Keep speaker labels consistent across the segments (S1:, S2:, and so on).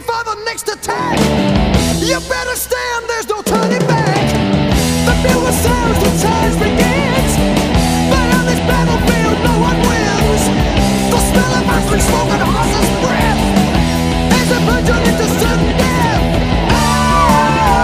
S1: first attack. You better stand, there's no turning back. The fewer sounds, the chance begins. But on this battlefield, no one wins. The smell of ice cream smoke and horse's breath is a virgin into sudden death. Ah!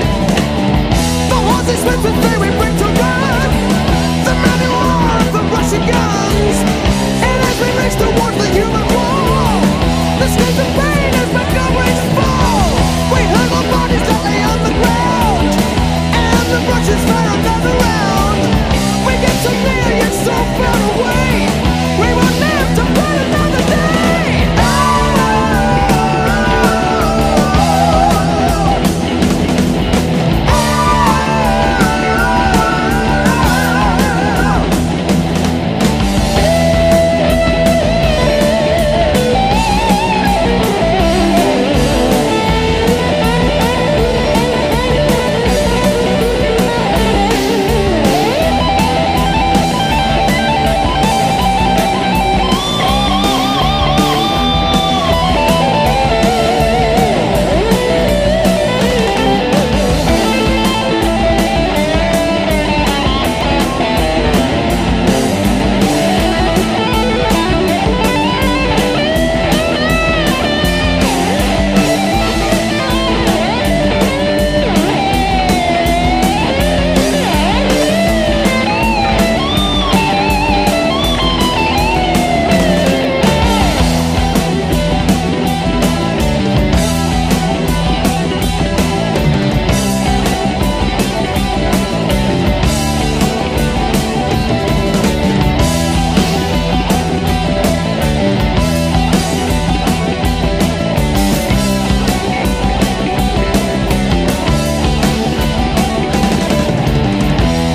S1: The horses with the fury bring to run. The manual of the Russian guns. And as we race towards the human wall, the screams of pain as Montgomery's fall. We hurl our bodies gently on the ground. And the Russians fire another round. We get so near yet so far away. We will live to fight another day.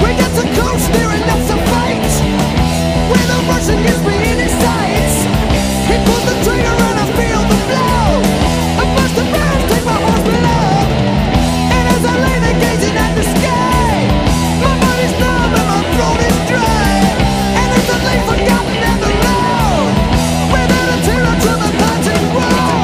S1: We get so close, near enough to fight. With a Russian gives me any sights. He pulls the trigger and I feel the blow. I burst the bounds, take my horse below. And as I lay there gazing at the sky, my body's numb and my throat is dry. And it's a late forgotten and alone. Without a tear to the touching wall.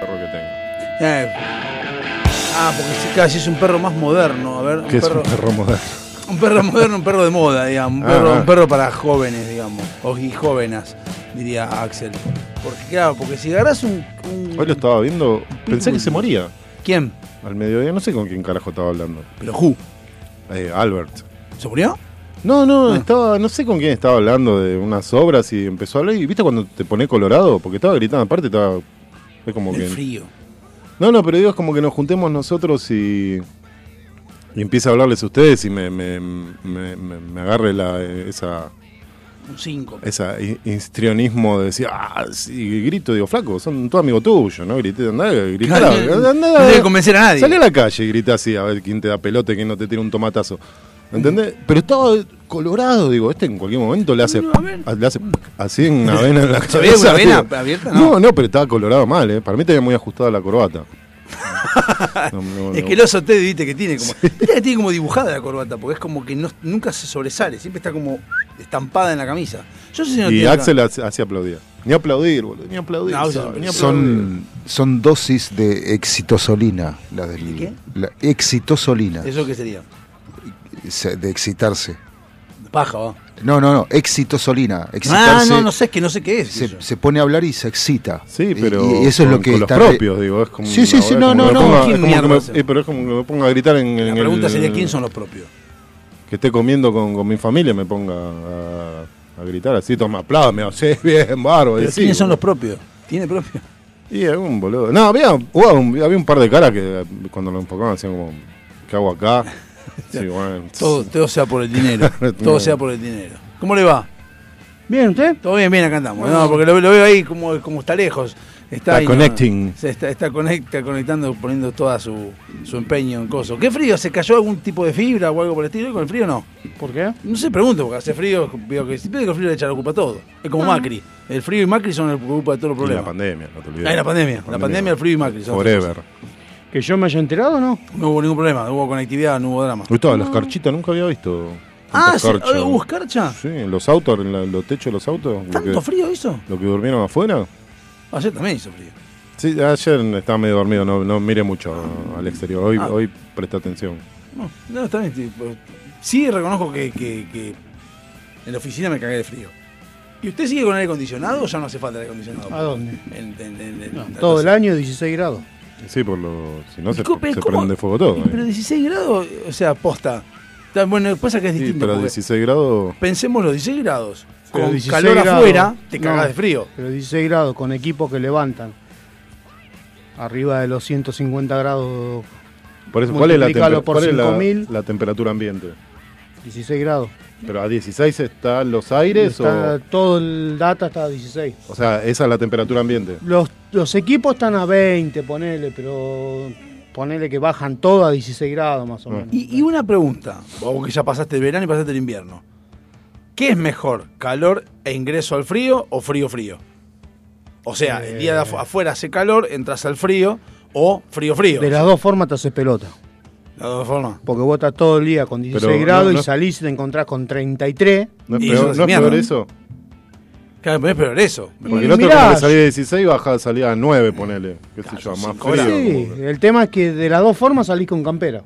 S2: perro que tengo.
S3: Eh. Ah, porque sí, casi es un perro más moderno. A ver, un
S2: ¿Qué es
S3: perro,
S2: un perro moderno?
S3: un perro moderno, un perro de moda, digamos. Un
S2: Ah,
S3: perro,
S2: ah.
S3: un perro para jóvenes, digamos. O y jóvenes, diría Axel. Porque, claro, porque si agarras un. un-
S2: Hoy lo estaba viendo, pensé que se moría.
S3: ¿Quién?
S2: Al mediodía, no sé con quién carajo estaba hablando.
S3: Pero Ju.
S2: Eh, Albert.
S3: ¿Se murió? Ah.
S2: No, no, estaba, no sé con quién estaba hablando de unas obras y empezó a hablar. Y viste cuando te pone colorado, porque estaba gritando, aparte estaba. Es como
S3: Del
S2: que.
S3: frío.
S2: No, no, pero digo, es como que nos juntemos nosotros y. Y empieza a hablarles a ustedes y me, me, me- me- me agarre la, eh, esa,
S3: Un 5.
S2: esa hi- histrionismo de decir, ah, sí", y grito, digo, flaco, son todos amigos tuyos, ¿no? Grité, andá, gritá,
S3: Claro,
S2: andá,
S3: no
S2: andá,
S3: debe convencer a nadie.
S2: Salí a la calle y grita así, a ver quién te da pelote, quién no te tira un tomatazo. ¿Entendés?
S3: Mm.
S2: Pero estaba colorado, digo, este en cualquier momento le hace,
S3: No, a ver.
S2: a- le hace así en una vena en la
S3: ¿Se veía
S2: cabeza.
S3: una vena
S2: digo.
S3: abierta?
S2: No,
S3: No.
S2: no, pero estaba colorado mal, ¿eh? Para mí tenía muy ajustada la corbata. No, no,
S3: Es
S2: no.
S3: que el oso Teddy, viste, que tiene como. Viste que tiene como dibujada la corbata, porque es como que no- nunca se sobresale, siempre está como estampada en la camisa. Yo sé si no
S2: Y
S3: tiene-
S2: Axel hace- así aplaudía. Ni aplaudir, boludo, ni aplaudir.
S3: No,
S2: ¿sabes? Ni aplaudir.
S4: Son, son dosis de exitosolina, la del.
S3: ¿Qué?
S4: La exitosolina,
S3: ¿Eso qué sería?
S4: se- de excitarse.
S3: Paja, va.
S4: No, no, no, exitosolina.
S3: Ah,
S4: Excitarse.
S3: no, no sé, es que no sé qué es. eso.
S4: Se, se pone a hablar y se excita.
S2: Sí,
S4: Y-
S2: pero
S4: Y, eso es lo
S2: con-
S4: que
S2: con los
S4: está re-
S2: propios, digo, es como
S4: Sí, sí,
S2: una-
S4: sí,
S2: es
S4: no,
S2: como
S4: no,
S2: que me
S4: no,
S2: ponga-
S3: ¿quién
S2: es como que
S3: mierda
S2: me-
S3: hace?
S2: eh, pero es como que me ponga a gritar en, en
S3: La
S2: el-
S3: pregunta sería: ¿quién son los propios?
S2: que esté comiendo con, con mi familia me ponga a, a gritar así, toma, aplaude, hace bien, bárbaro.
S3: ¿Pero
S2: sí,
S3: ¿Quiénes son
S2: boludo.
S3: los propios? ¿Tiene propio?
S2: Y algún boludo. No, había, hubo un, había un par de caras que eh, cuando lo enfocaban hacían como, ¿qué hago acá? Sí, bueno,
S3: Todo, todo sea por el dinero. todo sea por el dinero. ¿Cómo le va? ¿Bien usted? Todo bien, bien, acá andamos. No, porque lo, lo veo ahí como, como está lejos. Está,
S2: Ah. Está
S3: ahí, no,
S2: connecting.
S3: se está está conecta, conectando, poniendo todo su, su empeño en cosas. ¿Qué frío? ¿Se cayó algún tipo de fibra o algo por el estilo? ¿Hoy ¿Con el frío no?
S5: ¿Por qué?
S3: No se pregunto, porque hace frío, veo que siempre que el frío le echa la culpa a todo. Es como Macri. El frío y Macri son el culpa de todos los
S2: Ah. Y la
S3: problemas.
S2: pandemia, no te olvides.
S3: Ah, y la pandemia. La pandemia, el frío y Macri. son-
S2: Forever.
S5: ¿Que yo me haya enterado o no?
S3: No hubo ningún problema, no hubo conectividad, no hubo drama.
S2: Uy, todos los carchitos, nunca había visto.
S3: Ah,
S2: tantos
S3: sí,
S2: carchos.
S3: ¿hubo escarcha?
S2: Sí, en los autos, en la- los techos de los autos. lo que-
S3: ¿Tanto frío hizo?
S2: Lo que durmieron afuera.
S3: Ayer también hizo frío.
S2: Sí, ayer estaba medio dormido, no, no mire mucho al exterior. Hoy,
S3: Ah.
S2: hoy presta atención.
S3: No, no, está bien. Sí, pero- sí, reconozco que, que- que en la oficina me cagué de frío. ¿Y usted sigue con aire acondicionado o ya no hace falta aire acondicionado?
S5: ¿A dónde?
S3: En- en- en- en-
S5: No,
S3: en-
S5: todo el año 16 grados.
S2: Sí, por lo. Si no, se,
S3: ¿Cómo-
S2: se
S3: cómo-
S2: prende fuego todo. eh.
S3: y-
S2: ahí.
S3: Pero 16 grados, o sea, posta. Está- Bueno, pasa que es
S2: Sí,
S3: distinto.
S2: pero
S3: porque
S2: 16 grados.
S3: Pensemos los 16 grados.
S5: Pero
S3: Con
S5: 16
S3: calor
S5: grados-
S3: afuera, te
S5: no.
S3: cagas de frío.
S5: Pero 16 grados con equipos que levantan. Arriba de los 150 grados,
S2: Por eso, ¿cuál es la,
S5: Multiplícalo
S2: temper-
S5: por
S2: cuál es la-
S5: 5.000.
S2: la temperatura ambiente?
S5: 16 grados.
S2: Pero a 16 están los aires
S5: Está-
S2: o.
S5: Todo el data está a 16.
S2: O sea, esa es la temperatura ambiente.
S5: Los, los equipos están a 20, ponele, pero ponele que bajan todo a 16 grados más o
S2: Ah.
S5: menos.
S3: Y, y una pregunta, vos que ya pasaste el verano y pasaste el invierno. ¿Qué es mejor, calor e ingreso al frío o frío-frío? O sea, el
S5: Eh.
S3: día de afu- afuera hace calor, entras al frío o frío-frío.
S5: De las dos formas te haces pelota.
S3: las dos formas.
S5: Porque vos estás todo el día con 16
S2: Pero no,
S5: grados
S2: no.
S5: y salís y te encontrás con 33.
S2: ¿No es
S3: Y
S2: peor,
S3: eso es
S2: ¿no es
S3: mierda,
S2: peor
S3: ¿no?
S2: eso?
S3: Claro, pero es peor eso.
S2: Porque
S5: Y
S2: el otro
S5: mirá,
S2: como que salía 16 bajaba, salía a 9, ponele. Qué sé yo, más
S3: cinco
S2: frío.
S3: grados.
S5: Sí,
S2: como que-
S5: el tema es que de las dos formas salís con campera.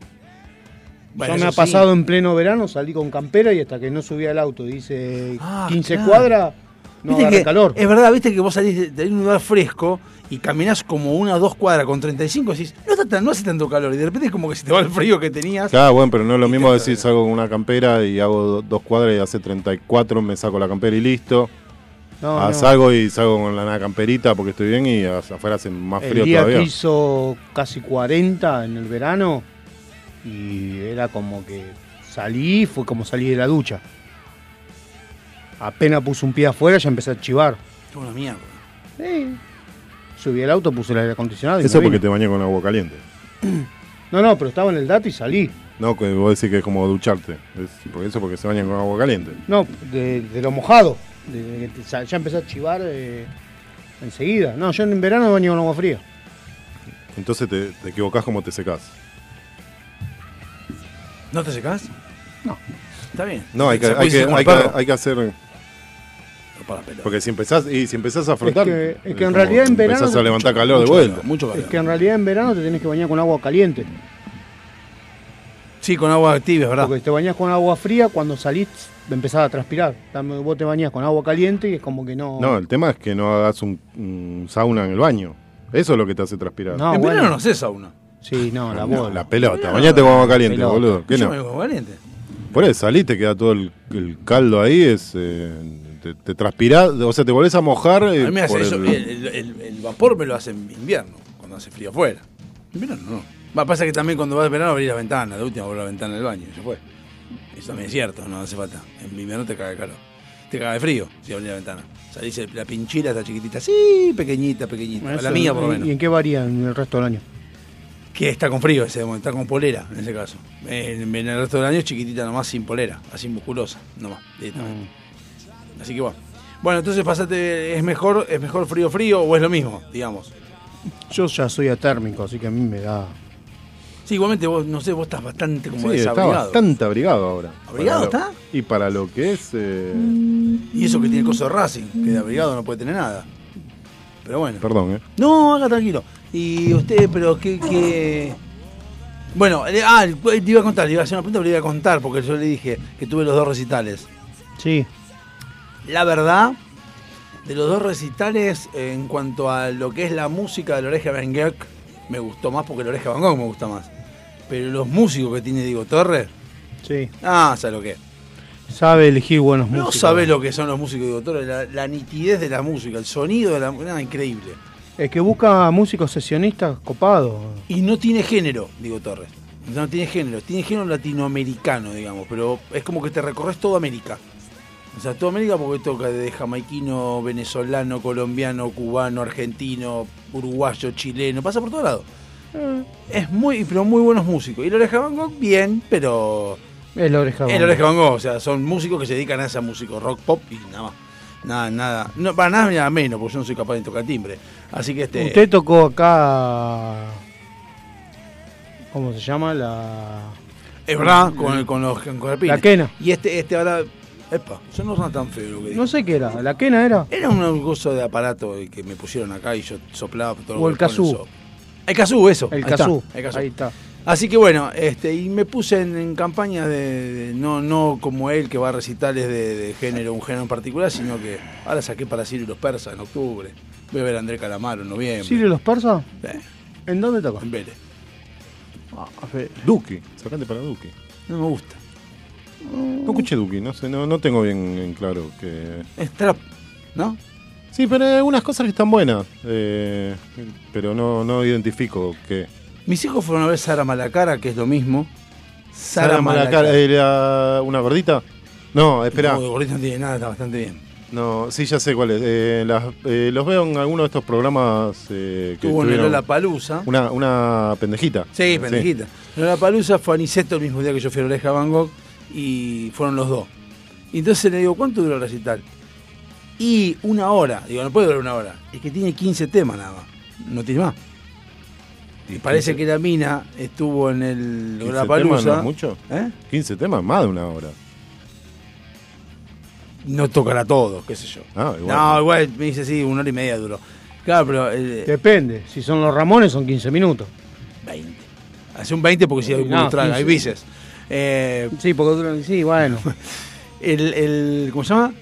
S3: Bueno,
S5: Yo me
S3: eso
S5: ha
S3: sí.
S5: pasado en pleno verano, salí con campera y hasta que no subía el auto, dice
S3: Ah,
S5: 15
S3: claro.
S5: cuadras, no
S3: Viste
S5: agarra
S3: que-
S5: calor.
S3: Es verdad, viste que vos salís de, de un lugar fresco y caminás como una o dos cuadras con 35 y decís, no, está tan- no hace tanto calor. Y de repente es como que se te va el frío que tenías.
S2: Claro, bueno, pero no es lo
S3: Y
S2: mismo
S3: te-
S2: decir salgo con una campera y hago do- dos cuadras y hace 34, me saco la campera y listo.
S5: No,
S2: Ah,
S5: no.
S2: Salgo y salgo con la nada camperita porque estoy bien y as- afuera hace más
S5: El
S2: frío
S5: día
S2: todavía.
S5: que hizo casi 40 en el verano y era como que salí, fue como salir de la ducha. Apenas puse un pie afuera ya empecé a chivar.
S3: Es una mierda.
S5: Eh, Subí al auto, puse el aire acondicionado y
S2: Eso
S5: me
S2: porque te
S5: vine.
S2: bañé con agua caliente.
S5: No, no, pero estaba en el dato y salí.
S2: No, que vos decís que es como ducharte. Es- porque eso porque se bañan con agua caliente.
S5: No, de, de lo mojado. De- de que te sa- ya empecé a chivar eh, enseguida. No, yo en verano me baño con agua fría.
S2: Entonces te, te equivocás como te secás.
S3: ¿No te secás?
S5: No.
S3: Está bien.
S2: No, hay que,
S3: Se puede
S2: hay que,
S3: irse como
S2: hay
S3: el
S2: que,
S3: perro.
S2: hay que hacer.
S3: Para la pelota.
S2: Porque si empezás, y si empezás a frotar.
S5: Es que- es que en
S2: como
S5: realidad en verano
S2: Empezás a
S5: hace
S2: levantar
S5: mucho-
S2: calor de
S3: Mucho
S2: vuelta.
S3: calor, Mucho
S5: Es
S3: calor.
S5: que en realidad en verano te tenés que bañar con agua caliente.
S3: Sí, con agua tibia, es ¿verdad?
S5: Porque te bañás con agua fría, cuando salís empezás a transpirar. Tam- Vos te bañás con agua caliente y es como que no.
S2: No, el tema es que no hagas un, un sauna en el baño. Eso es lo que te hace transpirar.
S5: No,
S3: en
S5: bueno.
S3: verano no sé sauna.
S5: Sí, no, la
S2: No,
S5: bola.
S2: la pelota. Bañate con agua caliente,
S5: Pelota.
S2: boludo. ¿Qué
S3: Yo
S2: no?
S3: me voy valiente.
S2: Por eso salí, te queda todo el, el caldo ahí, es, eh, te, te transpirás, o sea, te volvés a mojar.
S3: A
S2: eh,
S3: mí me hace
S2: por
S3: eso.
S2: el-
S3: El, el- el- el vapor me lo hace en invierno, cuando hace frío afuera. En verano no. Va, pasa que también cuando vas a verano abrir la ventana, la última abrir la ventana del baño, y se fue. Eso también es cierto, no hace falta. En invierno te caga el calor. Te caga de frío si abrís la ventana. Salís el- la pinchila, está chiquitita, sí, pequeñita, pequeñita.
S5: Bueno,
S3: la
S5: eso,
S3: mía por lo
S5: ¿y-
S3: menos.
S5: ¿Y en qué varía en el resto del año?
S3: que está con frío ese demonio, está con polera en ese caso. En, en el resto del año es chiquitita nomás, sin polera, así musculosa, nomás, directamente. Así que bueno. Bueno, entonces pasate, ¿es mejor, ¿es mejor frío frío o es lo mismo, digamos?
S5: Yo ya soy atérmico, así que a mí me da.
S3: Sí, igualmente vos, no sé, vos estás bastante como
S2: Sí, está
S3: desabrigado.
S2: bastante abrigado ahora.
S3: ¿Abrigado
S2: Para lo- Y para lo que es. eh,
S3: Y eso que tiene el coso de Racing, que de abrigado no puede tener nada. Pero bueno.
S2: Perdón, ¿eh?
S3: No, haga tranquilo. Y usted, pero qué... qué... Bueno, eh, ah, el- te iba a contar, le iba a hacer una pregunta, pero le iba a contar, porque yo le dije que tuve los dos recitales.
S5: Sí.
S3: La verdad, de los dos recitales, eh, en cuanto a lo que es la música de la oreja Van Gogh, me gustó más porque la oreja Van Gogh me gusta más. Pero los músicos que tiene Diego Torres,
S5: Sí.
S3: ah, sabe lo que es.
S5: Sabe elegir buenos
S3: No
S5: músicos.
S3: sabés lo que son los músicos de Diego Torres, la, la nitidez de la música, el sonido de la música, increíble.
S5: Es que busca músicos sesionistas copados.
S3: Y no tiene género, Diego Torres. No tiene género, tiene género latinoamericano, digamos, pero es como que te recorres toda América. O sea, toda América porque toca desde jamaiquino, venezolano, colombiano, cubano, argentino, uruguayo, chileno, pasa por todo lado. Es muy, pero muy buenos músicos. Y el Oreja Van Gogh, bien, pero.
S5: Es la oreja.
S3: El
S5: Van
S3: Oreja Van Gogh, o sea, son músicos que se dedican a esa música, rock, pop y nada más. Nada, nada. No, para nada, nada menos, porque yo no soy capaz de tocar timbre. Así que este.
S5: Usted tocó acá. ¿Cómo se llama? La.
S3: Es verdad, con, el- con los con los pines.
S5: La quena.
S3: Y este, este ahora. Epa, eso no suena tan feo lo que digo.
S5: No sé qué era. ¿La quena era?
S3: Era un gozo de aparato que me pusieron acá y yo soplaba todo
S5: O el
S3: golpe con
S5: kazoo.
S3: sopo. El kazoo, eso.
S5: El
S3: ahí está,
S5: Cazú.
S3: el kazoo.
S5: Ahí está.
S3: Así que bueno, este, y me puse en, en campaña de, de- no, no como él que va a recitales de, de género, un género en particular, sino que ahora saqué para Sirio y los Persas en octubre. Voy a ver a André Calamaro en noviembre.
S5: ¿Sirio los persas?
S3: Eh,
S5: ¿En dónde tocó?
S3: en Vélez.
S2: Duque. Sacate para Duque.
S3: No me gusta.
S2: No escuché Duque, no sé, no, no tengo bien en claro que.
S3: Es trap, ¿no?
S2: Sí, pero hay algunas cosas que están buenas. eh, pero no, no identifico que.
S3: Mis hijos fueron a ver Sara Malacara, que es lo mismo. Sara,
S2: Sara Malacara era una gordita. No, espera.
S3: No, de gordito no tiene nada, está bastante bien.
S2: No, sí, ya sé cuál es. Eh, las- eh, los veo en alguno de estos programas eh, que
S3: Tuvo en
S2: tuvieron
S3: La Palusa.
S2: una, una pendejita.
S3: Sí, pendejita. En La Palusa fue Aniceto el mismo día que yo fui a la Oreja Van Gogh y fueron los dos. Y entonces le digo, ¿cuánto duró el recital? Y una hora. Digo, no puede durar una hora. Es que tiene 15 temas nada más. No tiene más. Y parece que la mina estuvo en el
S2: 15
S3: La
S2: temas no
S3: Palusa.
S2: es mucho.
S3: ¿Eh?
S2: 15 temas, más de una hora.
S3: No tocará todo, qué sé yo.
S2: Ah, igual.
S3: No, igual me dice, sí, una hora y media duró. Claro, pero... eh,
S5: Depende. Si son los Ramones, son 15 minutos.
S3: 20. Hace un 20 porque si hay
S5: No,
S3: un traga,
S5: 15.
S3: hay bices. Eh,
S5: Sí, porque. Sí, bueno.
S3: el, el- ¿Cómo se llama?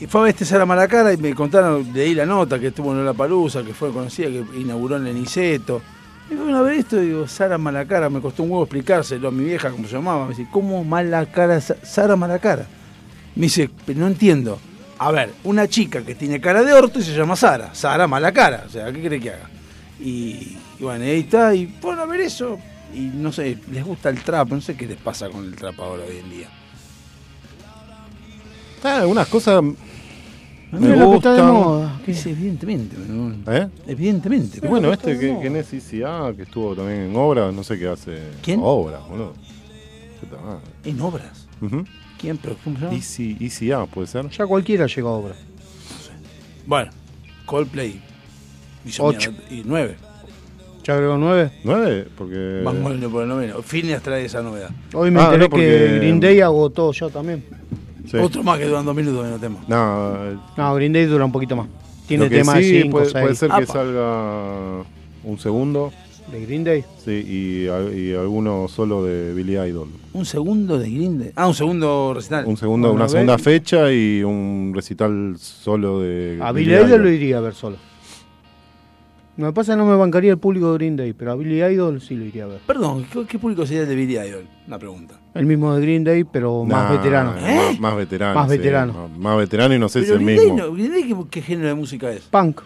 S3: Y fue a ver este Sara Malacara y me contaron, leí la nota que estuvo en La Palusa, que fue conocida, que inauguró en Leniceto. Y bueno, a ver esto, digo, Sara Malacara, me costó un huevo explicárselo a mi vieja, como se llamaba. Me dice, ¿cómo Malacara? Sa- Sara Malacara. Me dice, "Pero no entiendo. A ver, una chica que tiene cara de orto y se llama Sara. Sara Malacara. O sea, ¿qué cree que haga? Y, y bueno, ahí está, y bueno, a ver eso. Y no sé, les gusta el trap, no sé qué les pasa con el trap ahora hoy en día.
S2: Ah, algunas cosas. Me
S5: es lo que está de
S2: gustan.
S5: moda.
S3: Que es evidentemente, ¿no?
S2: ¿eh?
S3: evidentemente.
S2: Y bueno, este que, que es ICA, que estuvo también en obras, no sé qué hace.
S3: ¿Quién?
S2: Obras, boludo. Puta madre.
S3: en obras.
S2: Ujú.
S3: ¿Quién? Pero, ¿cómo se llama?
S2: Easy- ICA, puede ser.
S5: Ya cualquiera llega a obra.
S3: Bueno, Coldplay. Hizo
S5: Ocho.
S3: mierda. Y nueve.
S5: Ya agregó 9.
S2: ¿Nueve? Porque.
S3: Van Gogh por el noveno. Phineas trae esa novedad.
S5: Hoy me
S2: Ah,
S5: enteré
S2: no, porque-
S5: que Green Day agotó ya también.
S2: Sí.
S3: Otro más que duran dos minutos en el tema.
S2: No,
S5: No, Green Day dura un poquito más. Tiene
S2: lo que
S5: tema
S2: sí,
S5: de 5
S2: puede, puede
S5: 6.
S2: ser que
S3: Apa.
S2: salga un segundo
S5: De Green Day.
S2: sí, y, al- y alguno solo de Billy Idol.
S3: Un segundo de Grindel. Ah, un segundo recital.
S2: Un segundo,
S5: Bueno,
S2: una
S5: a ver.
S2: segunda fecha y un recital solo de.
S5: A Billy Idol lo iría a ver solo. Lo que pasa es que no me bancaría el público de Green Day, pero a Billy Idol sí lo iría a ver.
S3: Perdón, ¿qué, qué público sería el de Billy Idol? Una pregunta.
S5: El mismo de Green Day, pero más
S2: Nah,
S5: veterano.
S2: más-
S3: ¿Eh?
S2: Más veterano.
S5: Más
S2: sí,
S5: veterano.
S2: más- más veterano y no sé si
S3: Pero
S2: es el
S3: Green Day,
S2: mismo.
S3: no, Green Day, ¿qué, qué género de música es?
S5: Punk.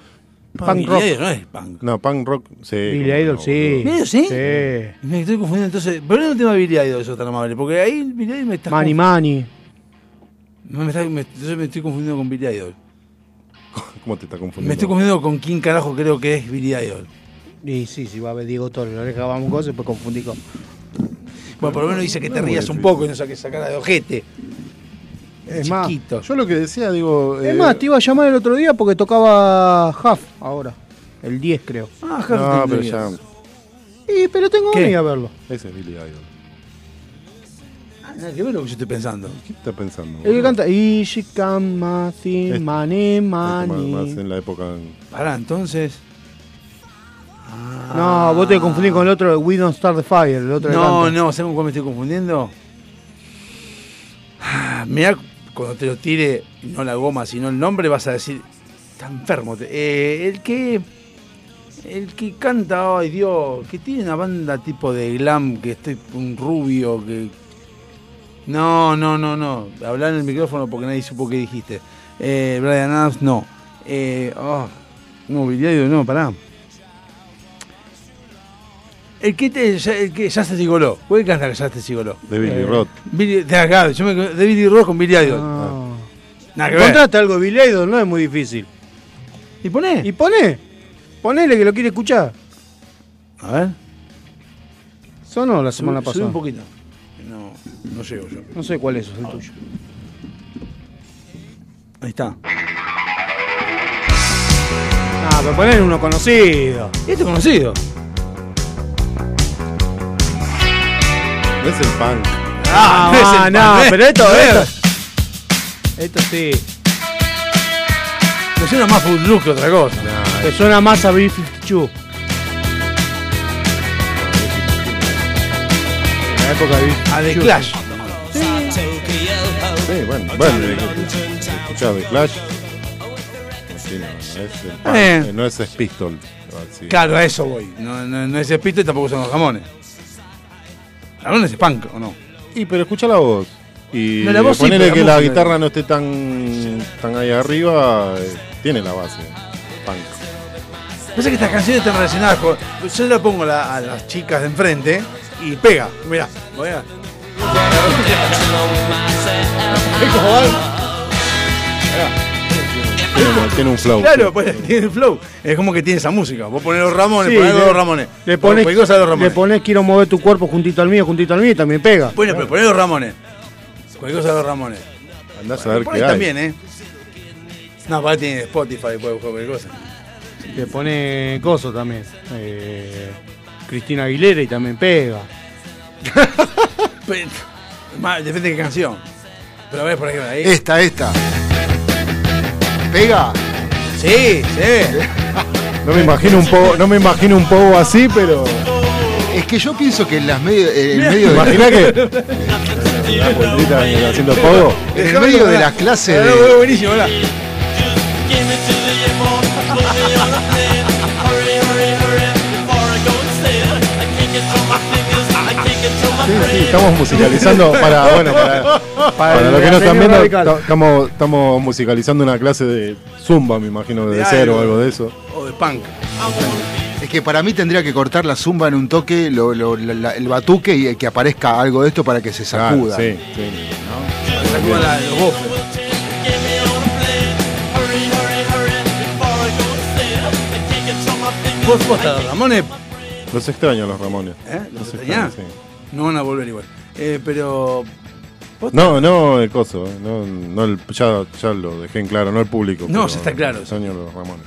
S5: Punk
S3: Billy
S5: rock.
S3: Idol no es punk.
S2: No, punk rock, sí.
S5: Billy
S2: cómo no,
S5: Idol, sí.
S2: boludo.
S3: ¿Medio sí?
S5: Sí.
S3: Me estoy confundiendo entonces. Pero no es un tema de Billy Idol, eso tan amable. Porque ahí Billy Idol me está.
S5: Mani Mani.
S3: No, me está- me- entonces me estoy confundiendo con Billy Idol.
S2: ¿Cómo te está confundiendo?
S3: Me estoy confundiendo con quién carajo creo que es Billy Idol.
S5: Y sí, sí, va a ver Diego Torres, la oreja vamos cosas, pues confundí con.
S3: Bueno, por lo menos dice que te
S2: No es muy
S3: rías un
S2: difícil.
S3: poco y no saques esa cara de ojete.
S5: Es más,
S3: Chiquito.
S2: Yo lo que decía, digo. eh,
S5: es más, te iba a llamar el otro día porque tocaba Half ahora, el 10 creo.
S3: Ah, Harry
S2: No, pero
S3: Tendrías.
S2: ya.
S5: Y, pero tengo
S3: ¿Qué?
S5: que ir a verlo.
S2: Ese es Billy Idol.
S3: Ah, nada que ver lo que yo estoy pensando.
S2: ¿Qué está pensando?
S5: El que
S2: boludo?
S5: canta y she come, my thing,
S2: Es-
S5: money,
S2: Más-
S5: money.
S2: Más en la época. en-
S3: Pará, entonces.
S5: No, vos te confundís con el otro, We Don't Start the Fire, el otro que
S3: No,
S5: canta.
S3: no, ¿sabes con cuál me estoy confundiendo? Ah, Mirá, cuando te lo tire, no la goma, sino el nombre, vas a decir, está enfermo. te- eh, el que. El que canta, ay Dios, que tiene una banda tipo de glam, que estoy un rubio, que. No, no, no, no. Hablar en el micrófono porque nadie supo qué dijiste. Eh, Brian Adams, no. Eh, oh, no, Billy Idol, no, pará. El que, te, ya, el que ya se sigoló. ¿Cuál canta que ya se sigoló?
S2: De Billy
S5: Eh,
S2: Roth.
S3: Billy, de acá, yo me, de Billy Roth con Billy Idol.
S5: No.
S3: Nada que
S5: Ah.
S3: ver.
S5: Contraste algo, Billy Idol, no es muy difícil.
S3: ¿Y poné?
S5: Y poné, ponele que lo quiere escuchar.
S3: A ver.
S5: Sonó la
S3: Subí,
S5: semana
S3: subí
S5: pasada.
S3: un poquito. No, no llego yo.
S5: No sé cuál es, es el tuyo.
S3: Ahí está.
S5: Ah, pero poner uno conocido.
S3: Este es conocido.
S2: No es el punk.
S5: Ah,
S3: no es el
S5: ah,
S3: pan,
S5: no,
S3: no es-
S5: pero esto,
S3: no es.
S5: esto. Esto sí.
S3: Te suena más Full Look que otra cosa.
S5: Te suena más a B-52. En la época Ah, de
S3: A The
S5: B-52.
S3: Clash.
S2: Sí, bueno, bueno, eh, escuchá, The Clash. Sí, no, es el punk,
S3: Eh.
S2: eh, no es Sex Pistol. así.
S3: Claro, a eso voy. No, no, no es espito y tampoco son los jamones. Jamones es punk, ¿o no?
S2: Y pero escucha la voz. Y
S3: No, la voz sí,
S2: ponele
S3: pero la
S2: que la
S3: música.
S2: guitarra no esté tan, tan ahí arriba, eh, tiene la base. Punk.
S3: Pasa que estas canciones están relacionadas con. Yo la pongo a la- a las chicas de enfrente y pega. Mirá, mirá. Es como va-
S2: Tiene, tiene un flow.
S3: Claro, pues tiene el flow. Es como que tiene esa música. Vos ponés los ramones,
S5: Sí,
S3: ponés algo de
S5: le-
S3: los ramones.
S5: Le
S3: Ponés
S5: pones,
S3: cualquier cosa de los
S5: le
S3: ramones. Pues-
S5: pones quiero mover tu cuerpo juntito al mío, juntito al mío y también pega.
S3: Bueno, pero ponés los ramones. Cualquier cosa de los ramones.
S2: Andás a ver
S3: Por
S2: qué
S3: ahí
S2: hay.
S3: también, ¿eh? No, para tiene Spotify, puede buscar cualquier cosa.
S5: Le pone coso también. Eh, Cristina Aguilera y también pega.
S3: Pero, más, depende de qué canción. Pero a ver, por ejemplo, ahí.
S2: Este,
S4: Esta, esta. Pega.
S3: Sí, sí.
S2: No me imagino un poco, no me imagino un poco así, pero.
S4: Es que yo pienso que en las medio, en el medio de
S2: Imagina que. La vueltita haciendo pogo. Eh,
S4: En el
S3: Dejame
S4: medio de
S3: tocar.
S4: la clase
S3: Ah,
S4: de-
S3: no, buenísimo, hola.
S2: Sí, sí, estamos musicalizando para, bueno, para, para lo que no están viendo, ta- estamos, estamos musicalizando una clase de zumba, me imagino, de
S3: De
S2: cero o
S3: algo.
S2: algo de eso.
S3: O de punk.
S2: Ah,
S4: Es que para mí tendría que cortar la zumba en un toque, lo- lo- la- la- el batuque y que aparezca algo de esto para que se sacuda.
S6: Ah,
S2: Claro,
S6: eh?
S2: sí, sí.
S3: Sacudan la- los bofes. Vos posta, Ramones,
S2: Los extraño a los Ramones.
S3: ¿eh? ¿Los
S2: Los
S3: extrañás?
S2: extraño,
S3: No van a volver igual. Eh, pero. posta,
S2: No, no el coso, eh, no, no el, ya, ya lo dejé en claro, no el público.
S3: No,
S2: pero
S3: ya está claro.
S2: Extraño a los Ramones.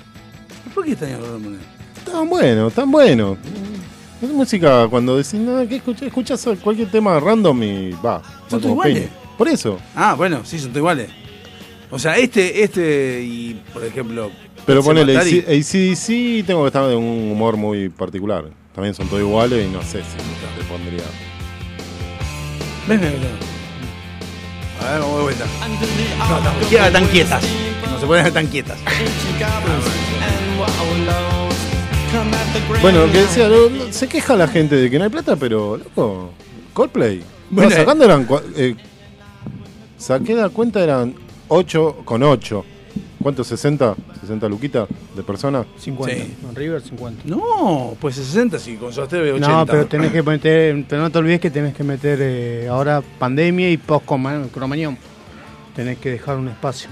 S3: ¿Por qué extrañan los Ramones?
S2: Tan bueno, tan bueno. Es música cuando decís nada, que escuchás, escuchás cualquier tema random y va.
S3: Son
S2: va como
S3: todos iguales.
S2: piña. Por eso.
S3: Ah, bueno, sí, son todos iguales. O sea, este, este y, por ejemplo.
S2: Pero
S3: Pet
S2: ponele
S3: Sematary,
S2: ACDC, tengo que estar de un humor muy particular. También son todos iguales y no sé si te pondría.
S3: Ven, ven, ven. A ver, vamos de vuelta. No, tampoco quedan tan quietas. No se pueden dejar tan quietas.
S2: Bueno, lo que decía, lo- lo- se queja la gente de que no hay plata, pero loco, Coldplay.
S3: Bueno,
S2: no, sacando eran. cua- eh, saqué la cuenta, eran 8 con 8. ¿Cuánto? ¿60? ¿60 luquitas de personas?
S5: 50.
S3: Sí.
S5: Con River 50.
S3: No, pues 60 sí, con Sosteve 80.
S5: No, pero tenés que meter, pero no te olvides que tenés que meter eh, ahora pandemia y post cromañón. Tenés que dejar un espacio.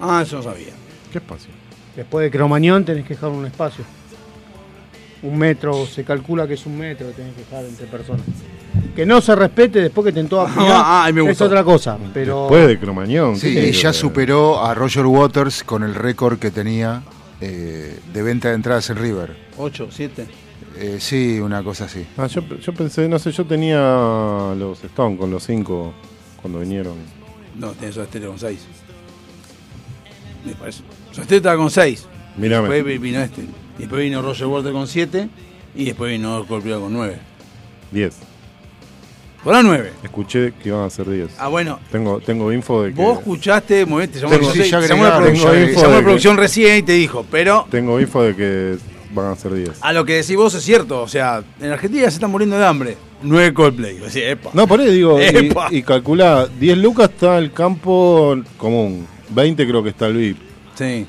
S3: Ah, eso no sabía.
S2: ¿Qué espacio?
S5: Después de cromañón tenés que dejar un espacio. Un metro, se calcula que es un metro, tenés que estar entre personas. Que no se respete después que tentó a
S3: Ah, ay, me
S5: es
S3: gustó.
S5: otra cosa. Pero
S2: Después de Cromañón.
S6: Sí,
S2: ¿qué
S6: y ya
S2: creo?
S6: superó a Roger Waters con el récord que tenía eh, de venta de entradas en River.
S3: 8, 7.
S6: Eh, sí, una cosa así.
S2: Ah, yo, yo pensé, no sé, yo tenía los Stone con los cinco cuando vinieron.
S3: No, tenés Soda Stereo con 6. Me parece. Soda Stereo estaba con 6. Después
S2: Mírame,
S3: vi- vino este. Y después vino Roger Walter con 7. Y después vino Corpio con 9.
S2: 10.
S3: Por la 9.
S2: Escuché que iban a ser 10.
S3: Ah, bueno.
S2: Tengo, tengo info de que.
S3: Vos escuchaste, movete, llamó,
S6: Tengo-
S3: sí,
S6: sí, ya
S3: llamó a la
S6: agregaron,
S3: producción,
S2: ya agregaron.
S3: llamó a la producción recién y te dijo, pero
S2: Tengo info de que van a ser 10.
S3: a lo que decís vos es cierto. O sea, en Argentina se están muriendo de hambre. 9 Coldplay. O sea, epa.
S2: No, por ahí digo, y,
S3: ¡Epa!
S2: y calculá, 10 lucas está el campo común, 20 creo que está el VIP.
S3: Sí.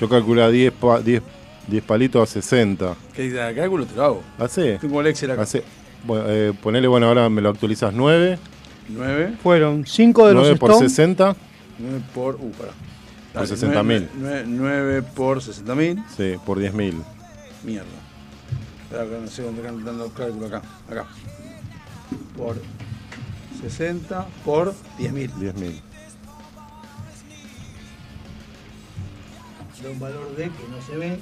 S2: Yo calculé 10, pa- 10, 10 palitos a 60.
S3: ¿Qué dice? El cálculo te lo hago.
S2: ¿Hace?
S3: Tengo el Excel acá.
S2: Hace, bueno, eh, ponele, bueno, ahora me lo actualizas 9.
S3: 9,
S5: fueron 5 de los
S2: 9 por
S5: Stones.
S2: 60.
S3: 9 por. Uh, pará.
S2: Por 60.000.
S3: 9, por 60.000.
S2: Sí, por 10.000.
S3: Mierda. Espera, que no sé dónde están dando el cálculo acá. Acá. Por 60 por 10.000.
S2: 10.000.
S3: De un valor de que no se ve.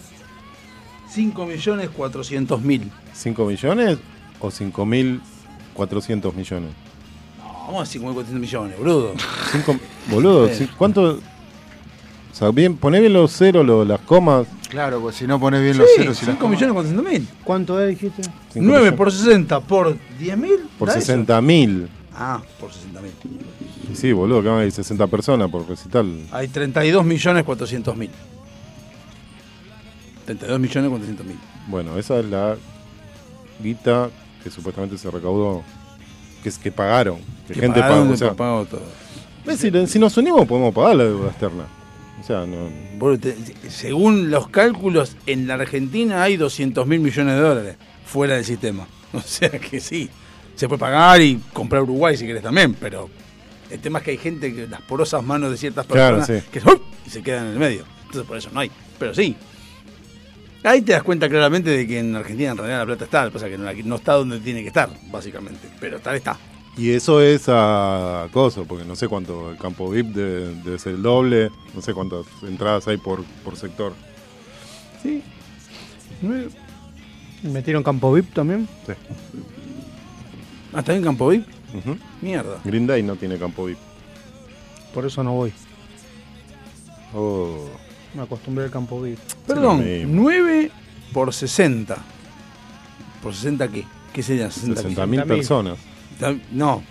S3: 5.400.000.
S2: ¿5 millones o 5.400 millones?
S3: No, vamos a 5.400 millones, brudo.
S2: Cinco- boludo,
S3: Sí.
S2: sí, ¿cuánto? O sea, bien, poné bien los ceros, lo- las comas.
S6: Claro, pues si no pones bien los ceros y las
S3: 5
S6: comas.
S3: millones 400 mil.
S5: ¿Cuánto es, dijiste?
S2: cinco
S3: 9
S2: millones.
S3: por 60 por 10 mil.
S2: Por 60.000.
S3: Ah, por 60 mil.
S2: Y Sí, boludo, que van a ir 60 personas por recital.
S3: Hay 32 millones 400 mil. 32 millones 400 mil.
S2: Bueno, esa es la guita que supuestamente se recaudó, que es que pagaron, que, gente pagó. O sea,
S3: pagó todo.
S2: ¿ves? si, si nos unimos podemos pagar la deuda externa. O sea, no,
S3: Boludo, te- Según los cálculos, en la Argentina hay 200 mil millones de dólares fuera del sistema. O sea que sí, se puede pagar y comprar Uruguay si querés también, pero el tema es que hay gente que las porosas manos de ciertas
S2: Claro,
S3: personas
S2: sí.
S3: que ¡up! y se quedan en el medio. Entonces por eso no hay, pero sí. Ahí te das cuenta claramente de que en Argentina en realidad la plata está, lo que pasa es que no, la- no está donde tiene que estar, básicamente, pero tal está.
S2: y eso es a acoso, porque no sé cuánto, el campo VIP debe, debe ser el doble, no sé cuántas entradas hay por, por sector. Sí,
S5: ¿Metieron Campo VIP también?
S3: Ah, ¿está en Campo VIP?
S2: Ujú.
S3: Mierda.
S2: Green Day no tiene campo VIP.
S5: Por eso no voy.
S2: Oh.
S5: Me acostumbré al Campo VIP.
S3: Perdón,
S2: lo mismo.
S3: 9 por 60. ¿Por 60 qué? ¿Qué sería 60 pisos?
S2: 60.000 personas.
S3: Ta- No.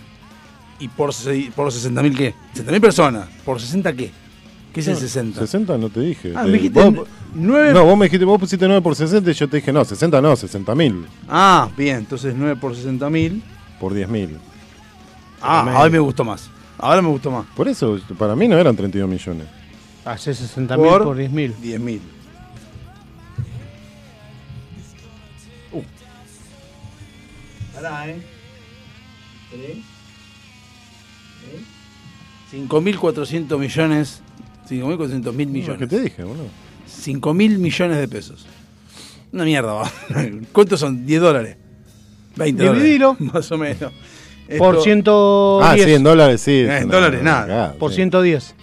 S3: ¿Y por, se- por 60.000 qué? 60.000 personas. ¿Por 60 qué? ¿Qué es el 60?
S2: 60 no te dije.
S3: Ah,
S2: Te-
S3: me dijiste
S2: vos-
S3: 9.
S2: No, vos me dijiste, vos pusiste 9 por 60 y yo te dije, no, 60 no, 60.000
S3: Ah, bien, entonces 9 por 60.000.
S2: por 10.000.
S3: Ah, ahora me gustó más. Ahora me gustó más.
S2: Por eso, para mí no eran 32 millones.
S5: Hace 60 mil por 10 mil.
S3: 10.000. Uh. Pará, eh. 5.400 millones. 5.400 mil
S2: Lo que
S3: millones.
S2: te dije, boludo.
S3: 5.000 millones de pesos. Una mierda, va. ¿Cuántos son? 10 dólares. 20
S5: Dividilo.
S3: dólares. Más o menos.
S5: Por
S3: Esto-
S5: 110.
S2: Ah, sí, en dólares, sí.
S3: Eh, en dólares, nada.
S5: Por
S2: sí.
S5: 110.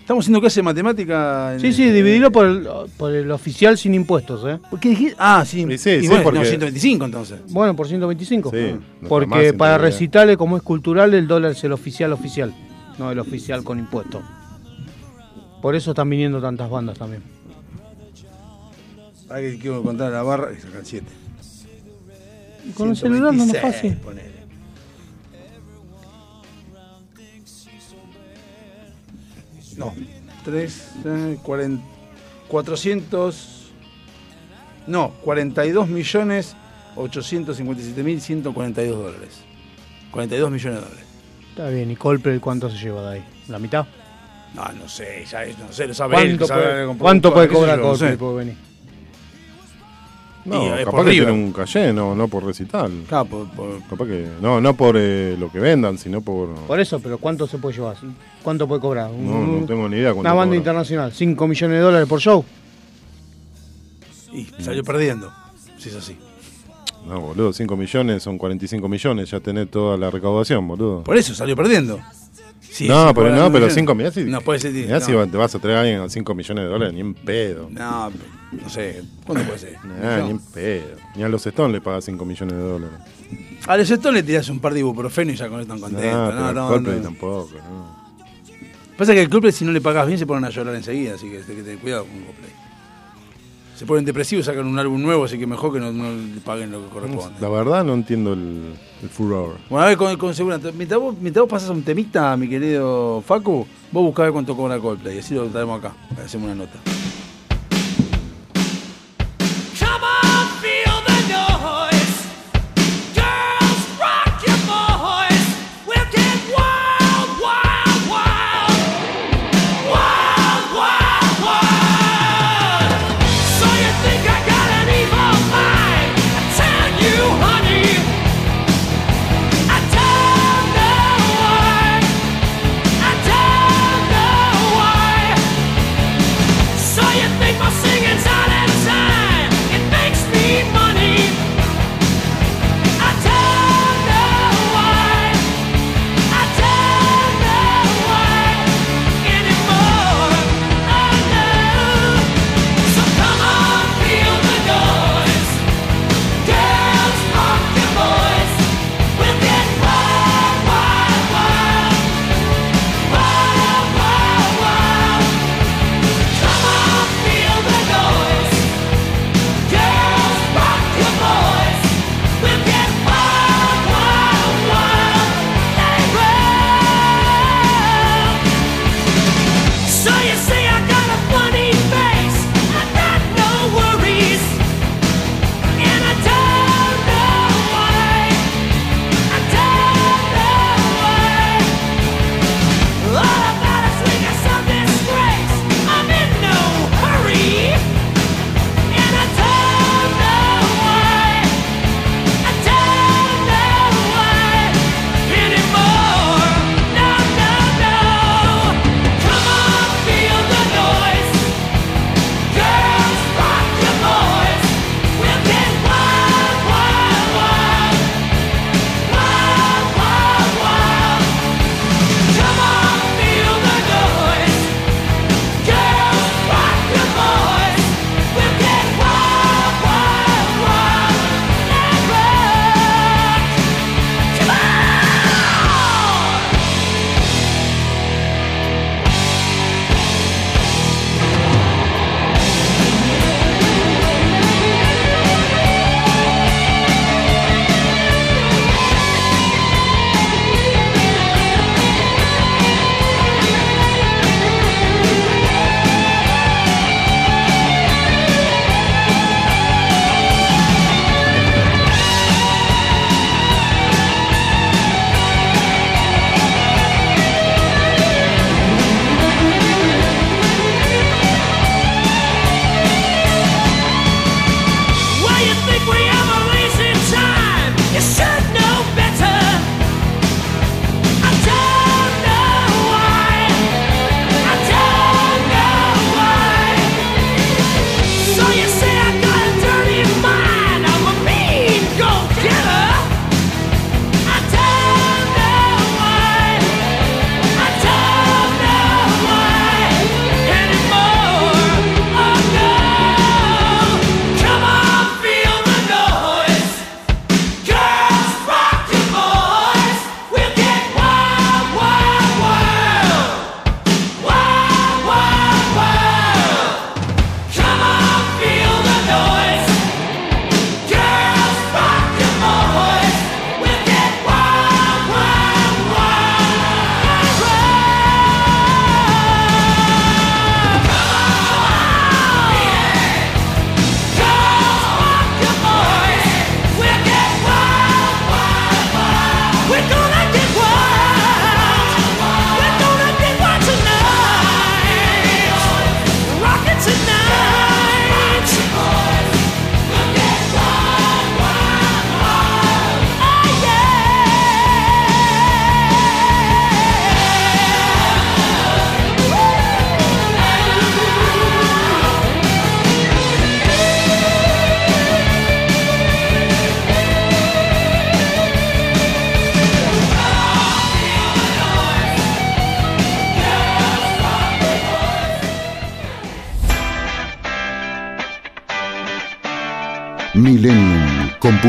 S3: Estamos haciendo clase de matemática. en-
S5: Sí, sí, dividirlo por el, por el oficial sin impuestos, ¿eh?
S3: ¿Por qué dijiste? Ah, sí.
S2: Y sí,
S3: Y
S2: sí,
S3: bueno,
S2: porque-
S3: no, 125 entonces.
S5: Bueno, por 125.
S2: Sí,
S5: Ah.
S2: no está más
S5: Porque
S2: en
S5: para
S2: realidad.
S5: recitales, como es cultural, el dólar es el oficial oficial, no el oficial con impuestos. Por eso están viniendo tantas bandas también.
S3: Ahora que quiero contar la barra, y sacan 7.
S5: Y con el celular no es
S3: 126,
S5: fácil.
S3: ponele. No, eh, 3, 40, 400. No, 42 millones 857 mil 142 dólares. 42 millones de dólares.
S5: Está bien, ¿y Coldplay cuánto se lleva de ahí? ¿La mitad?
S3: No, no sé, ya es, no sé, lo sabe él,
S5: ¿Cuánto
S3: lo sabe
S5: puede,
S3: el compositor,
S5: cuánto puede
S3: qué sé
S5: cobrar
S3: yo, no sé.
S5: Coldplay por venir?
S3: Y,
S2: No,
S3: eh,
S2: capaz
S3: por
S2: que
S3: River.
S2: tiene un calle, no, no por recital.
S3: Claro, por- por-
S2: Capaz que. No, no por eh, lo que vendan, sino por.
S5: Por eso, pero ¿cuánto se puede llevar? ¿Cuánto puede cobrar? Un-
S2: No, no tengo ni idea. cuánto
S5: Una banda
S2: cobran.
S5: internacional, 5 millones de dólares por show.
S3: Y salió perdiendo, si es así.
S2: No, boludo, 5 millones son 45 millones, ya tenés toda la recaudación, boludo.
S3: Por eso salió perdiendo. Sí,
S2: no,
S3: sí,
S2: pero
S3: por
S2: no,
S3: algún
S2: pero
S3: millón.
S2: 5 millones.
S3: No puede ser. sí,
S2: Mirá
S3: no.
S2: si va- te vas a traer a alguien a 5 millones de dólares, ni en pedo.
S3: No, Ah, no sé. ¿Cuánto puede ser?
S2: Nah, Ni en pedo. Ni a los Stones le pagas 5 millones de dólares.
S3: A los Stones Ah, le tirás un par de ibuprofeno y ya con eso están
S2: No,
S3: contentos.
S2: pero
S3: No,
S2: al
S3: no,
S2: Coldplay
S3: no.
S2: tampoco. no.
S3: Pasa que el Coldplay, si no le pagás bien, se ponen a llorar enseguida, así que hay que tener cuidado con Coldplay. Se ponen depresivos, sacan un álbum nuevo, así que mejor que no, no le paguen lo que corresponde.
S2: La verdad no entiendo el, el furor.
S3: Bueno, a ver, con, con seguridad. Mientras vos, mientras vos pasas un temita, mi querido Facu, vos buscá a ver cuánto cobra Coldplay. y Así lo traemos acá. Hacemos una nota.
S1: Come on, feel the noise. Girls, rock your boys. We'll get wild, wild, wild. Wild, wild, wild. So you think I got an evil mind? I tell you, honey. I don't know why. I don't know why. So you Oh,
S4: Millennium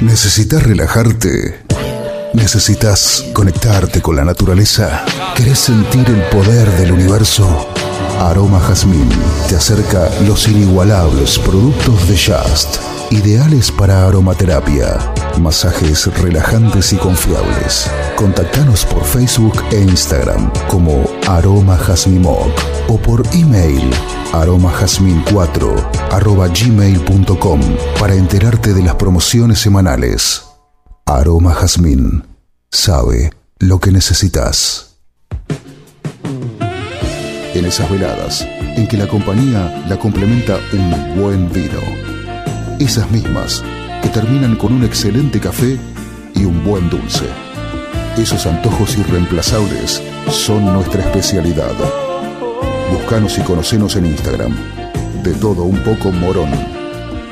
S4: ¿Necesitas relajarte? ¿Necesitas conectarte con la naturaleza? ¿Querés sentir el poder del universo? Aroma Jazmín te acerca los inigualables productos de Just, ideales para aromaterapia, masajes relajantes y confiables. Contactanos por Facebook e Instagram como Aroma Jazmimoc o por email aromajazmin4 arroba gmail.com para enterarte de las promociones semanales. Aroma Jazmín sabe lo que necesitas. En esas veladas en que la compañía la complementa un buen vino. Esas mismas que terminan con un excelente café y un buen dulce. Esos antojos irreemplazables son nuestra especialidad. Buscanos y conocenos en Instagram. De todo un poco morón.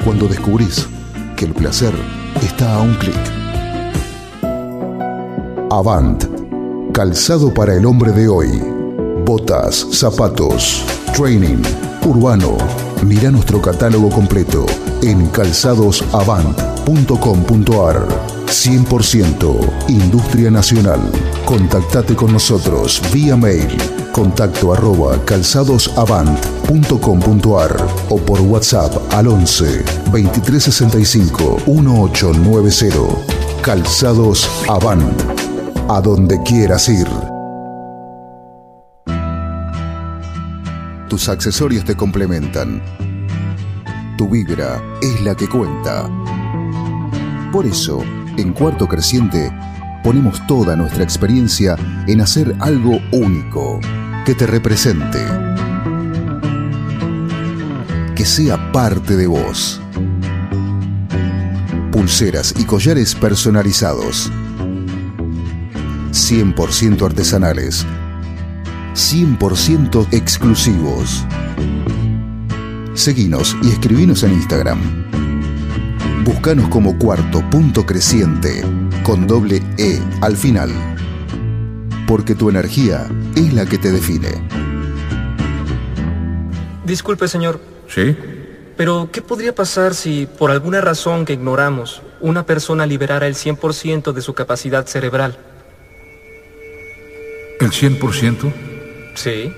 S4: Cuando descubrís que el placer está a un clic. Avant. Calzado para el hombre de hoy. Botas, zapatos, training, urbano. Mira nuestro catálogo completo en calzadosavant.com.ar. 100% Industria Nacional. Contactate con nosotros vía mail contacto arroba calzadosavant.com.ar o por WhatsApp al 11 2365 1890. Calzados Avant. A donde quieras ir. Tus accesorios te complementan. Tu vibra es la que cuenta. Por eso, en Cuarto Creciente, ponemos toda nuestra experiencia en hacer algo único, que te represente, que sea parte de vos. Pulseras y collares personalizados, 100% artesanales, 100% exclusivos. Seguinos y escribinos en Instagram. Buscanos como cuarto punto creciente con doble E al final. Porque tu energía es la que te define.
S7: Disculpe, señor,
S8: ¿Sí?
S7: pero ¿qué podría pasar si, por alguna razón que ignoramos, una persona liberara el 100% de su capacidad cerebral?
S8: ¿El 100%?
S7: Sí.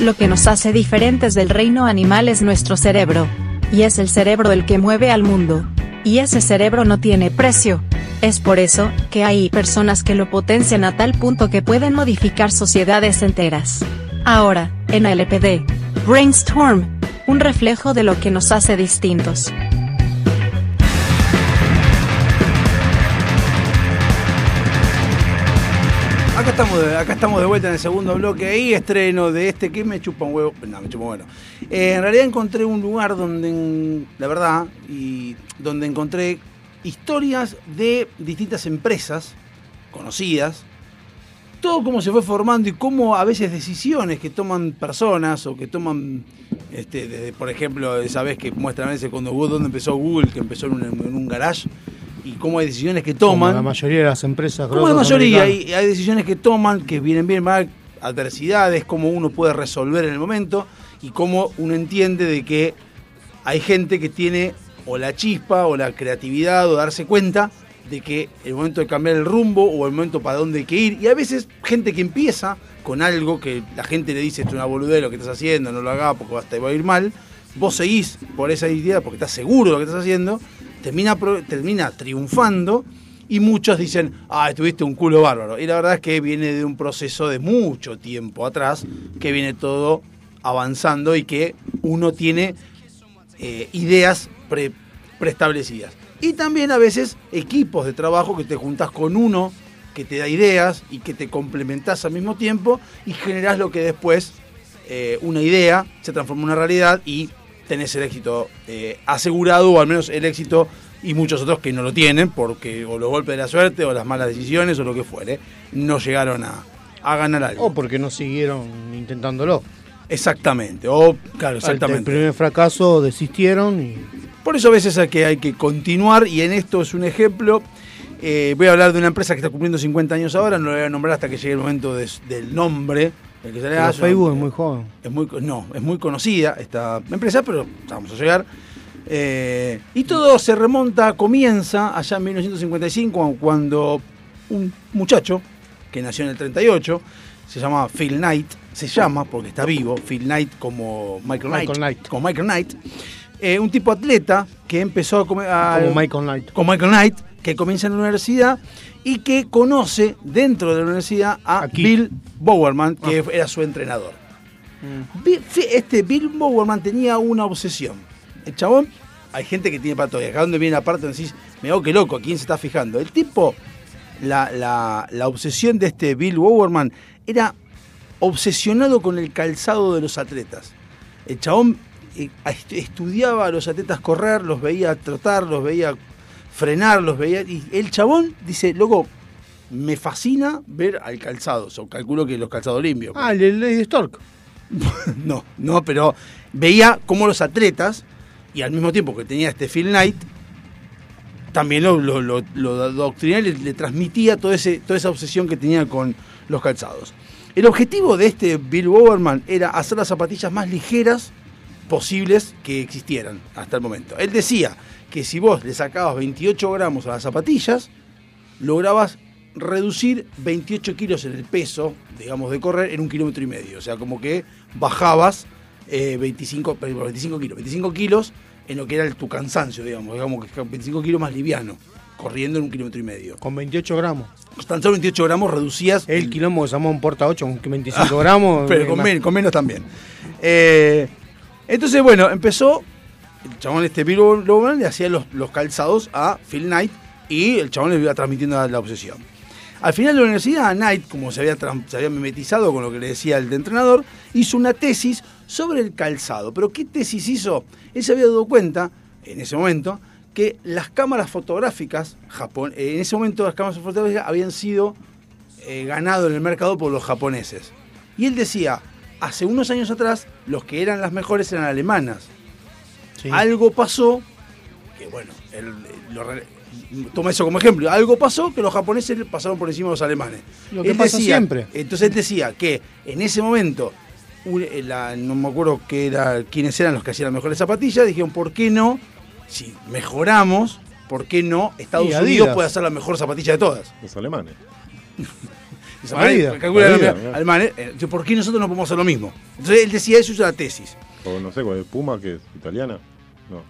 S9: Lo que nos hace diferentes del reino animal es nuestro cerebro. Y es el cerebro el que mueve al mundo. Y ese cerebro no tiene precio. Es por eso, que hay personas que lo potencian a tal punto que pueden modificar sociedades enteras. Ahora, en LPD. Brainstorm. Un reflejo de lo que nos hace distintos.
S3: Acá estamos, de, acá estamos de vuelta en el segundo bloque y estreno de este que me chupa un huevo. No, me chupa un huevo. no. Eh, en realidad encontré un lugar donde, en- la verdad, y donde encontré historias de distintas empresas conocidas, todo cómo se fue formando y cómo a veces decisiones que toman personas o que toman, este, desde, por ejemplo, esa vez que muestran a veces cuando Google, dónde empezó Google, que empezó en un, en un garage, y cómo hay decisiones que
S5: Como
S3: toman.
S5: la mayoría de las empresas
S3: Como la
S5: grossas
S3: mayoría,
S5: americanas.
S3: hay, hay decisiones que toman, que vienen bien mal, adversidades, cómo uno puede resolver en el momento y cómo uno entiende de que hay gente que tiene o la chispa o la creatividad o darse cuenta de que el momento de cambiar el rumbo o el momento para dónde hay que ir. Y a veces gente que empieza con algo que la gente le dice, esto es una boludez lo que estás haciendo, no lo hagas porque vas- te va a ir mal. Vos seguís por esa idea porque estás seguro de lo que estás haciendo, termina, pro- termina triunfando y muchos dicen, ah, tuviste un culo bárbaro. Y la verdad es que viene de un proceso de mucho tiempo atrás, que viene todo avanzando y que uno tiene eh, ideas pre- preestablecidas. Y también a veces equipos de trabajo que te juntás con uno que te da ideas y que te complementás al mismo tiempo y generás lo que después eh, una idea se transforma en una realidad y tenés el éxito eh, asegurado, o al menos el éxito, y muchos otros que no lo tienen, porque o los golpes de la suerte, o las malas decisiones, o lo que fuere, no llegaron a, a ganar algo.
S5: O porque no siguieron intentándolo.
S3: Exactamente, o claro,
S5: Al el
S3: exactamente.
S5: primer fracaso desistieron y
S3: Por eso a veces hay que, hay que continuar y en esto es un ejemplo. Eh, voy a hablar de una empresa que está cumpliendo 50 años ahora, no lo voy a nombrar hasta que llegue el momento de- del nombre. El que se le
S5: pero
S3: da,
S5: Facebook es muy joven.
S3: es muy no, es muy conocida esta empresa, pero vamos a llegar. Eh, y todo se remonta, comienza allá en 1955, cuando un muchacho que nació en el 38, se llama Phil Knight, se llama porque está vivo, Phil Knight como Michael Knight,
S5: Michael Knight.
S3: como Michael Knight, eh, un tipo atleta que empezó a comer... a-
S5: Como Michael Knight.
S3: con Michael Knight, que comienza en la universidad y que conoce dentro de la universidad a
S5: Aquí. Ah.
S3: Bill Bowerman, que era su entrenador. Bi- fi- Este Bill Bowerman tenía una obsesión. El chabón, hay gente que tiene pato, y acá donde viene la parte donde decís, me hago que loco, ¿a quién se está fijando? El tipo, la, la- la obsesión de este Bill Bowerman era obsesionado con el calzado de los atletas. El chabón eh, est- estudiaba a los atletas correr, los veía trotar, los veía frenar, los veía. Y el chabón dice, loco, me fascina ver al calzado. O sea, calculo que los calzados limpios.
S5: Ah, el de Lady Stork.
S3: No, no, pero veía cómo los atletas, y al mismo tiempo que tenía este Phil Knight, también lo, lo, lo, lo adoctrinaba y le, le transmitía todo ese, toda esa obsesión que tenía con los calzados. El objetivo de este Bill Bowerman era hacer las zapatillas más ligeras posibles que existieran hasta el momento. Él decía que si vos le sacabas 28 gramos a las zapatillas, lograbas reducir 28 kilos en el peso, digamos, de correr en un kilómetro y medio. O sea, como que bajabas eh, 25, perdón, 25 kilos, 25 kilos en lo que era el- tu cansancio, digamos, digamos que 25 kilos más liviano, corriendo en un kilómetro y medio.
S5: Con 28 gramos.
S3: Tan solo 28 gramos reducías Ah,
S5: El quilombo de Samón porta 8 con 25 gramos.
S3: pero
S5: eh,
S3: con,
S5: más-
S3: men- con menos también. Eh, entonces, bueno, empezó el chabón este Bill Bowerman le hacía los, los calzados a Phil Knight y el chabón le iba transmitiendo la, la obsesión. Al final de la universidad, a Knight, como se había, tran- se había mimetizado con lo que le decía el de entrenador, hizo una tesis sobre el calzado. ¿Pero qué tesis hizo? Él se había dado cuenta, en ese momento, que las cámaras fotográficas, Japón, eh, en ese momento las cámaras fotográficas habían sido eh, ganado en el mercado por los japoneses. Y él decía, hace unos años atrás, los que eran las mejores eran alemanas.
S5: Sí.
S3: Algo pasó, que bueno, él, eh, lo re- toma eso como ejemplo, algo pasó que los japoneses le pasaron por encima de los alemanes.
S5: Lo que pasa
S3: decía-
S5: siempre.
S3: Entonces él decía que en ese momento, un- eh, la- no me acuerdo qué era, quiénes eran los que hacían las mejores zapatillas, dijeron, ¿por qué no? Si mejoramos, ¿por qué no Estados
S5: Y
S3: Unidos
S5: Adidas.
S3: puede hacer la mejor zapatilla de todas?
S2: Los alemanes.
S3: Y se maneja-
S5: Adidas.
S3: calcula la-
S2: Adidas, mirá.
S3: alemanes, eh, dice, ¿por qué nosotros no podemos hacer lo mismo? Entonces él decía eso, hizo la tesis.
S2: O no sé, con el Puma, que es italiana. No.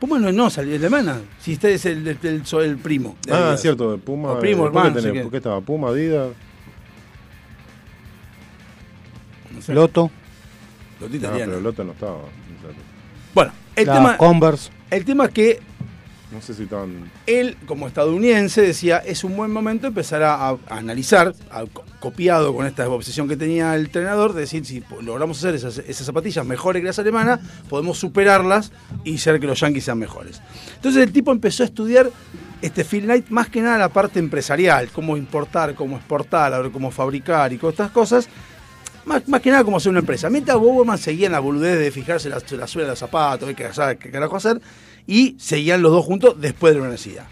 S3: Puma no, no salió alemana. Si este es el, el, el- so- el primo. de
S2: Ah,
S3: Adidas.
S2: cierto, de Puma. eh,
S3: O primo,
S2: ¿por qué
S3: hermano,
S2: tenés?
S3: no sé qué.
S2: ¿Por qué estaba Puma, Adidas?
S5: Loto,
S3: Los
S2: Ah,
S3: italianos.
S2: pero el otro no estaba.
S3: Bueno, el
S5: la
S3: tema,
S5: Converse.
S3: el tema es que
S2: No sé si estaban.
S3: él, como estadounidense, decía, es un buen momento empezar a, a analizar, a- co- copiado con esta obsesión que tenía el entrenador, de decir, si po- logramos hacer esas, esas zapatillas mejores que las alemanas, podemos superarlas y ser que los yankees sean mejores. Entonces el tipo empezó a estudiar este Phil Knight más que nada la parte empresarial, cómo importar, cómo exportar, ahora cómo fabricar y todas estas cosas, más, más que nada como hacer una empresa. Mientras Bowerman seguía en la boludez de fijarse la, la suela de los zapatos, qué, cazar, qué carajo hacer, y seguían los dos juntos después de la universidad.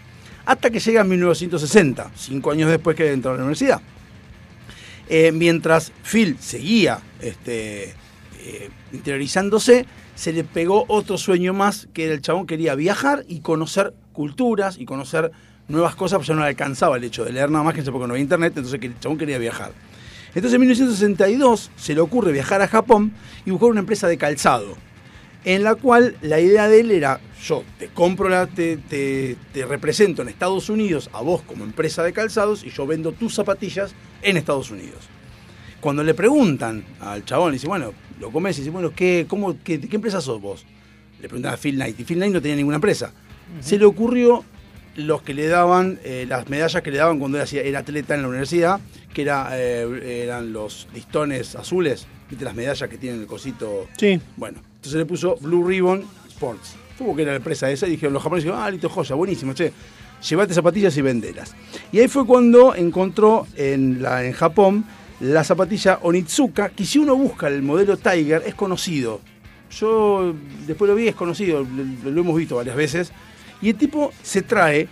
S3: Hasta que llega 1960, cinco años después que entró a la universidad. Eh, mientras Phil seguía este, eh, interiorizándose, se le pegó otro sueño más, que era el chabón quería viajar y conocer culturas y conocer nuevas cosas, pues ya no le alcanzaba el hecho de leer nada más que en esa época no había internet, entonces que el chabón quería viajar. Entonces en 1962 se le ocurre viajar a Japón y buscar una empresa de calzado, en la cual la idea de él era, yo te compro, la, te, te- te represento en Estados Unidos a vos como empresa de calzados y yo vendo tus zapatillas en Estados Unidos. Cuando le preguntan al chabón, le dice, bueno, lo comes y dice, bueno, ¿qué, cómo, qué, ¿de qué empresa sos vos? Le preguntan a Phil Knight y Phil Knight no tenía ninguna empresa. Se le ocurrió los que le daban, eh, las medallas que le daban cuando era, era atleta en la universidad, que era, eh, eran los listones azules, ¿viste las medallas que tienen el cosito?
S5: Sí.
S3: Bueno, Entonces le puso Blue Ribbon Sports. Supongo que era la empresa esa. Y dijeron los japoneses, ah, listo, joya, buenísimo, che. Llevate zapatillas y vendelas. Y ahí fue cuando encontró en, la, en Japón la zapatilla Onitsuka, que si uno busca el modelo Tiger, es conocido. Yo después lo vi, es conocido, lo, lo hemos visto varias veces. Y el tipo se trae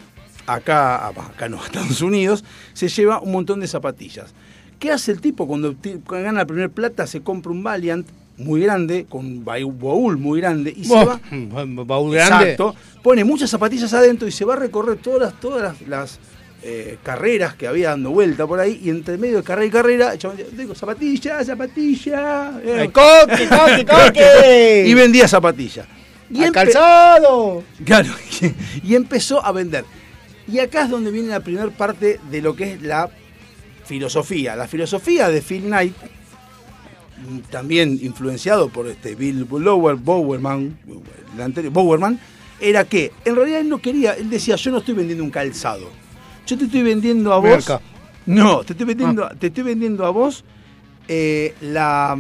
S3: acá, ah, acá no, a Estados Unidos, se lleva un montón de zapatillas. ¿Qué hace el tipo cuando te- cuando gana la primer plata? Se compra un Valiant muy grande, con un ba- baúl muy grande, y se va.
S5: Baúl grande.
S3: Exacto. Pone muchas zapatillas adentro y se va a recorrer todas las, todas las, las, eh, carreras que había dando vuelta por ahí. Y entre medio de carrera y carrera, el chabón decía, digo, zapatilla, zapatilla. eh,
S5: Ay, ¡Coque, coque, coque!
S3: y vendía zapatillas. Y
S5: ¡Al
S3: empe-
S5: calzado!
S3: Claro, y empezó a vender. Y acá es donde viene la primera parte de lo que es la filosofía. La filosofía de Phil Knight, mm, también influenciado por este Bill Lower, Bowerman, el anterior, Bowerman, era que en realidad él no quería, él decía, yo no estoy vendiendo un calzado. Yo te estoy vendiendo a vos.
S5: Merca.
S3: No, te estoy vendiendo, te estoy vendiendo a vos eh, la,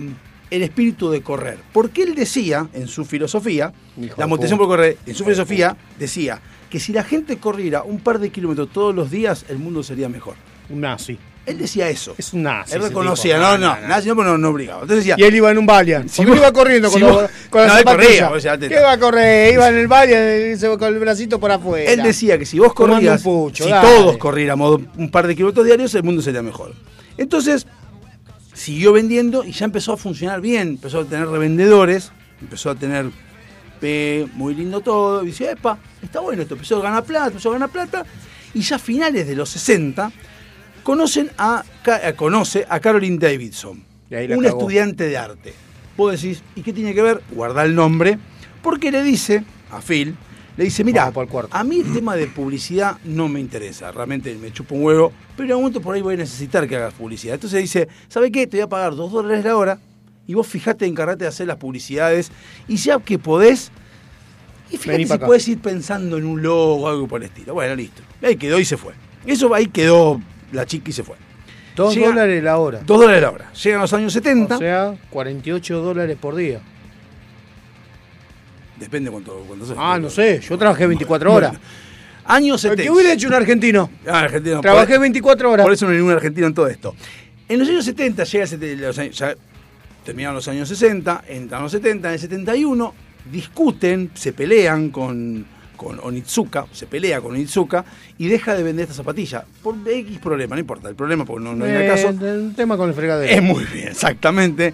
S3: el espíritu de correr. Porque él decía, en su filosofía,
S5: Hijo
S3: la
S5: de
S3: motivación
S5: puta.
S3: por correr, en su filosofía, decía que si la gente corriera un par de kilómetros todos los días, el mundo sería mejor.
S5: Un nazi.
S3: Él decía eso.
S5: Es un nazi.
S3: él
S5: ese
S3: reconocía,
S5: tipo.
S3: no, no, nada, sino porque no, no obligaba. Entonces
S5: Y
S3: decía,
S5: él iba en un Valiant.
S3: Si
S5: Si él
S3: vos-
S5: iba corriendo
S3: si
S5: con, los-
S3: vos-
S5: con la
S3: no, él corría,
S5: zapatilla.
S3: o sea, te-
S5: ¿Qué va a correr? Iba en el Valiant y se- con el bracito por afuera.
S3: él decía que si vos
S5: Tomando
S3: corrías,
S5: un pucho,
S3: si
S5: dale.
S3: todos corriéramos un par de kilómetros diarios, el mundo sería mejor. Entonces, siguió vendiendo y ya empezó a funcionar bien, empezó a tener revendedores, empezó a tener P, muy lindo todo, y dice, epa, está bueno esto, empezó a ganar plata, empezó a ganar plata, y ya a finales de los 60 conocen a, Ca- eh, conoce a Caroline Davidson,
S5: Y ahí la
S3: un
S5: cagó.
S3: estudiante de arte. Vos decís, ¿y qué tiene que ver? Guarda el nombre, porque le dice a Phil, le dice, mira,
S5: Vamos por el cuarto".
S3: a mí el tema de publicidad no me interesa, realmente me chupa un huevo, pero en algún momento por ahí voy a necesitar que hagas publicidad. Entonces dice, ¿sabe qué? Te voy a pagar dos dólares la hora y vos fijate, encargate de hacer las publicidades y ya que podés, y fíjate
S5: Vení pa'
S3: si
S5: acá.
S3: podés ir pensando en un logo o algo por el estilo. Bueno, listo. Y Ahí quedó y se fue. Eso ahí quedó la chica y se fue.
S5: Dos
S3: Llega-
S5: dólares la hora.
S3: Dos dólares la hora. Llegan los años 70.
S5: O sea, 48 dólares por día.
S3: Depende cuánto, cuánto sea.
S5: Ah, no sé, yo trabajé 24 horas.
S3: Años
S5: ¿Qué
S3: 70.
S5: hubiera hecho un argentino?
S3: Ah, Argentina,
S5: Trabajé
S3: por-
S5: 24 horas.
S3: Por eso no hay ningún argentino en todo esto. En los años 70 llega el sete- los años- ya terminaron los años 60, entran los 70, en el 71 discuten, se pelean con, con Onitsuka, se pelea con Onitsuka y deja de vender esta zapatilla por X problema, no importa, el problema porque no, no viene al
S5: Eh,
S3: caso.
S5: Un tema con el fregadero.
S3: Es muy bien, exactamente.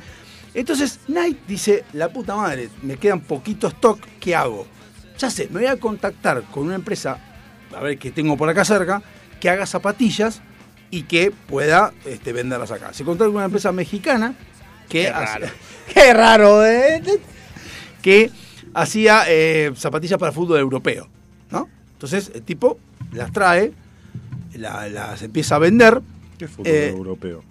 S3: Entonces Knight dice, la puta madre, me quedan poquito stock, ¿qué hago? Ya sé, me voy a contactar con una empresa, a ver, que tengo por acá cerca, que haga zapatillas y que pueda este, venderlas acá. Se contacta con una empresa mexicana que, hace-
S5: Qué raro, ¿eh?
S3: que hacía eh, zapatillas para fútbol europeo, ¿no? Entonces el tipo las trae, la- las empieza a vender,
S2: ¿Qué fútbol
S3: Eh,
S2: europeo?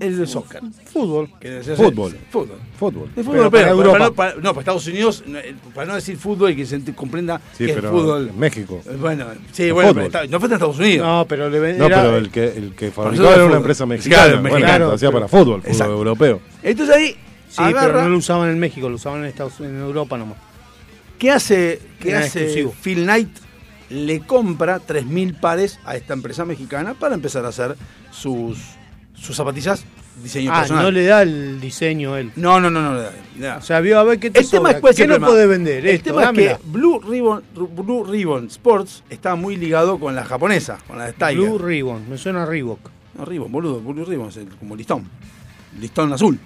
S3: el soccer.
S5: Fútbol.
S3: que debe ser-
S2: Fútbol.
S3: Fútbol.
S2: Fútbol.
S3: De
S5: Pero
S3: fútbol europeo,
S5: para
S3: para-
S5: Europa.
S3: para- para- no, para Estados Unidos, no, eh, para no decir fútbol y que se ent- comprenda
S2: Sí,
S3: que
S2: pero
S3: es fútbol.
S2: México.
S3: Eh, Bueno, sí, bueno,
S2: fútbol.
S3: pero está- no fue en Estados Unidos.
S5: No, pero le ven-
S2: No,
S5: era-
S2: pero el que, el que
S3: nosotros
S2: fabricaba era
S3: fútbol.
S2: una empresa mexicana.
S3: Claro,
S2: bueno,
S3: mexicano.
S2: lo hacía para fútbol, fútbol
S3: Exacto.
S2: europeo.
S3: Entonces ahí
S5: Sí, pero
S3: agarra.
S5: no lo usaban en México, lo usaban en Estados en Europa nomás.
S3: ¿Qué hace, qué
S5: Era
S3: hace
S5: exclusivo.
S3: Phil Knight? Le compra 3.000 pares a esta empresa mexicana para empezar a hacer sus, sus zapatillas diseño
S5: Ah,
S3: personal.
S5: no le da el diseño él.
S3: no, no, no, no, le da- le da.
S5: O sea, vio a ver qué te
S3: El tema
S5: sobra,
S3: es cuál es
S5: qué
S3: el
S5: no
S3: problema.
S5: puede vender.
S3: El
S5: Esto,
S3: tema es
S5: dámela.
S3: que Blue Ribbon, Blue Ribbon Sports está muy ligado con la japonesa, con la de Tiger.
S5: Blue Ribbon, me suena a Reebok.
S3: No, Ribbon, boludo, Blue Ribbon es el- como listón. Listón azul.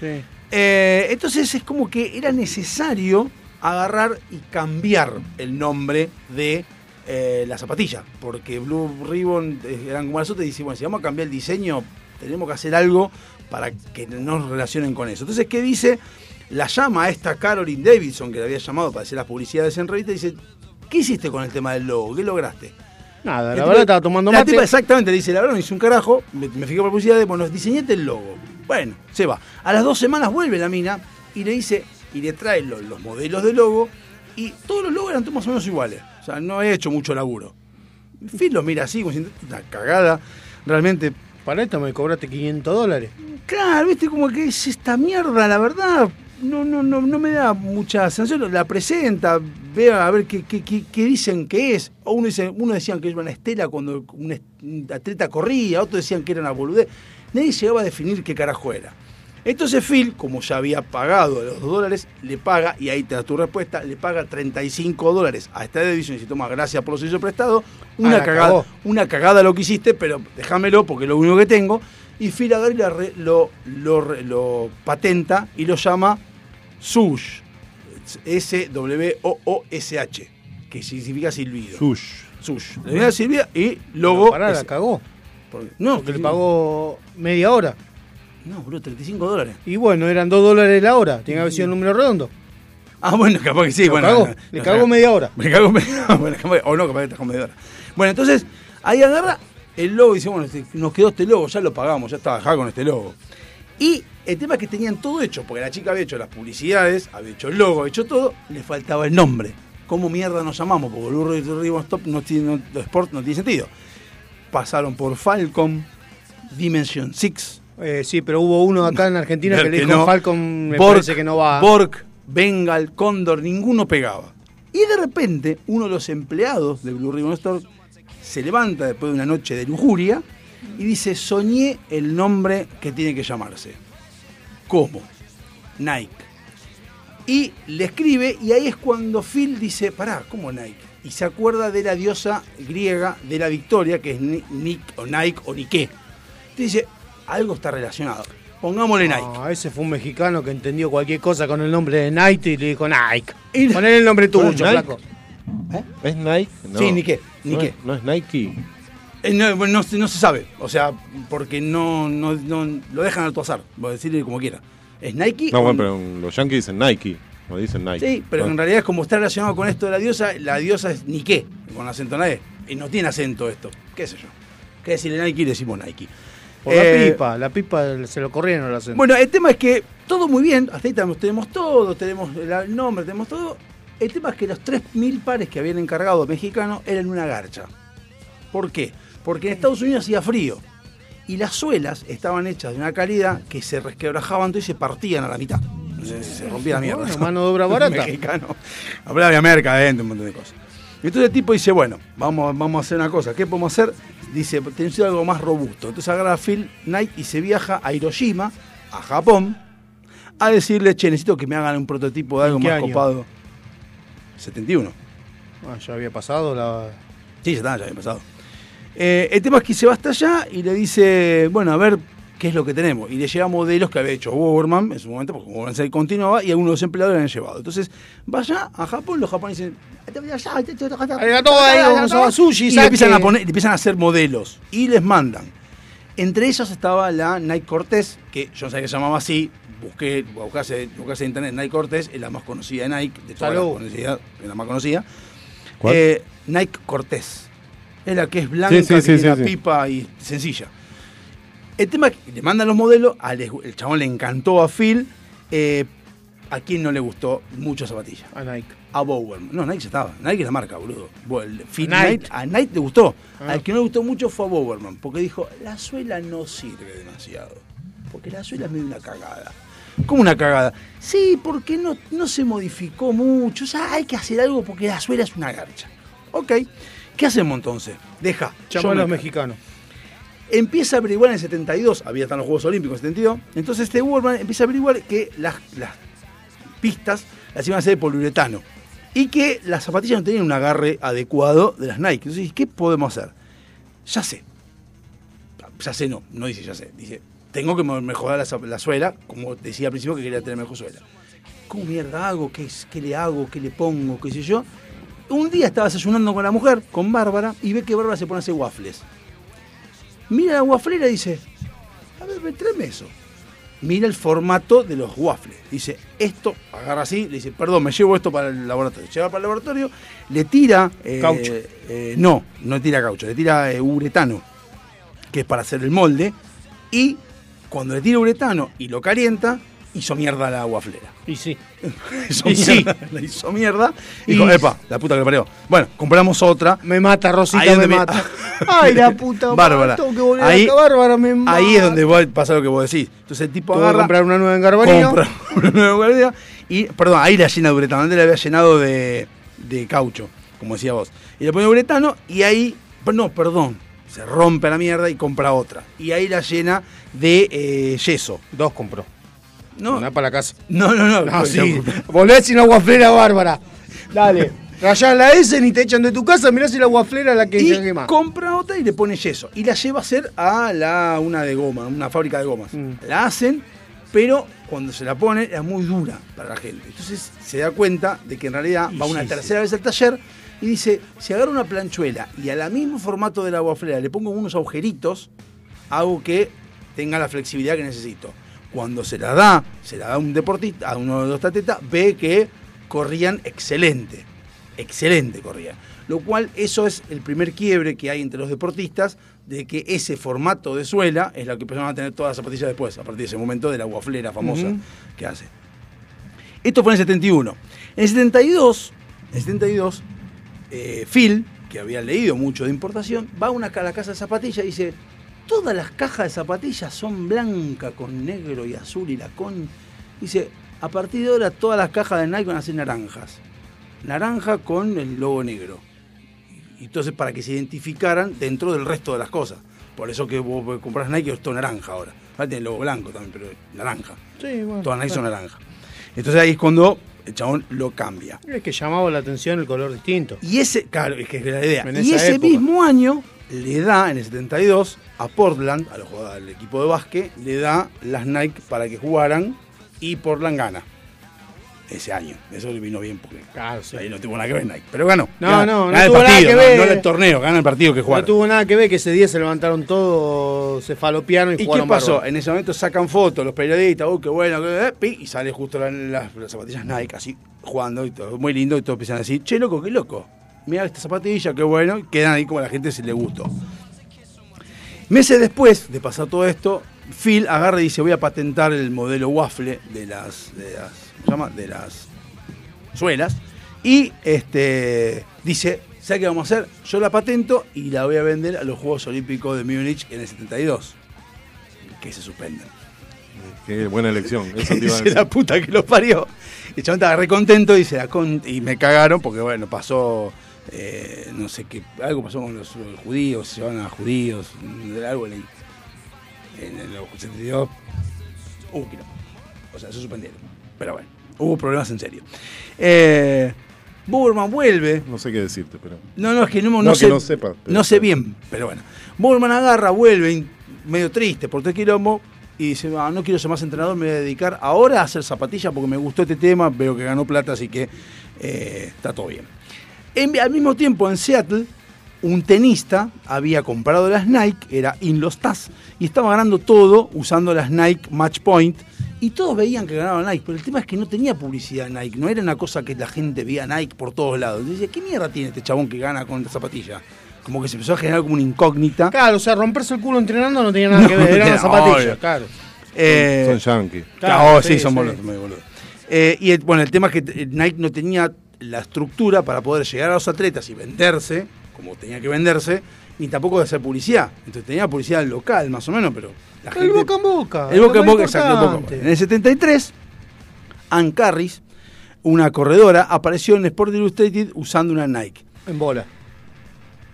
S5: Sí.
S3: Eh, entonces es como que era necesario agarrar y cambiar el nombre de eh, la zapatilla. Porque Blue Ribbon eh, eran como las otras y dice, bueno, si vamos a cambiar el diseño, tenemos que hacer algo para que nos relacionen con eso. Entonces, ¿qué dice? La llama a esta Caroline Davidson, que la había llamado para hacer las publicidades en revista, y dice, ¿qué hiciste con el tema del logo? ¿Qué lograste?
S5: Nada,
S3: El
S5: la
S3: tipo-
S5: verdad estaba tomando
S3: la
S5: mate.
S3: tipa exactamente, le dice, la verdad no hice un carajo, me, me fijé por publicidad de, bueno, diseñate el logo. Bueno, se va. A las dos semanas vuelve la mina y le dice, y le trae lo- los modelos de logo y todos los logos eran más o menos iguales. O sea, no he hecho mucho laburo. Phil los mira así, como diciendo, una cagada. Realmente,
S5: Para esto me cobraste 500 dólares.
S3: claro, viste como que es esta mierda, la verdad. no, no, no, no me da mucha sensación. La presenta, vea a ver qué, qué, qué- qué dicen que es. O Uno, dice, uno decían que era una estela cuando un est- un atleta corría, otros decían que era una boludez. Nadie llegaba a definir qué carajo era. Entonces Phil, como ya había pagado los 2 dólares, le paga, y ahí te da tu respuesta, le paga 35 dólares a esta edición y si tomas gracias por los servicios prestados, una
S5: Ah, la
S3: cagada,
S5: cagó.
S3: una cagada lo que hiciste, pero déjamelo porque es lo único que tengo. Y Phil Agar lo, re- lo, lo re- lo patenta y lo llama Sush. S-W-O-O-S-H. Que significa silbido.
S2: Sush.
S3: Sush. Le da silbido y logo.
S5: Pará, la
S3: es-
S5: cagó.
S3: porque- no,
S5: Porque le pagó media hora.
S3: No, boludo, 35 dólares.
S5: Y bueno, eran dos dólares la hora. Tiene que haber sido un número redondo.
S3: Ah, bueno, capaz que sí.
S5: Lo
S3: bueno,
S5: cagó.
S3: no,
S5: Le
S3: no,
S5: cagó
S3: no.
S5: media hora.
S3: Me cago en media- bueno, capaz que- o no, capaz que estás con media hora. Bueno, entonces, ahí agarra el logo y dice, bueno, este- nos quedó este logo, ya lo pagamos, ya está, ya con este logo. Y el tema es que tenían todo hecho, porque la chica había hecho las publicidades, había hecho el logo, había hecho todo, le faltaba el nombre. ¿Cómo mierda nos llamamos? Porque Blue Ribbon- Ribbon Stop no tiene, no- Sport no tiene sentido. Pasaron por Falcon, Dimension 6,
S5: Eh, sí, pero hubo uno acá en Argentina que
S3: Ver
S5: le
S3: que
S5: dijo
S3: no.
S5: Falcon, me
S3: Borg,
S5: parece que no va.
S3: Borg, Bengal, Cóndor, ninguno pegaba. Y de repente, uno de los empleados de Blue Ribbon Store se levanta después de una noche de lujuria y dice: Soñé el nombre que tiene que llamarse. ¿Cómo? Nike. Y le escribe, y ahí es cuando Phil dice: Pará, ¿cómo Nike? Y se acuerda de la diosa griega de la victoria, que es Ni- Nik- o Nike o Nike. Dice: Algo está relacionado. Pongámosle Nike.
S5: Ah, ese fue un mexicano que entendió cualquier cosa con el nombre de Nike y le dijo Nike.
S3: Y-
S5: Poner el nombre tuyo,
S2: ¿Nike?
S5: flaco.
S2: ¿Es Nike? No.
S3: Sí, ni qué, ni
S2: no,
S3: qué.
S2: es- no es Nike.
S3: Eh, No, bueno, no, se- no se sabe, o sea, porque no, no, no- lo dejan al tu azar, vos decirle como quiera. ¿Es Nike?
S2: No,
S3: o-
S2: bueno, pero los yankees dicen Nike. No dicen Nike.
S3: Sí, pero en realidad es como está relacionado con esto de la diosa, la diosa es Nike, con acento en la E, y no tiene acento esto, qué sé yo. ¿Qué decirle Nike? Le decimos Nike.
S5: Por
S3: Eh,
S5: la pipa, la pipa se lo corrieron la
S3: Bueno, el tema es que todo muy bien, hasta ahí tenemos, tenemos todo, tenemos la- el nombre, tenemos todo. El tema es que los 3.000 pares que habían encargado mexicanos eran una garcha. ¿Por qué? Porque en Estados Unidos hacía frío y las suelas estaban hechas de una calidad que se resquebrajaban todo y se partían a la mitad. Se, se rompía la mierda.
S5: Bueno, mano de obra barata.
S3: Mexicano. Hablaba de América adentro, un montón de cosas. Entonces el tipo dice, bueno, vamos, vamos a hacer una cosa. ¿Qué podemos hacer? Dice, tenemos que hacer algo más robusto. Entonces agarra a Phil Knight y se viaja a Hiroshima, a Japón, a decirle, che, necesito que me hagan un prototipo de algo
S5: ¿En qué
S3: más
S5: año?
S3: copado. 71.
S5: Ah, ya había pasado la.
S3: Sí, ya está, ya había pasado. Eh, el tema es que se va hasta allá y le dice, bueno, a ver qué es lo que tenemos. Y le lleva modelos que había hecho Warman en su momento, porque Warman se continuaba y algunos de los empleados le han llevado. Entonces, vaya a Japón, los japoneses
S5: Arigato, ahí, vamos a sushi,
S3: y le
S5: saque.
S3: empiezan, a poner, le empiezan a hacer modelos y les mandan. Entre ellas estaba la Nike Cortés, que yo no sabía que se llamaba así, busqué, buscase, buscase en internet Nike Cortés, es la más conocida de Nike, de todas las
S5: Salud.
S3: conocidas, es la más conocida.
S2: ¿Cuál?
S3: Eh, Nike Cortés. Es la que es blanca,
S2: Sí, sí,
S3: que
S2: sí,
S3: tiene
S2: sí,
S3: la
S2: sí.
S3: pipa y sencilla. El tema es que le mandan los modelos, al, el chabón le encantó a Phil, eh, a quien no le gustó mucho zapatilla
S5: A Nike.
S3: a Bowerman. No, Nike ya estaba. Nike es la marca, boludo. Bo- el Phil
S5: Nike. Ah.
S3: Knight- a Nike le gustó. Al que no le gustó mucho fue a Bowerman, porque dijo, la suela no sirve demasiado. Porque la suela es medio una cagada. ¿Cómo una cagada? Sí, porque no, no se modificó mucho. O sea, hay que hacer algo porque la suela es una garcha. Ok. ¿Qué hacemos entonces? Deja. yo
S5: Llamó a
S3: me
S5: los
S3: encargo.
S5: mexicanos.
S3: Empieza a averiguar en el 72, había están los Juegos Olímpicos en el 72, entonces este Warman empieza a averiguar que las, las pistas las iban a hacer de poliuretano y que las zapatillas no tenían un agarre adecuado de las Nike. Entonces, ¿qué podemos hacer? Ya sé. Ya sé, no, no dice ya sé, dice, tengo que mo- mejorar la, zap- la suela, como decía al principio que quería tener mejor suela. ¿Cómo mierda hago? ¿Qué, es- qué le hago? ¿Qué le pongo? ¿Qué sé yo? Un día estaba desayunando con la mujer, con Bárbara, y ve que Bárbara se pone a hacer waffles. Mira la waflera y dice, a ver, ve, tráeme eso. Mira el formato de los waffles. Dice, esto, agarra así, le dice, perdón, me llevo esto para el laboratorio. Lleva para el laboratorio, le tira... eh,
S5: Caucho.
S3: eh, no, no tira caucho, le tira eh, uretano, que es para hacer el molde. Y cuando le tira uretano y lo calienta, hizo mierda la guaflera.
S5: Y sí.
S3: hizo
S5: Y sí.
S3: mierda, la hizo mierda. Y dijo,
S5: Y-
S3: epa, la puta que lo parió. Bueno, compramos otra.
S5: Me mata, Rosita,
S3: Ahí es
S5: me
S3: donde me-
S5: mata. Ay, la puta.
S3: Bárbara.
S5: Tengo que volver
S3: Ahí-
S5: a Bárbara, me mata.
S3: Ahí es donde va a pasar lo que vos decís. Entonces el tipo
S5: Tuve que
S3: agarra,
S5: comprar una nueva en Garbarino.
S3: compra una nueva guardia y, perdón, ahí la llena de uretano. Antes la había llenado de, de caucho, como decía vos. Y le pone uretano y ahí, per- no, perdón, se rompe la mierda y compra otra. Y ahí la llena de eh, yeso.
S5: Dos compró.
S3: No,
S5: Una
S3: no,
S5: para la casa.
S3: no, no.
S5: No, Ah, sí. Volvés sin agua flera, Bárbara. Dale. Rayás la S ni te echan de tu casa. Mirá si la agua flera la que
S3: Y
S5: más.
S3: compra otra y le pone yeso. Y la lleva a hacer a la, una de goma, una fábrica de gomas. La hacen, pero cuando se la pone es muy dura para la gente. Entonces se da cuenta de que en realidad va una tercera vez al taller y dice, si agarro una planchuela y al mismo formato de la guaflera le pongo unos agujeritos, hago que tenga la flexibilidad que necesito. Cuando se la da, se la da a un deportista, a uno de los tatetas, ve que corrían excelente. Excelente corrían. Lo cual, eso es el primer quiebre que hay entre los deportistas de que ese formato de suela es la que empezaron a tener todas las zapatillas después, a partir de ese momento de la guaflera famosa que hace. Esto fue en el 71. En el 72, en el 72 eh, Phil, que había leído mucho de importación, va a, una, ca- a la casa de zapatillas y dice, todas las cajas de zapatillas son blancas con negro y azul y la con... Dice, a partir de ahora todas las cajas de Nike van a ser naranjas. Naranja con el logo negro. Y entonces para que se identificaran dentro del resto de las cosas. Por eso que vos compras Nike, es todo naranja ahora. Ahora tiene el logo blanco también, pero es naranja.
S5: Sí, bueno.
S3: Todas Nike son naranja. Entonces ahí es cuando el chabón lo cambia.
S5: Es que llamaba la atención el color distinto.
S3: Y ese, claro, es que es la idea.
S5: En
S3: y
S5: esa
S3: ese
S5: época.
S3: mismo año le da, en el 72, a Portland, a los jugadores del equipo de básquet, le da las Nike para que jugaran y Portland gana. Ese año. Eso le vino bien porque
S5: Claro, sí.
S3: ahí no tuvo nada que ver Nike. Pero ganó.
S5: No,
S3: Gana-
S5: no, no
S3: gana el
S5: tuvo nada
S3: partido,
S5: que
S3: no-
S5: ver.
S3: No, el torneo, gana el partido que
S5: No
S3: jugaron.
S5: tuvo nada que ver que ese día se levantaron todos cefalopianos y,
S3: ¿Y qué
S5: jugaron
S3: pasó?
S5: bárbaro.
S3: En ese momento sacan fotos los periodistas, uy, qué bueno, qué- eh, pi, y sale justo la- las, las zapatillas Nike así, jugando, y todo, muy lindo, y todos empiezan a decir, che, loco, qué loco, mira esta zapatilla, qué bueno, y quedan ahí como a la gente se le gustó. Meses después de pasar todo esto, Phil agarra y dice, voy a patentar el modelo waffle de las, de las, ¿cómo se llama? De las suelas. Y este, dice, ¿sabes qué vamos a hacer? Yo la patento y la voy a vender a los Juegos Olímpicos de Múnich en el 72. Que se suspendan.
S2: Qué buena elección. Eso te iba a
S3: Dice
S2: decir.
S3: la puta que lo parió. Y el chabón estaba re contento y, se la con- y me cagaron porque, bueno, pasó, eh, no sé qué, algo pasó con los, los judíos, se van a judíos, mm, algo en el, en el 72. Hubo quilombo. O sea, se suspendieron. Pero bueno, hubo problemas en serio. Eh, Burman vuelve
S2: No sé qué decirte, pero.
S3: no, no, es que no, no
S2: No, que
S3: sé,
S2: no sepa, pero-
S3: no sé bien, pero bueno. Burman agarra, vuelve, in- medio triste por todo el quilombo, y dice, "Ah, no quiero ser más entrenador, me voy a dedicar ahora a hacer zapatillas porque me gustó este tema, veo que ganó plata, así que eh, está todo bien. En- al mismo tiempo, en Seattle, un tenista había comprado las Nike, era In Los Taz, y estaba ganando todo usando las Nike Match Point. Y todos veían que ganaba Nike, pero el tema es que no tenía publicidad Nike, no era una cosa que la gente veía Nike por todos lados. Entonces decía, ¿qué mierda tiene este chabón que gana con la zapatilla? Como que se empezó a generar como una incógnita.
S5: Claro, o sea, romperse el culo entrenando no tenía nada que
S3: No,
S5: ver,
S3: no
S5: eran las
S3: tenía-
S5: zapatillas,
S3: obvio.
S5: claro.
S3: Eh,
S2: Son yankees.
S5: Claro,
S3: Claro, sí,
S5: sí,
S3: son
S5: sí.
S3: boludos, muy boludos. Eh, y el- bueno, el tema es que eh, Nike no tenía la estructura para poder llegar a los atletas y venderse, como tenía que venderse, ni tampoco de hacer publicidad. Entonces tenía publicidad local, más o menos, pero la
S5: El boca en boca.
S3: El boca
S5: lo
S3: en
S5: más
S3: boca, exacto, el boca en boca. En
S5: importante.
S3: el 73, Ann Carris, una corredora, apareció en Sport Illustrated usando una Nike.
S5: En bola.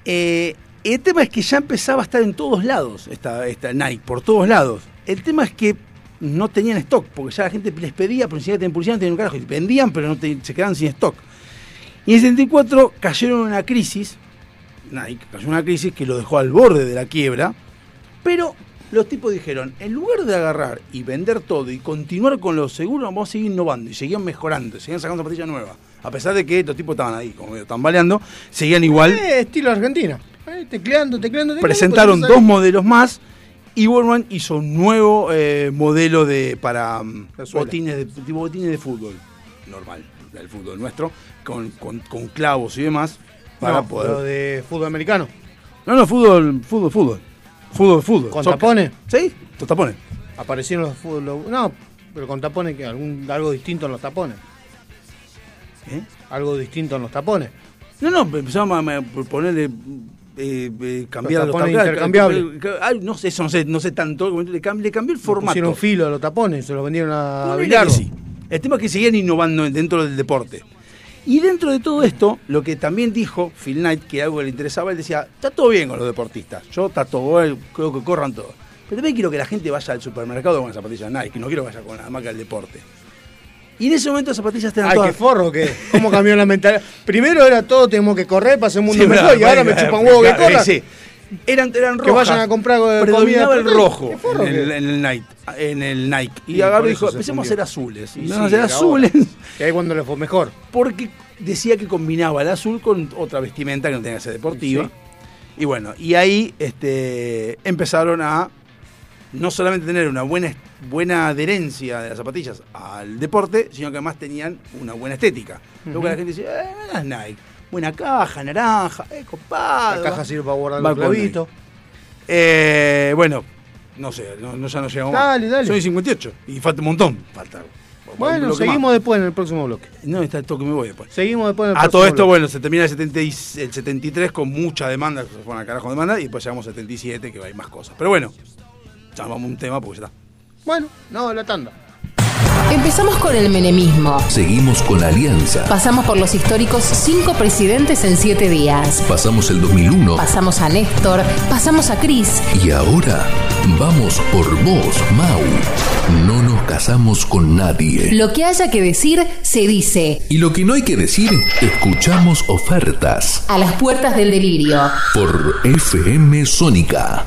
S3: Eh, el tema es que ya empezaba a estar en todos lados esta, esta Nike, por todos lados. El tema es que no tenían stock, porque ya la gente les pedía, pero ni siquiera tenían publicidad, no tenían un carajo. Y vendían, pero no te- se quedaban sin stock. Y en el 74 cayeron en una crisis, Nike cayó en una crisis que lo dejó al borde de la quiebra, pero los tipos dijeron, en lugar de agarrar y vender todo y continuar con los seguros, vamos a seguir innovando. Y seguían mejorando, y seguían sacando zapatillas nuevas. A pesar de que los tipos estaban ahí, como medio tambaleando, seguían igual
S5: Eh, estilo argentino. Eh, tecleando, tecleando, tecleando.
S3: presentaron
S5: pues, ya
S3: dos
S5: sabés.
S3: modelos más y Borman hizo un nuevo eh, modelo de para mm,
S5: La suela.
S3: botines de, tipo botines de fútbol normal el fútbol nuestro con, con- con clavos y demás para
S5: No,
S3: poder
S5: Lo de fútbol americano.
S3: no no fútbol fútbol fútbol fútbol fútbol
S5: ¿Con
S3: soccer.
S5: tapones?
S3: sí con tapones
S5: Aparecieron los fútbol. No, Pero con tapones, que algún, algo distinto en los tapones.
S3: ¿Eh?
S5: Algo distinto en los tapones.
S3: No, no, empezamos a a ponerle. eh, eh, cambiar
S5: Los
S3: los
S5: tapones
S3: tapones,
S5: intercambiables.
S3: eh, ay, no sé, eso no sé, no sé tanto. Le cam- le cambió el formato.
S5: Pusieron filo a los tapones, se los vendieron a
S3: Ponele que
S5: Bilardo.
S3: sí. El tema es que seguían innovando dentro del deporte. Y dentro de todo esto, lo que también dijo Phil Knight, que algo que le interesaba, él decía, está todo bien con los deportistas. Yo tatuo, él, creo que corran todos. Pero también quiero que la gente vaya al supermercado con las zapatillas Nike, no quiero que vaya con la marca del deporte. Y en ese momento las zapatillas estaban
S5: Ay,
S3: todas...
S5: qué forro que. ¿Cómo cambió la mentalidad? Primero era todo, tenemos que correr para hacer un mundo
S3: Sí,
S5: mejor
S3: bueno,
S5: y ahora
S3: bueno,
S5: me chupan
S3: bueno,
S5: huevo que
S3: claro,
S5: corran.
S3: sí. Eran, eran
S5: Que
S3: rojas.
S5: vayan a comprar algo de
S3: Predominaba
S5: comida.
S3: el rojo
S5: Qué forro
S3: en el,
S5: que-
S3: en el Nike. En el Nike. Y
S5: Sí,
S3: Agarro
S5: por
S3: dijo,
S5: eso se
S3: empecemos a
S5: fundió.
S3: hacer azules. Y
S5: Sí,
S3: no, hacer
S5: ahora.
S3: azules.
S5: Y ahí cuando le fue mejor.
S3: porque decía que combinaba el azul con otra vestimenta que no tenía que ser deportiva.
S5: Sí.
S3: Y bueno, y ahí este, empezaron a no solamente tener una buena, est- buena adherencia de las zapatillas al deporte, sino que además tenían una buena estética. Luego la gente dice, eh, no las Nike. Buena caja, naranja, eh,
S5: La
S3: copado.
S5: caja sirve para guardar
S3: Va
S5: los
S3: con
S5: clavitos.
S3: Eh, bueno, no sé, no, no- ya no llegamos más.
S5: Dale, dale.
S3: Soy 58 y falta un montón. Falta. un
S5: Bueno,
S3: bloque más.
S5: seguimos después en el próximo bloque.
S3: No, está esto que me voy después.
S5: Seguimos después en el
S3: A
S5: próximo
S3: Ah, todo esto,
S5: bloque.
S3: bueno, se termina el, 70 y- el 73 con mucha demanda, se fueron al carajo de demanda, y después llegamos al 77 que hay más cosas. Pero bueno, llamamos un tema porque ya está.
S5: Bueno, no, la tanda.
S8: Empezamos con el menemismo.
S10: Seguimos con la Alianza.
S8: Pasamos por los históricos cinco presidentes en siete días.
S10: Pasamos el 2001
S8: Pasamos a Néstor, pasamos a Cris.
S10: y ahora vamos por vos, Mau. No nos casamos con nadie.
S8: Lo que haya que decir se dice.
S10: Y lo que no hay que decir, escuchamos ofertas
S8: A las puertas del delirio.
S10: por FM Sónica.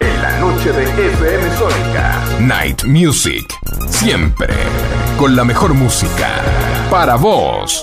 S11: En la noche de FM Sónica. Night Music. Siempre. Con la mejor música. Para vos.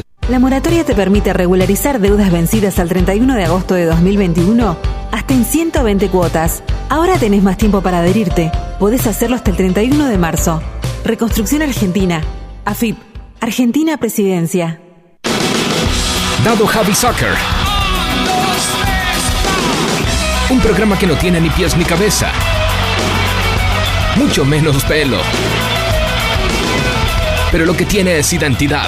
S8: La moratoria te permite regularizar deudas vencidas al 31 de agosto de 2021 hasta en 120 cuotas. Ahora tenés más tiempo para adherirte. Podés hacerlo hasta el 31 de marzo. Reconstrucción Argentina. AFIP. Argentina Presidencia.
S11: Dado Javi Soccer. Un programa que no tiene ni pies ni cabeza. Mucho menos pelo. Pero lo que tiene es identidad.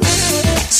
S12: 105.9.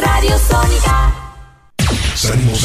S1: Radio Sónica.
S13: Salimos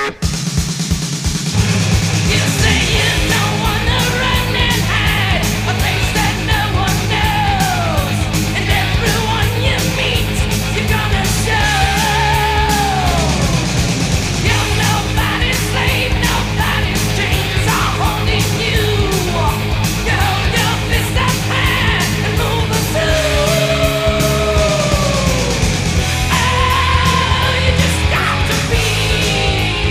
S1: Got to be.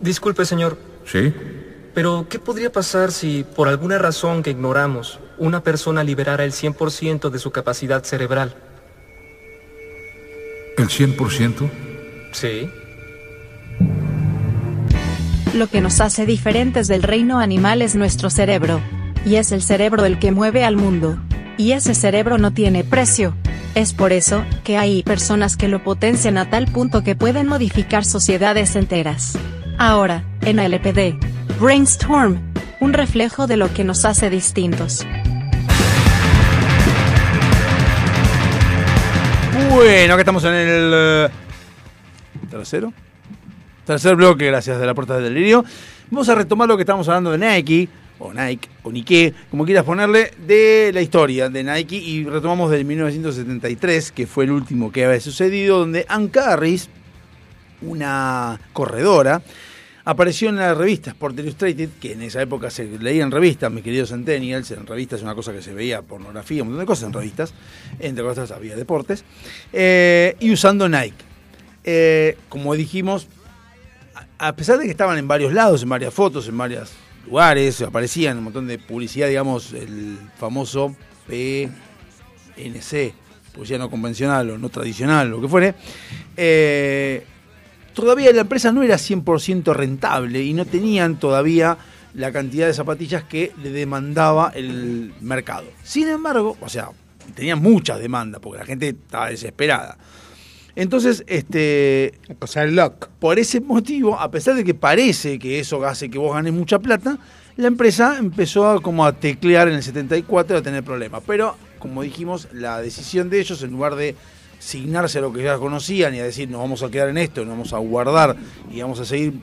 S7: Disculpe, señor,
S14: ¿Sí?
S7: pero ¿qué podría pasar si, por alguna razón que ignoramos, una persona liberara el 100% de su capacidad cerebral?
S14: ¿El 100%?
S7: Sí.
S9: Lo que nos hace diferentes del reino animal es nuestro cerebro. Y es el cerebro el que mueve al mundo. Y ese cerebro no tiene precio. Es por eso que hay personas que lo potencian a tal punto que pueden modificar sociedades enteras. Ahora, en LPD, Brainstorm, un reflejo de lo que nos hace distintos.
S3: Bueno, acá estamos en el eh, tercero. Tercer bloque, gracias de la puerta del delirio. Vamos a retomar lo que estábamos hablando de Nike, o Nike, o Nike, como quieras ponerle, de la historia de Nike. Y retomamos del 1973, que fue el último que había sucedido, donde Ann Carris, una corredora, apareció en la revista Sport Illustrated, que en esa época se leía en revistas, mis queridos centennials, en revistas es una cosa que se veía, pornografía, un montón de cosas en revistas, entre otras había deportes, eh, y usando Nike. Eh, como dijimos, a a pesar de que estaban en varios lados, en varias fotos, en varios lugares, aparecían un montón de publicidad, digamos, el famoso PNC, publicidad pues no convencional o no tradicional, lo que fuere, eh, todavía la empresa no era 100% rentable y no tenían todavía la cantidad de zapatillas que le demandaba el mercado. Sin embargo, o sea, tenían mucha demanda porque la gente estaba desesperada. Entonces, este. Cosa lock. Por ese motivo, a pesar de que parece que eso hace que vos ganes mucha plata, la empresa empezó a, como a teclear en el 74 a tener problemas. Pero, como dijimos, la decisión de ellos, en lugar de signarse a lo que ya conocían y a decir nos vamos a quedar en esto, nos vamos a guardar y vamos a seguir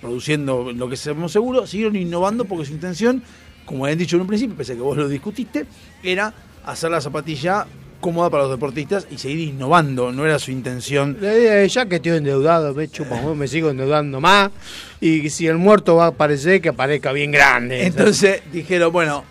S3: produciendo lo que sabemos seguro, siguieron innovando porque su intención, como habían dicho en un principio, pese a que vos lo discutiste, era hacer la zapatilla cómoda para los deportistas y seguir innovando, no era su intención.
S5: La idea es, ya que estoy endeudado, me chupa, un huevo, me sigo endeudando más. Y si el muerto va a aparecer, que aparezca bien grande.
S3: Entonces dijeron, bueno,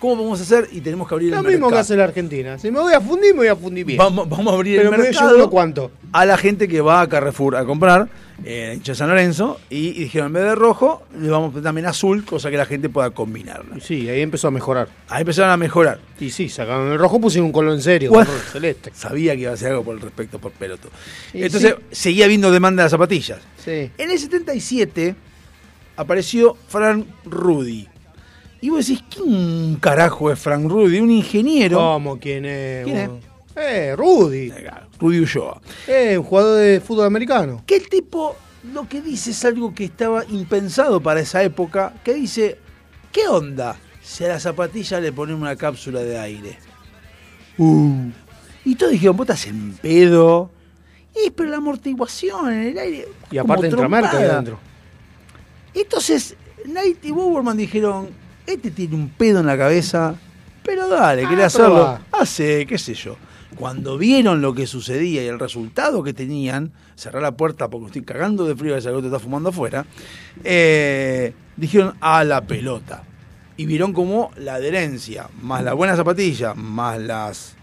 S3: ¿cómo vamos a hacer? Y tenemos que abrir
S5: lo
S3: el
S5: mismo que
S3: mercado.
S5: hace la Argentina. Si me voy a fundir, me voy a fundir bien.
S3: Vamos, vamos a abrir
S5: Pero
S3: el
S5: me voy a
S3: mercado.
S5: llevar uno cuánto.
S3: A la gente que va a Carrefour a comprar, eh, hincha San Lorenzo, y, y dijeron en vez de rojo, le vamos a poner también azul, cosa que la gente pueda combinarla.
S5: Sí, ahí empezó a mejorar.
S3: Ahí empezaron a mejorar.
S5: Y sí, sacaron el rojo, pusieron un color en serio,
S3: Bueno.
S5: un color celeste.
S3: Sabía que iba a hacer algo por el respecto, por peloto.
S5: Y
S3: Entonces, seguía habiendo demanda de zapatillas.
S5: Sí.
S3: En el 77 apareció Frank Rudy. Y vos decís, ¿quién carajo es Frank Rudy? Un ingeniero.
S5: ¿Cómo quién es?
S3: ¿Quién es?
S5: vos? Eh, Rudy.
S3: Rudy Ulloa.
S5: Eh, un jugador de fútbol americano.
S3: ¿Qué tipo lo que dice es algo que estaba impensado para esa época? Que dice, ¿qué onda si a la zapatilla le ponemos una cápsula de aire?
S5: Uh.
S3: Y todos dijeron, vos estás en pedo. Y pero la amortiguación en el aire.
S5: Y aparte
S3: como
S5: entra marca
S3: trompada.
S5: adentro.
S3: Entonces, Knight y Bowerman dijeron, este tiene un pedo en la cabeza, pero dale,
S5: Ah,
S3: quería hacerlo.
S5: probá.
S3: Hace, qué sé yo. Cuando vieron lo que sucedía y el resultado que tenían, cerrar la puerta porque estoy cagando de frío, ese te está fumando afuera, eh, dijeron a la pelota. Y vieron como la adherencia, más la buena zapatilla, más las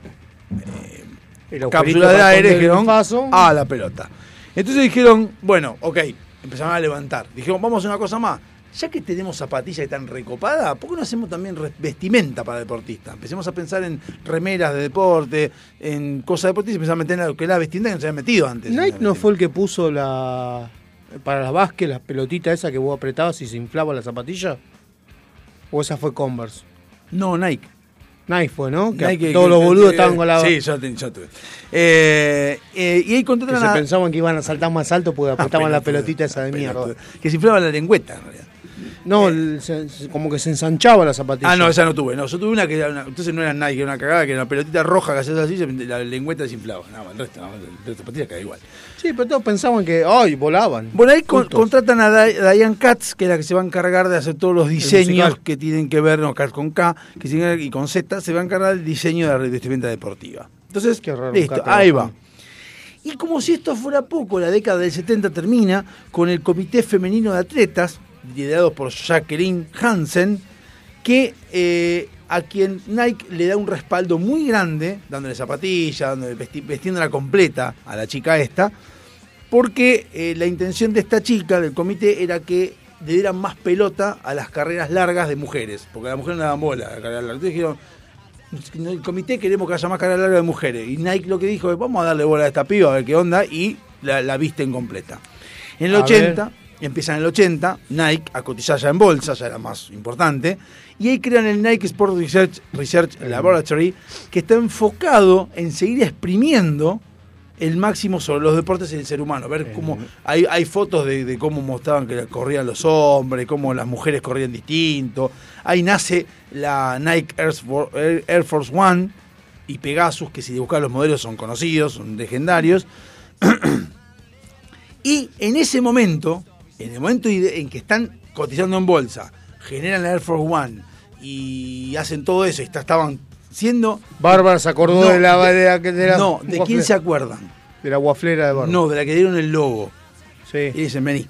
S3: eh,
S5: El
S3: cápsulas de
S5: para
S3: aire,
S5: poner el
S3: dijeron,
S5: faso.
S3: a la pelota. Entonces dijeron, bueno, ok, empezaron a levantar. Dijeron, vamos a hacer una cosa más. Ya que tenemos zapatillas tan recopadas, ¿por qué no hacemos también re- vestimenta para deportistas? Empecemos a pensar en remeras de deporte, en cosas deportistas y empezamos a meter lo que es la vestimenta que no se había metido antes.
S5: Nike no fue el que puso la para las básquet, la pelotita esa que vos apretabas y se inflaba la zapatilla. ¿O esa fue Converse?
S3: No, Nike.
S5: Nike fue, ¿no? Que
S3: Nike,
S5: todos
S3: que-
S5: los
S3: que-
S5: boludos
S3: que-
S5: estaban con la
S3: Sí, yo, te- yo tuve. Eh, eh, y ahí
S5: que
S3: contratan
S5: se
S3: a-
S5: pensaban que iban a saltar más alto porque apretaban la
S3: pelotudo,
S5: pelotita esa de mierda.
S3: Que se inflaba la lengüeta en realidad. Eh.
S5: No, el- se- se- como que se ensanchaba la zapatilla.
S3: Ah, no, esa no tuve. No, yo tuve una que era una- entonces no era Nike, era una cagada, que era una pelotita roja que hacías así, se- la lengüeta desinflaba. Nada más, el resto, nada más, el resto de zapatillas queda igual.
S5: Sí, pero todos pensaban que, ay, volaban.
S3: Bueno, ahí con-
S5: Juntos.
S3: contratan a Di- Diane Katz, que es la que se va a encargar de hacer todos los diseños
S5: musical.
S3: que tienen que ver, no, Katz con K que tienen que ver- y con Z, se va a encargar del diseño de la vestimenta deportiva. Entonces, listo,
S5: Katz,
S3: ahí va.
S5: trabajo.
S3: Y como si esto fuera poco, la década del 70 termina con el Comité Femenino de Atletas, liderados por Jacqueline Hansen, que eh, a quien Nike le da un respaldo muy grande, dándole zapatilla, dándole vesti- vestiéndola completa a la chica esta, porque eh, la intención de esta chica, del comité, era que le dieran más pelota a las carreras largas de mujeres, porque a las mujeres no daban bola a la carrera larga. Entonces dijeron, en el comité queremos que haya más carreras largas de mujeres. Y Nike lo que dijo es, vamos a darle bola a esta piba, a ver qué onda, y la, la visten completa. En el
S5: A
S3: 80, empieza en el 80, Nike a cotizar ya en bolsa, ya era más importante, y ahí crean el Nike Sport Research, Research Laboratory, que está enfocado en seguir exprimiendo el máximo sobre los deportes y el ser humano.
S5: Eh.
S3: Ver cómo hay, hay fotos de, de cómo mostraban que corrían los hombres, cómo las mujeres corrían distinto. Ahí nace la Nike Air Force- Air- Air Force One y Pegasus, que si buscas los modelos son conocidos, son legendarios. y en ese momento, en el momento ide- en que están cotizando en bolsa, generan la Air Force One y hacen todo eso, y está- estaban siendo...
S5: Bárbara se acordó de la- de la- de la-
S3: No, ¿de quién se acuerdan?
S5: De la guaflera de Bárbara.
S3: No, de la que dieron el logo.
S5: Sí.
S3: Y dicen, vení,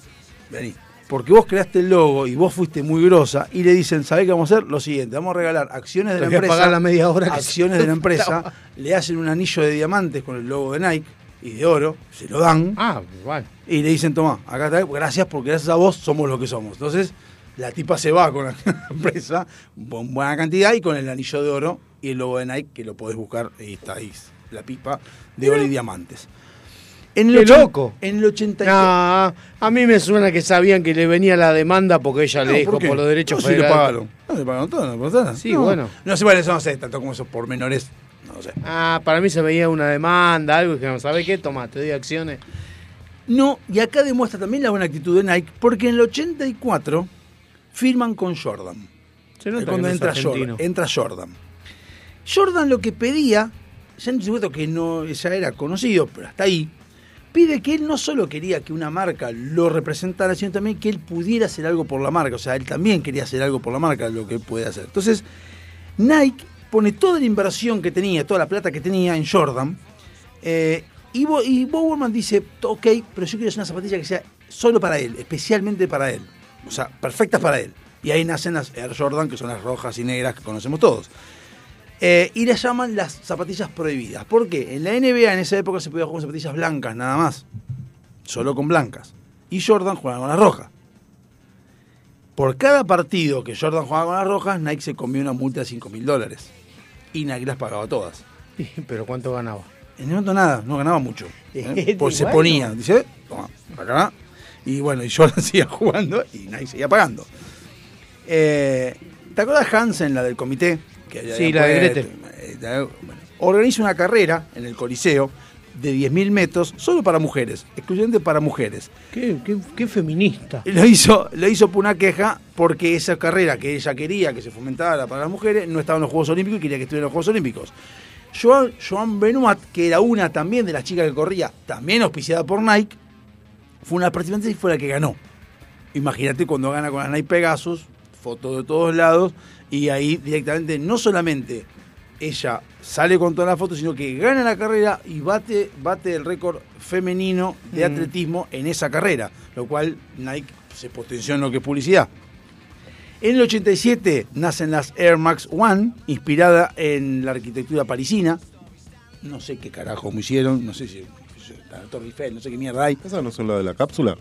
S3: vení. Porque vos creaste el logo y vos fuiste muy grosa y le dicen, ¿sabés qué vamos a hacer? Lo siguiente, vamos a regalar acciones de
S5: Te
S3: la
S5: voy a
S3: empresa.
S5: pagar la media hora que
S3: Acciones
S5: se-
S3: de la empresa, le hacen un anillo de diamantes con el logo de Nike y de oro, se lo dan.
S5: Ah, vale.
S3: Y le dicen, tomá, acá está, gracias porque gracias a vos somos lo que somos. Entonces, la tipa se va con la empresa, con buena cantidad y con el anillo de oro y el logo de Nike que lo podés buscar, ahí está, ahí la pipa de oro y diamantes. En el
S5: Qué
S3: ochen-
S5: loco.
S3: En el 80
S5: Nah, a mí me suena que sabían que le venía la demanda porque ella
S3: No,
S5: le dijo
S3: ¿por qué?
S5: por los derechos
S3: no, sí le
S5: federales.
S3: pagaron. No, le pagaron todo, no pasa nada.
S5: Sí,
S3: No,
S5: bueno.
S3: No sé, bueno, eso no sé, tanto como esos pormenores, no sé.
S5: Ah, para mí se veía una demanda, algo, y dijeron, ¿sabés qué? Tomá, te doy acciones.
S3: No, y acá demuestra también la buena actitud de Nike, porque en el 84 firman con Jordan.
S5: Se nota
S3: Es cuando
S5: que no es
S3: entra
S5: argentino.
S3: Jordan, entra Jordan. Jordan lo que pedía, ya en supuesto que no ya era conocido, pero hasta ahí, pide que él no solo quería que una marca lo representara, sino también que él pudiera hacer algo por la marca. O sea, él también quería hacer algo por la marca, lo que él puede hacer. Entonces, Nike pone toda la inversión que tenía, toda la plata que tenía en Jordan, eh, y, Bo, y Bo Burnham dice, ok, pero yo quiero hacer una zapatilla que sea solo para él, especialmente para él. O sea, perfectas para él. Y ahí nacen las Air Jordan, que son las rojas y negras que conocemos todos. Eh, y las llaman las zapatillas prohibidas. ¿Por qué? En la NBA en esa época se podía jugar con zapatillas blancas nada más. Solo con blancas. Y Jordan jugaba con las rojas. Por cada partido que Jordan jugaba con las rojas, Nike se comió una multa de 5 mil dólares. Y Nike las pagaba todas.
S5: Pero ¿cuánto ganaba?
S3: En el momento nada, no ganaba mucho. ¿eh? Por- se
S5: Bueno.
S3: ponía, dice, "Eh, toma, acá. Y bueno, y Jordan seguía jugando y Nike seguía pagando. Eh, ¿Te acordás Hansen, la del comité? Que
S5: Sí,
S3: habían
S5: la de
S3: puesto, eh, la- bueno, organiza una carrera en el Coliseo de 10.000 metros solo para mujeres, excluyente para mujeres.
S5: Qué, qué- qué feminista.
S3: Lo hizo, lo hizo por una queja porque esa carrera que ella quería que se fomentara para las mujeres no estaba en los Juegos Olímpicos y quería que estuviera en los Juegos Olímpicos. Joan, Joan Benoit, que era una también de las chicas que corría, también auspiciada por Nike, fue una participante y fue la que ganó. Imagínate cuando gana con las Nike Pegasus, fotos de todos lados, y ahí directamente no solamente ella sale con todas las fotos, sino que gana la carrera y bate, bate el récord femenino de
S5: Mm.
S3: atletismo en esa carrera, lo cual Nike se potenció en lo que es publicidad. En el 87 nacen las Air Max One, inspirada en la arquitectura parisina. No sé qué carajo me hicieron, no sé si la Torre Eiffel, no sé qué mierda hay.
S2: ¿Esas no son las de la cápsula?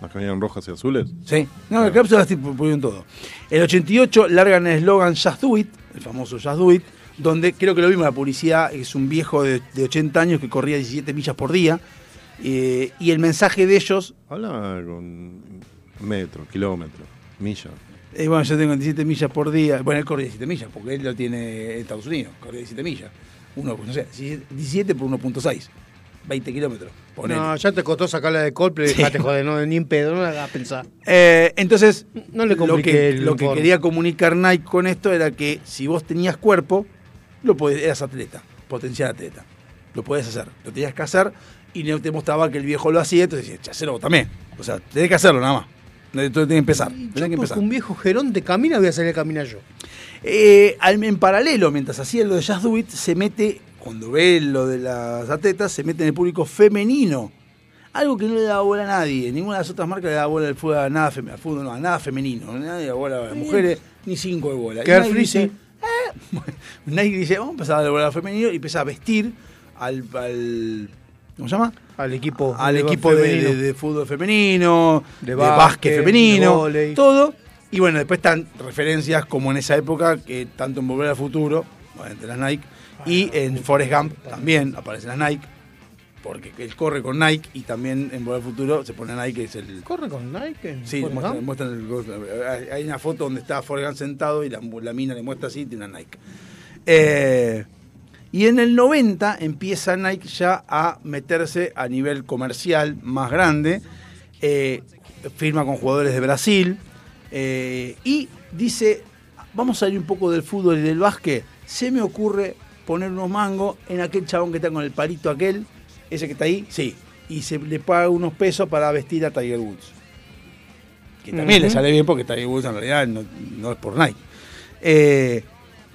S2: Las que venían rojas y azules.
S3: Sí. No, la cápsula las tipo- pusieron todo. El 88 largan el eslogan Just Do It, el famoso Just Do It, donde creo que lo vimos en la publicidad, es un viejo de, de 80 años que corría 17 millas por día. eh, y el mensaje de ellos,
S2: Habla con metro, kilómetro, milla.
S3: eh, bueno, yo tengo 17 millas por día. Bueno, él corría 17 millas, porque él lo tiene Estados Unidos, corría 17 millas. Uno, pues, no sé, 17 por 1.6, 20 kilómetros. ponele.
S5: No, ya te costó sacarla de Coldplay, dejate joder, no, ni en pedo, no la hagas pensar.
S3: Eh, entonces,
S5: No le
S3: lo
S5: compliqué
S3: que,
S5: el
S3: lo que
S5: informe.
S3: quería comunicar Nike con esto era que si vos tenías cuerpo, lo podías, eras atleta, potencial atleta. Lo podías hacer, lo tenías que hacer y no te mostraba que el viejo lo hacía, entonces decías, chacero vos también. O sea, tenés que hacerlo nada más. Entonces tenés que empezar. Tenés que
S5: Porque
S3: empezar.
S5: un viejo gerón te camina, voy a salir a caminar yo.
S3: Eh, al- en paralelo, mientras hacía lo de Just Do It, se mete, cuando ve lo de las atletas, se mete en el público femenino. Algo que no le daba bola a nadie. Ninguna de las otras marcas le daba bola al fútbol, a nada, fem- al fútbol, no, a nada femenino. Nadie le daba bola a las mujeres, ni cinco de bola. Y
S5: Carefree,
S3: Nike dice,
S5: sí.
S3: "Oh, eh, Nike dice, vamos a empezar a darle bola al femenino y empieza a vestir al, al ¿Cómo se llama?
S5: Al equipo.
S3: Al
S5: de-
S3: equipo de,
S5: femenino.
S3: de- de fútbol femenino,
S5: De
S3: de,
S5: básquet,
S3: básquet,
S5: de
S3: femenino,
S5: vóley.
S3: todo. Y bueno, después están referencias como en esa época, que tanto en Volver al Futuro, bueno, entre las Nike, y en Forrest Gump también aparecen las Nike, porque él corre con Nike y también en Volver al Futuro se pone Nike, es el...
S5: ¿Corre con Nike? en
S3: Sí,
S5: Forrest
S3: muestran,
S5: Gump?
S3: muestran el gol. Hay- Hay una foto donde está Forrest Gump sentado y la, la mina le muestra así y tiene una Nike. Eh, y en el 90 empieza Nike ya a meterse a nivel comercial más grande. Eh, firma con jugadores de Brasil. eh, y dice, vamos a salir un poco del fútbol y del básquet. Se me ocurre poner unos mangos en aquel chabón que está con el parito aquel. Ese que está ahí, sí. Y se le paga unos pesos para vestir a Tiger Woods. Que también le
S5: Ujú.
S3: sale bien porque Tiger Woods en realidad no, no es por Nike. Eh,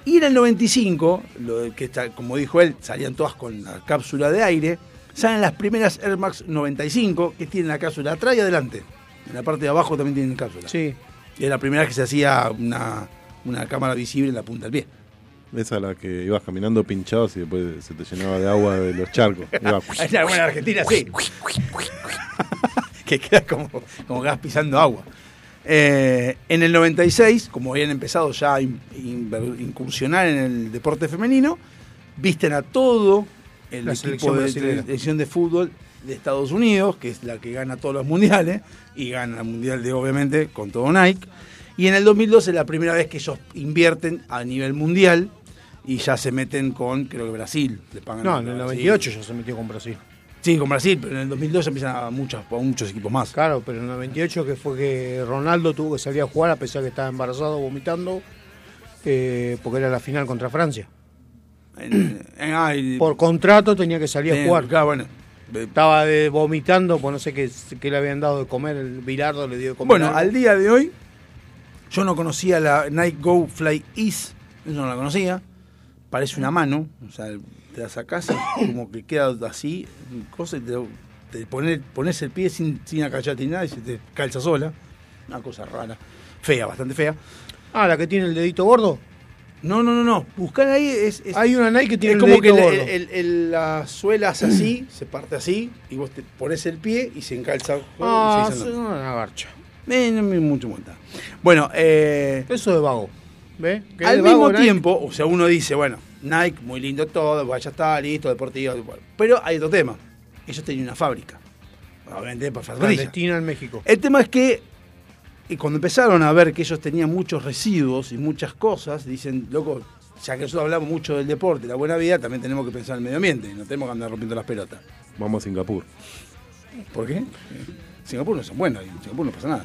S3: y en el 95, lo de que está- como dijo él, salían todas con la cápsula de aire. Salen las primeras Air Max 95 que tienen la cápsula atrás y adelante. En la parte de abajo también tienen cápsula.
S5: Sí.
S3: Y es la primera que se hacía una, una cámara visible en la punta del pie.
S2: Esa es la que ibas caminando pinchados y después se te llenaba de agua de los charcos. Iba-
S3: Era buena Argentina, sí. que queda como, como gas pisando agua. Eh, en el 96, como habían empezado ya a in- in- incursionar en el deporte femenino, visten a todo el
S5: La
S3: equipo
S5: selección
S3: de
S5: brasilera.
S3: de- selección de fútbol de Estados Unidos, que es la que gana todos los mundiales, y gana el mundial de obviamente con todo Nike. Y en el 2012 es la primera vez que ellos invierten a nivel mundial y ya se meten con, creo que Brasil. Le pagan
S5: No,
S3: a
S5: en el
S3: Brasil.
S5: 98 ya se metió con Brasil.
S3: Sí, con Brasil, pero en el 2002 empiezan a, muchas, a muchos equipos más.
S5: Claro, pero en el 98 que fue que Ronaldo tuvo que salir a jugar a pesar que estaba embarazado, vomitando, eh, porque era la final contra Francia.
S3: Eh, ah, y-
S5: Por contrato tenía que salir a
S3: Eh,
S5: jugar.
S3: claro, bueno. eh,
S5: Estaba de- vomitando, pues no sé qué, qué le habían dado de comer, el Bilardo le dio de comer.
S3: Bueno,
S5: algo.
S3: al día de hoy, yo no conocía la Nike Go Fly Ease, yo no la conocía. Parece una mano, o sea, te la sacás y como que queda así, cosa y te, te pone- pones el pie sin, sin acacharte ni nada y se te calza sola. Una cosa rara, fea, bastante fea.
S5: Ah, la que tiene el dedito gordo.
S3: No, no, no, no. Buscar ahí es. es-
S5: Hay una Nike que tiene
S3: es
S5: el
S3: como que
S5: dedito
S3: el-
S5: gordo.
S3: el- el- la suela hace así, se parte así, y vos te pones el pie y se encalza.
S5: Ah,
S3: y se
S5: es
S3: hizo-
S5: una garcha.
S3: Eh, no me mucho cuenta. Bueno, eh,
S5: Eso de vago. ¿Ve? Que
S3: al
S5: de
S3: mismo
S5: vago Nike.
S3: tiempo, o sea, uno dice, bueno, Nike, muy lindo todo, vaya está, listo, deportivo. bueno. Pero hay otro tema. Ellos tenían una fábrica. Obviamente, para Fernandilla.
S5: Clandestina en México.
S3: El tema es que eh, cuando empezaron a ver que ellos tenían muchos residuos y muchas cosas, dicen, loco, ya que nosotros hablamos mucho del deporte, la buena vida, también tenemos que pensar en el medio ambiente, y no tenemos que andar rompiendo las pelotas.
S2: Vamos a Singapur.
S3: ¿Por qué? Eh, Singapur no son buenos, y en Singapur no pasa nada.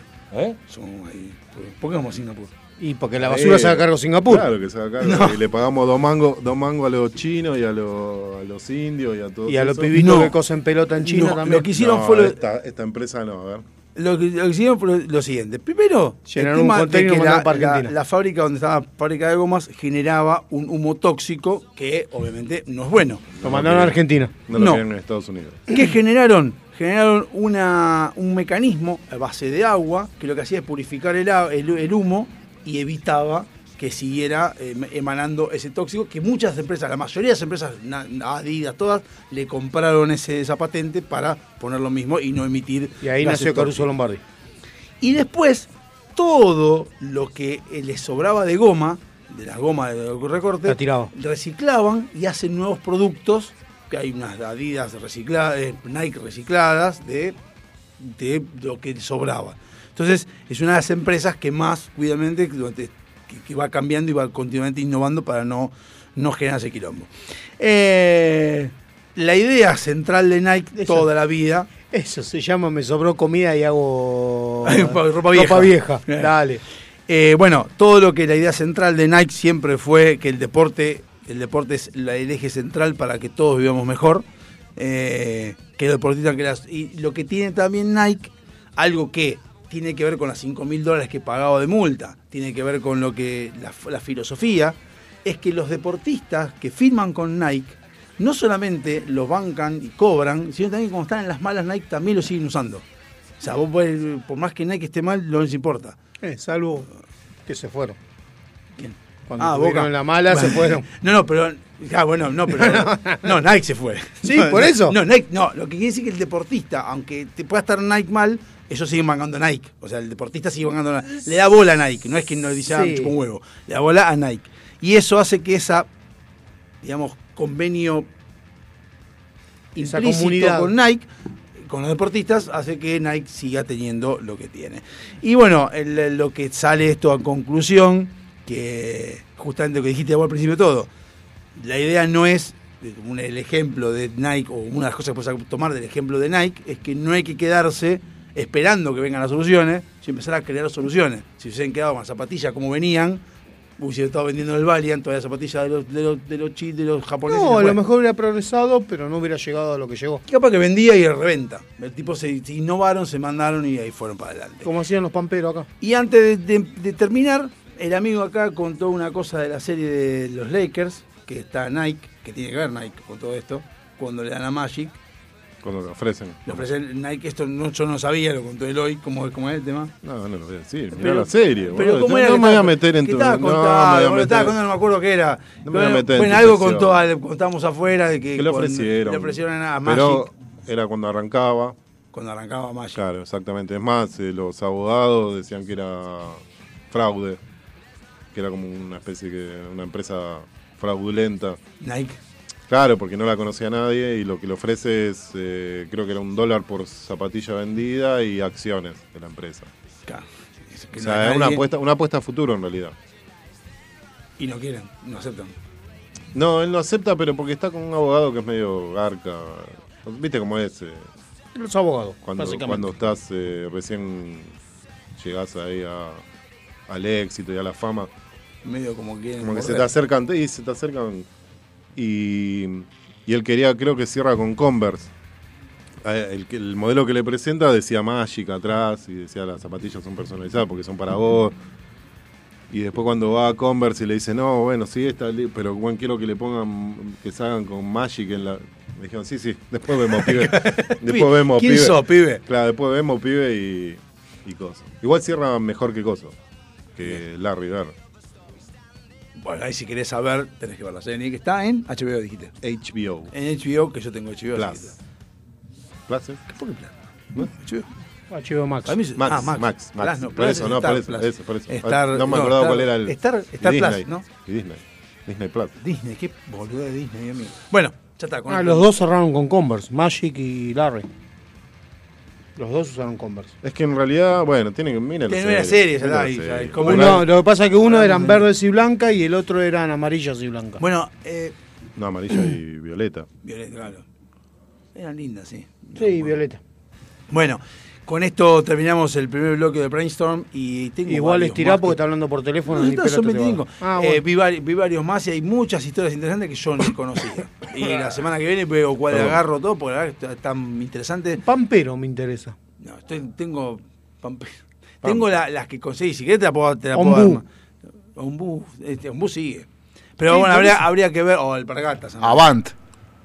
S3: Son ahí- ¿por- ¿Por qué vamos a Singapur?
S5: ¿Eh?
S3: Eh,
S5: Y porque la basura se haga cargo Singapur.
S2: Claro que se haga cargo.
S5: No.
S2: Y le pagamos dos mangos dos mangos a los chinos y a, los- a los indios y a todos.
S5: Y a los
S2: esos.
S5: pibitos que cosen pelota en China
S3: No,
S5: también.
S3: lo que hicieron
S2: No, eh.
S3: fue lo-
S2: esta, esta empresa no, a ver.
S3: Lo que, lo que hicieron fue lo, lo siguiente. Primero,
S5: Llenaron un
S3: de
S5: container y lo
S3: que la,
S5: mandaron para
S3: la-
S5: Argentina.
S3: la fábrica donde estaba la fábrica de gomas generaba un humo tóxico que obviamente no es bueno.
S5: Lo mandaron a Argentina.
S2: No lo
S3: No.
S2: quieren en Estados Unidos.
S3: ¿Qué generaron? Generaron una, un mecanismo a base de agua que lo que hacía es purificar el, a- el- el humo y evitaba que siguiera eh, emanando ese tóxico que muchas empresas, la mayoría de las empresas, na- Adidas, todas, le compraron ese, esa patente para poner lo mismo y no emitir.
S5: Y ahí
S3: gases
S5: nació Caruso
S3: tóxicos.
S5: Lombardi.
S3: Y después, todo lo que eh, les sobraba de goma, de las gomas de recorte,
S5: La tiraba.
S3: reciclaban y hacen nuevos productos, que hay unas Adidas recicladas, eh, Nike recicladas, de, de lo que sobraba. Entonces, es una de las empresas que más, cuidadamente, que, que va cambiando y va continuamente innovando para no, no generar ese quilombo. Eh, la idea central de Nike
S5: Eso.
S3: toda la vida
S5: Eso se llama me sobró comida y hago
S3: ropa vieja.
S5: vieja. Dale.
S3: Eh, bueno, todo lo que la idea central de Nike siempre fue que el deporte, el deporte es la- el eje central para que todos vivamos mejor. eh, que los deportistas que las. Y lo que tiene también Nike, algo que tiene que ver con las 5 mil dólares que pagaba de multa, tiene que ver con lo que. la, la filosofía, es que los deportistas que firman con Nike no solamente los bancan y cobran, sino también cuando están en las malas Nike también lo siguen usando. O sea, vos podés- por más que Nike esté mal, no les importa.
S5: Eh, salvo que se fueron.
S3: ¿Quién?
S5: Cuando estuvieron en la mala, se fueron.
S3: Ah, No, no, pero. Ah, bueno, no, pero. No, Nike se fue.
S5: Sí, por eso.
S3: No, Nike, no. Lo que quiere decir que el deportista, aunque te pueda estar Nike mal, ellos siguen bancando a Nike. O sea, el deportista sigue bancando a Nike. Le da bola a Nike. No es que no dice, ah,
S5: Sí.
S3: me chupa un huevo. Le da bola a Nike. Y eso hace que esa, digamos, convenio
S5: Esa
S3: implícito
S5: comunidad.
S3: con Nike, con los deportistas, hace que Nike siga teniendo lo que tiene. Y bueno, el- el- lo que sale esto a conclusión, que justamente lo que dijiste vos al principio de todo, la idea no es, eh, un- el ejemplo de Nike, o una de las cosas que puedes tomar del ejemplo de Nike, es que no hay que quedarse esperando que vengan las soluciones, sino empezar a crear soluciones. Si se han quedado con las zapatillas como venían, hubiese estado vendiendo el Valiant, todas las zapatillas de los, de los, de los, chi- de los japoneses. y se
S5: No, a
S3: fue.
S5: lo mejor hubiera progresado, pero no hubiera llegado a lo que llegó.
S3: Capaz que vendía y reventa. El tipo se, se innovaron, se mandaron y ahí fueron para adelante.
S5: Como hacían los pamperos acá.
S3: Y antes de, de- de terminar, el amigo acá contó una cosa de la serie de los Lakers, que está Nike, que tiene que ver Nike con todo esto, cuando le dan a Magic.
S2: Cuando lo ofrecen.
S3: Le ofrecen Nike, esto no, yo no sabía, lo contó él hoy, cómo, es- cómo es el tema.
S2: No, no lo voy a decir. Mirá
S3: Pero-
S2: la serie,
S3: Pero
S2: boludo.
S3: ¿cómo
S2: Yo
S3: era
S2: no
S3: que
S2: me voy a
S3: estaba-
S2: meter en
S3: que
S2: tu.
S3: estaba
S2: no,
S3: contando,
S2: me voy a
S3: boludo, estaba
S2: meter.
S3: contando, no me acuerdo qué era.
S2: No me voy a meter en
S3: bueno,
S2: tu
S3: algo
S2: sección.
S3: contó, al- contamos afuera de que,
S2: Que lo
S3: cuando
S2: ofrecieron.
S3: le ofrecieron a Magic.
S2: Pero era cuando arrancaba.
S3: Cuando arrancaba Magic.
S2: Claro, exactamente. Es más, eh, los abogados decían que era fraude. Que era como una especie que una empresa fraudulenta.
S3: Nike.
S2: Claro, porque no la conocía nadie y lo que le ofrece es, eh, creo que era un dólar por zapatilla vendida y acciones de la empresa.
S3: Claro.
S2: O
S3: que no
S2: sea,
S3: hay
S2: es una
S3: nadie.
S2: apuesta, una apuesta a futuro en realidad.
S3: Y no quieren, no aceptan.
S2: No, él no acepta, pero porque está con un abogado que es medio garca. ¿Viste cómo es? eh,
S5: Los abogados,
S2: cuando,
S5: básicamente.
S2: cuando estás eh, recién llegás ahí a- al éxito y a la fama.
S3: Medio como quieren.
S2: Como que se
S3: morder.
S2: te acercan, y se te acercan. Y, y él quería, creo que cierra con Converse. Eh, El, que- el modelo que le presenta decía Magic atrás y decía las zapatillas son personalizadas porque son para vos. Y después cuando va a Converse y le dice, no, bueno, sí, está li- pero bueno, quiero que le pongan, que salgan con Magic en la... Me dijeron, sí, sí, después vemos, pibe. Después vemos,
S3: ¿Quién
S2: pibe.
S3: sos, pibe?
S2: Claro, después vemos, pibe y, y cosa. Igual cierra mejor que cosa, que Larry Bird.
S3: Bueno, ahí si querés saber, tenés que ver la serie que está en HBO, dijiste.
S2: HBO.
S3: En HBO, que yo tengo HBO.
S2: Plus.
S3: así que está.
S2: ¿Placer?
S3: ¿Por qué Plus?
S5: HBO Max.
S3: Para mí es-
S2: Max,
S3: ah, Max.
S2: Max, Max.
S3: Plus, no,
S2: por
S3: Plus
S2: eso,
S3: es
S2: no,
S3: Star
S2: por eso,
S3: Plus.
S2: por eso, por eso.
S3: Star-
S2: no me
S3: no,
S2: acordaba
S3: Star-
S2: cuál era el.
S3: Star-
S2: y
S3: Star Plus,
S2: Disney,
S3: ¿no?
S2: Y Disney. Disney Plus.
S3: Disney, qué boludo de Disney, amigo. Bueno, ya está. con
S5: Ah,
S3: esto-
S5: los dos cerraron con Converse, Magic y Larry. Los dos usaron Converse.
S2: Es que en realidad, bueno, tienen que. Mira
S3: Que no era serie, ya está, ahí, ya, es como- Ah,
S5: No, lo que pasa es que uno eran
S3: Bueno,
S5: verdes y blancas y el otro eran amarillas y blancas.
S3: Bueno, eh,
S2: No, amarilla y violeta.
S3: Violeta, claro. Eran lindas, sí.
S5: Sí, Violeta.
S3: Bueno, con esto terminamos el primer bloque de Brainstorm y tengo
S5: Igual
S3: varios
S5: estirá
S3: más
S5: porque
S3: que-
S5: está hablando por teléfono.
S3: No,
S5: ni
S3: está,
S5: pelota
S3: son
S5: te va a dar.
S3: 25.
S5: Ah,
S3: Eh,
S5: bueno.
S3: vi, vari- vi varios más y hay muchas historias interesantes que yo no conocía. y la semana que viene veo cuál
S5: Perdón.
S3: agarro todo, porque la verdad que está tan interesante.
S5: Pampero me interesa.
S3: No, estoy- tengo. pam- Tengo la- las que conseguí, si querés te la puedo, te la puedo
S5: Ombú.
S3: dar. Ombú, este, Ombú sigue. Pero
S5: Sí,
S3: bueno,
S5: por
S3: habría,
S5: eso.
S3: habría que ver. O Alpargatas. ¿no?
S6: Avant.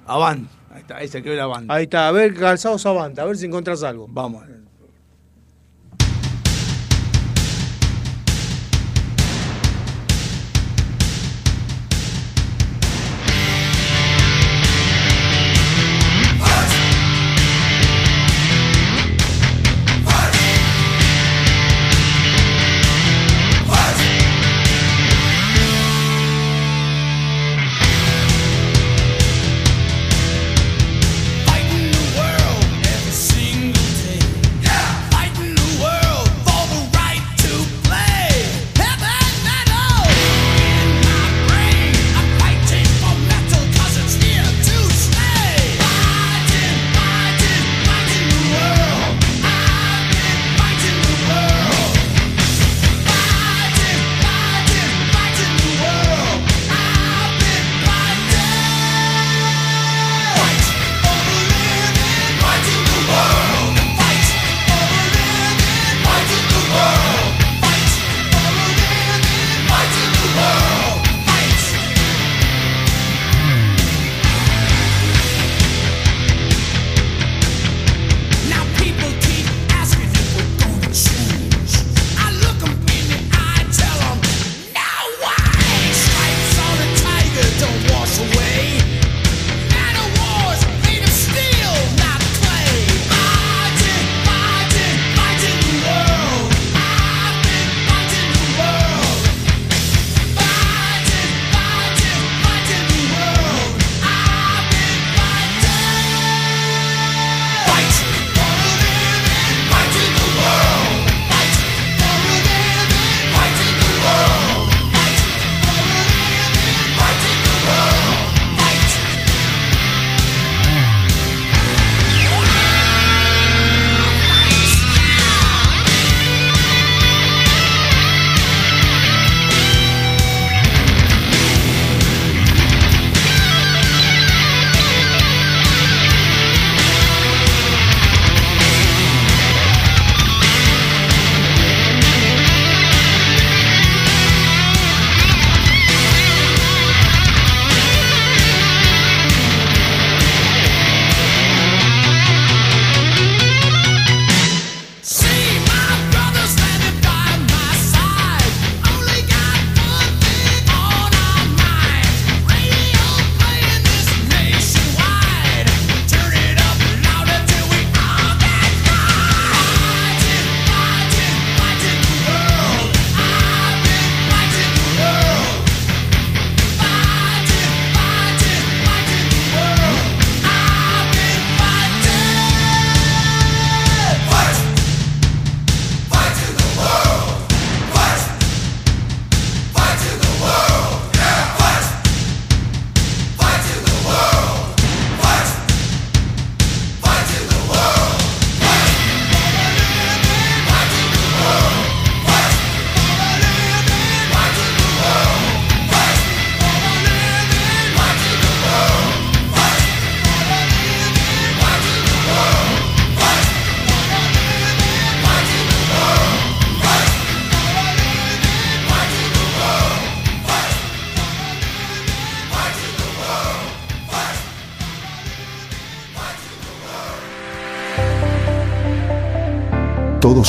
S3: Avant. Ahí está, ahí se quedó el Avant.
S5: Ahí está, a ver, calzados avanta, a ver si encontrás algo.
S3: Vamos.
S1: Fighting the world every single day.
S4: Todos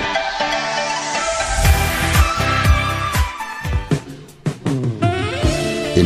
S4: en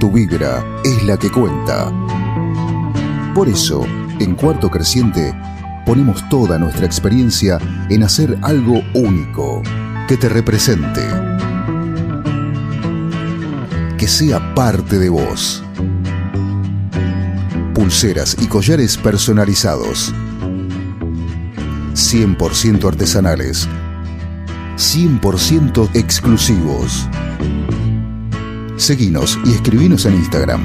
S4: tu vibra es la que cuenta. Por eso, en Cuarto Creciente, ponemos toda nuestra experiencia en hacer algo único, que te represente, que sea parte de vos. Pulseras y collares personalizados, 100% artesanales, 100% exclusivos. Seguinos y escribinos en Instagram.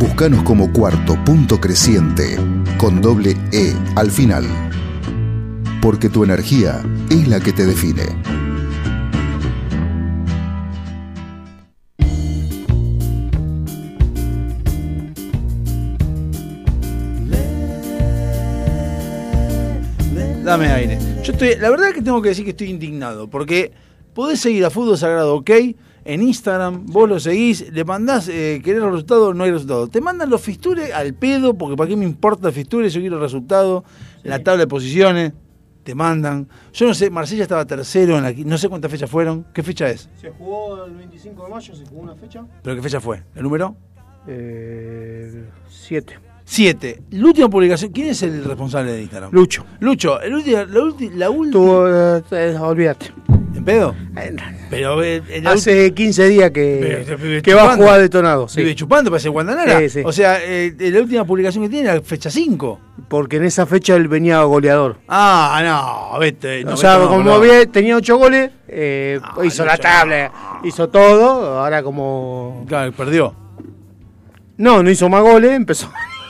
S4: Buscanos como cuarto punto creciente con doble E al final. Porque tu energía es la que te define.
S3: Dame aire. Yo estoy, la verdad que tengo que decir que estoy indignado, porque podés seguir a Fútbol Sagrado OK en Instagram, vos lo seguís, le mandás, eh, querés los resultados, no hay resultados. Te mandan los fistures al pedo, porque para qué me importa el fisture, yo quiero el resultado, la tabla de posiciones, te mandan. Yo no sé, Marsella estaba tercero en la qui- no sé cuántas fechas fueron, ¿qué fecha es?
S14: Se jugó el 25 de mayo, se jugó una fecha.
S3: ¿Pero qué fecha fue? ¿El número?
S5: siete.
S3: Eh, Siete. La última publicación, ¿quién es el responsable de Instagram?
S5: Lucho. eh,
S3: Lucho, el último, la última, la última.
S5: olvídate.
S3: ¿En pedo? Pero eh, en la
S5: Hace 15 días
S3: Pero, pero,
S5: Eh, que, que va a
S3: chupando.
S5: jugar detonado. sí.
S3: Vive chupando, parece Guandanara.
S5: Sí, sí.
S3: O sea, eh, la última publicación que tiene era fecha 5.
S5: Porque en esa fecha él venía goleador.
S3: Ah, no, vete. no,
S5: o sea,
S3: vete, no,
S5: como
S3: no. Ah,
S5: bien, tenía 8 goles, eh, hizo la tabla, hizo todo, ahora como...
S3: Claro, perdió.
S5: No, no hizo más goles, empezó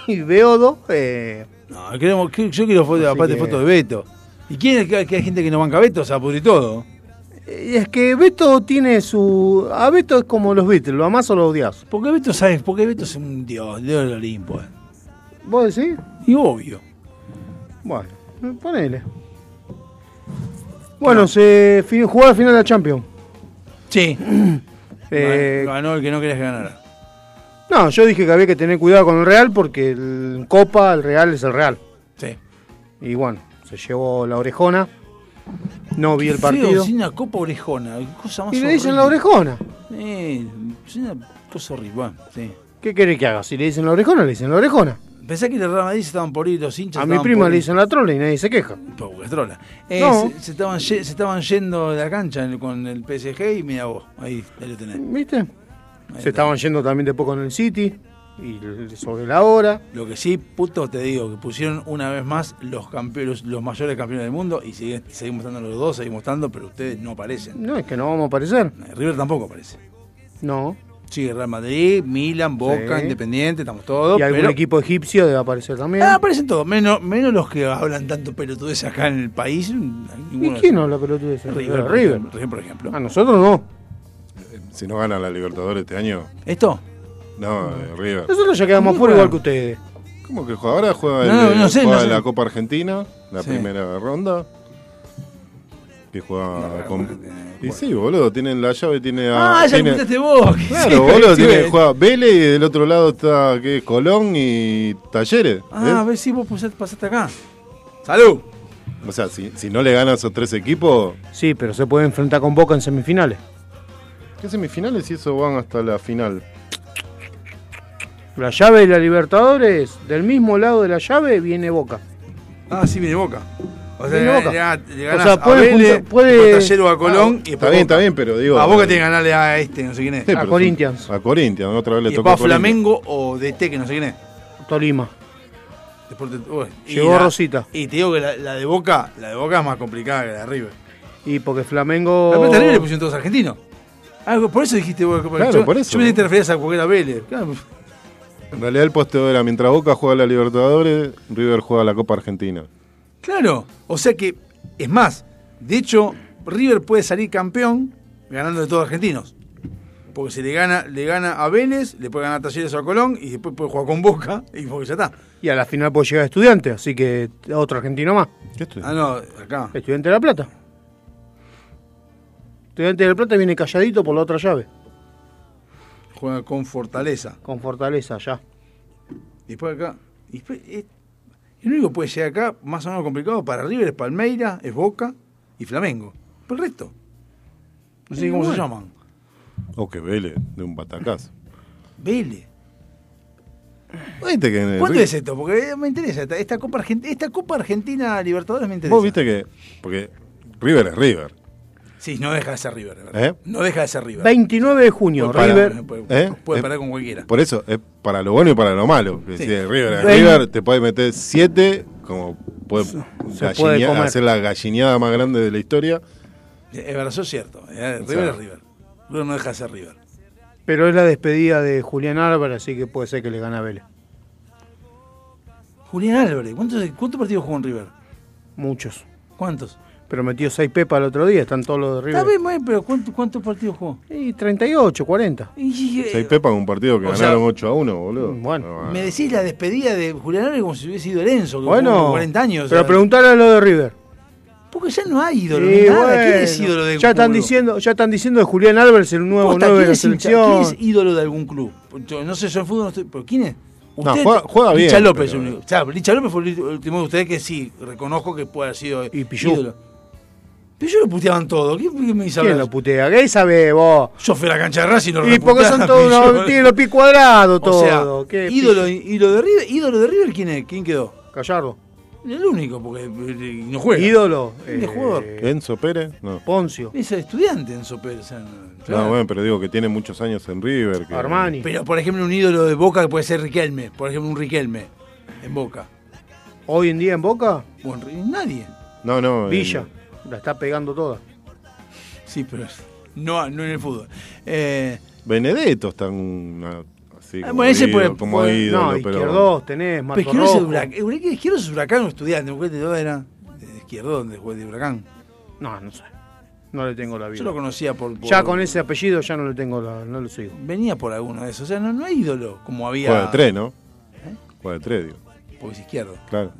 S5: y veo dos. Eh,
S3: No, queremos- que- yo quiero foto, aparte
S5: que-
S3: foto de Beto. ¿Y quién es que, que hay gente que no banca a Beto? O sea, pudre todo.
S5: y es que Beto tiene su... A Beto es como los Beatles, lo amás o lo odias.
S3: Porque Beto, ¿sabes? Porque Beto es un dios, dios del Olimpo. eh.
S5: ¿Vos decís?
S3: Y obvio.
S5: Bueno, eh, ponele. Bueno, se fi- jugó la final de la Champions.
S3: Sí.
S5: Eh,
S3: Ganó el que no querías que ganara.
S5: No, yo dije que había que tener cuidado con el Real porque el Copa, el Real es el Real.
S3: Sí.
S5: Y bueno, se llevó la orejona. No vi
S3: Qué
S5: el
S3: feo,
S5: partido.
S3: sin una copa orejona. qué Cosa más
S5: Y le dicen
S3: horrible.
S5: la orejona.
S3: Eh, es una cosa horrible. Bueno, sí.
S5: ¿Qué querés que haga? Si le dicen la orejona, le dicen la orejona.
S3: Pensé que el Real Madrid se estaban por ir, los hinchas.
S5: A mi
S3: estaban
S5: prima
S3: por
S5: le
S3: ir.
S5: dicen la trola y nadie se queja.
S3: Porque es trola. Eh,
S5: No.
S3: se, se estaban ye- se estaban yendo de la cancha en- con el PSG y mira vos, ahí, ahí lo tenés.
S5: ¿Viste? Se estaban yendo también de poco en el City. y l- sobre la hora.
S3: Lo que sí, puto, te digo, que pusieron una vez más los campe- los, los mayores campeones del mundo y sigue- seguimos estando los dos, seguimos estando, pero ustedes no aparecen.
S5: No, es que no vamos a aparecer.
S3: River tampoco aparece.
S5: No.
S3: Sigue Real Madrid, Milan, Boca,
S5: Sí.
S3: Independiente, estamos todos.
S5: y algún
S3: pero-
S5: equipo egipcio debe aparecer también.
S3: Ah, aparecen todos, menos, menos los que hablan tanto pelotudez acá en el país.
S5: ¿Y
S3: ninguno
S5: quién habla pelotudez?
S3: River, por
S5: River.
S3: ejemplo, River, por ejemplo.
S5: A nosotros no.
S2: Si no ganan la Libertadores este año.
S3: ¿Esto?
S2: No, eh, River.
S5: Nosotros ya quedamos
S2: ¿Cómo
S5: fuera igual
S2: juegan?
S5: que ustedes.
S2: ¿Cómo que juega? Ahora juega, el-
S5: No, no sé,
S2: juega
S5: no sé.
S2: la Copa Argentina, la
S5: Sí.
S2: primera ronda. Que juega con. Y sí, boludo, tienen la llave, tiene a.
S3: Ah, ya
S2: tiene-
S3: escuchaste vos.
S2: Claro, boludo, tiene, juega Vélez y del otro lado está ¿qué? Colón y Talleres. ¿eh?
S3: Ah, a ver si vos pusiste- pasaste acá. ¡Salud!
S2: O sea, si, si no le ganan esos tres equipos,
S5: Sí, pero se puede enfrentar con Boca en semifinales.
S2: ¿qué semifinales y eso van hasta la final?
S5: La llave de la Libertadores, del mismo lado de la llave viene Boca.
S3: Ah, sí, viene Boca. O sea,
S5: Viene
S3: le,
S5: Boca.
S3: le- le
S5: O
S3: ganás
S5: sea,
S3: a
S5: puede
S3: Vélez,
S5: juntar- puede- Ah,
S3: después Tallero a Colón y
S2: está bien, está bien, pero digo. eh,
S3: A Boca tiene que ganarle a este, no sé quién es.
S2: Sí, pero- A Corinthians, otra vez le
S3: Y
S2: tocó.
S3: después a
S2: Corinthians.
S3: Flamengo o DT, que no sé quién es.
S5: Tolima.
S3: Después te- uy, y
S5: Llegó
S3: la-
S5: Rosita.
S3: Y te digo que la, la de Boca, la de Boca es más complicada que la de River.
S5: Y porque Flamengo.
S3: La plata River le pusieron todos argentinos. Ah, por eso dijiste vos,
S2: Claro,
S3: yo,
S2: por eso.
S3: Yo pensé que te referías a cualquiera Vélez. Claro,
S2: En realidad el posteo era mientras Boca juega la Libertadores, River juega la Copa Argentina.
S3: Claro, o sea que, es más, de hecho, River puede salir campeón ganando de todos argentinos. Porque si le gana, le gana a Vélez, le puede ganar a Talleres o a Colón y después puede jugar con Boca y porque ya está.
S5: Y a la final puede llegar estudiante, así que otro argentino más.
S2: ¿Qué
S3: Ah,
S2: estudiante?
S3: no, acá.
S5: Estudiante de La Plata. Estudiante de La Plata viene calladito por la otra llave,
S3: Juega con Fortaleza.
S5: con Fortaleza ya.
S3: Y después acá. Y después, es- el único que puede llegar acá, más o menos complicado, para River es Palmeira, es Boca y Flamengo. Por el resto. No sé
S2: Y
S3: cómo se
S2: bueno.
S3: llaman.
S2: O que Vélez, de un batacazo.
S3: Vélez.
S2: ¿Viste que en el
S3: ¿Cuándo
S2: River-
S3: es esto? Porque eh, me interesa. Esta, esta Copa, Argent- esta Copa Argentina Libertadores me interesa.
S2: Vos viste que. Porque River es River.
S3: Sí, no deja de ser River. de verdad.
S2: ¿eh?
S3: No deja de ser River.
S5: 29 de junio,
S2: Para-
S5: River.
S2: ¿eh?
S3: Puede
S2: Es-
S3: parar con cualquiera.
S2: Por eso, es para lo bueno y para lo malo. Que
S3: Sí.
S2: si es River es
S3: Vein-
S2: River, te puede meter 7, como puede,
S5: se
S2: gallinea-
S5: puede comer.
S2: hacer la gallineada más grande de la historia.
S3: Es verdad, eso es cierto. eh,
S2: O
S3: River
S2: sea.
S3: es River. River no deja de ser River.
S5: Pero es la despedida de Julián Álvarez, así que puede ser que le gane a Vélez.
S3: Julián Álvarez, ¿cuántos, cuántos partidos jugó en River?
S5: Muchos.
S3: ¿Cuántos?
S5: Pero metió 6 pepas el otro día, están todos los de
S3: Está
S5: River.
S3: bien, bueno, pero ¿cuánto- ¿cuántos partidos jugó?
S5: Y 38, 40.
S3: Y- y-
S2: 6 pepas en un partido que
S3: o sea,
S2: ganaron 8 a 1, boludo. Ah, Bueno,
S3: Me decís la despedida de Julián Álvarez como si hubiese ido Lorenzo, que jugó
S5: Bueno,
S3: como 40 años.
S5: pero
S3: o sea,
S5: preguntarle a lo de River.
S3: porque ya no hay ídolo,
S5: Sí,
S3: ni nada.
S5: bueno,
S3: ¿Quién es ídolo de
S5: ya están
S3: club?
S5: diciendo, ya están diciendo de Julián Álvarez el nuevo
S3: Posta,
S5: nueve de
S3: ¿quién
S5: la
S3: es hincha-
S5: selección.
S3: ¿Quién es ídolo de algún club? Yo no sé, yo en fútbol no estoy. ¿Pero quién es?
S2: No, juega- juega bien,
S3: Licha López,
S2: pero-
S3: es único. Claro, Licha López fue el último de ustedes que sí, reconozco que puede haber sido y
S5: Pillú.
S3: Pero yo lo puteaban todo. ¿Qué, qué me dice
S5: ¿Quién
S3: hablar?
S5: lo putea? ¿Qué sabe vos?
S3: Yo fui a la cancha de Racing y lo
S5: Y porque son
S3: reputeaba,
S5: todos
S3: Pillú.
S5: unos, tienen los pies cuadrados
S3: O sea,
S5: Ah, todo. ¿Qué
S3: ídolo, ídolo de River, ídolo de River quién es? ¿Quién quedó?
S5: Gallardo.
S3: El único, porque eh, no juega.
S5: Ídolo,
S3: ¿Quién
S5: eh,
S3: es jugador?
S2: Enzo Pérez, no.
S5: Poncio.
S3: Es estudiante en Soper. o sea, no-
S2: No, bueno, pero digo que tiene muchos años en River. Que,
S3: Pero, por ejemplo, un ídolo de Boca que puede ser Riquelme. Por ejemplo, un Riquelme en Boca.
S5: ¿Hoy en día en Boca?
S3: O en Ri- nadie.
S2: No, no.
S5: Villa. La está pegando toda.
S3: Sí, pero no, no en el fútbol. Eh,
S2: Benedetto está en una-
S5: Eh,
S2: así
S3: Ah,
S2: como
S3: bueno, ese
S2: ídolo,
S3: puede-
S2: como
S3: puede-
S2: ídolo,
S5: no,
S2: pero...
S5: izquierdos tenés,
S3: pero
S5: Marco
S3: Izquierdo es,
S5: Rojo.
S3: el huracán, Huracán- Izquierdo es huracán o estudiante. ¿Cuál de dónde era? De izquierdo, donde jugué de huracán.
S5: No, no sé. No le tengo la vida.
S3: Yo lo conocía por. por-
S5: Ya con ese apellido ya no le tengo la, no lo sigo.
S3: Venía por alguno de esos. O sea, no, no hay ídolo como había.
S2: Juega de 3, ¿no?
S5: ¿Eh?
S2: Juega de 3, digo.
S3: Porque es izquierdo.
S2: Claro.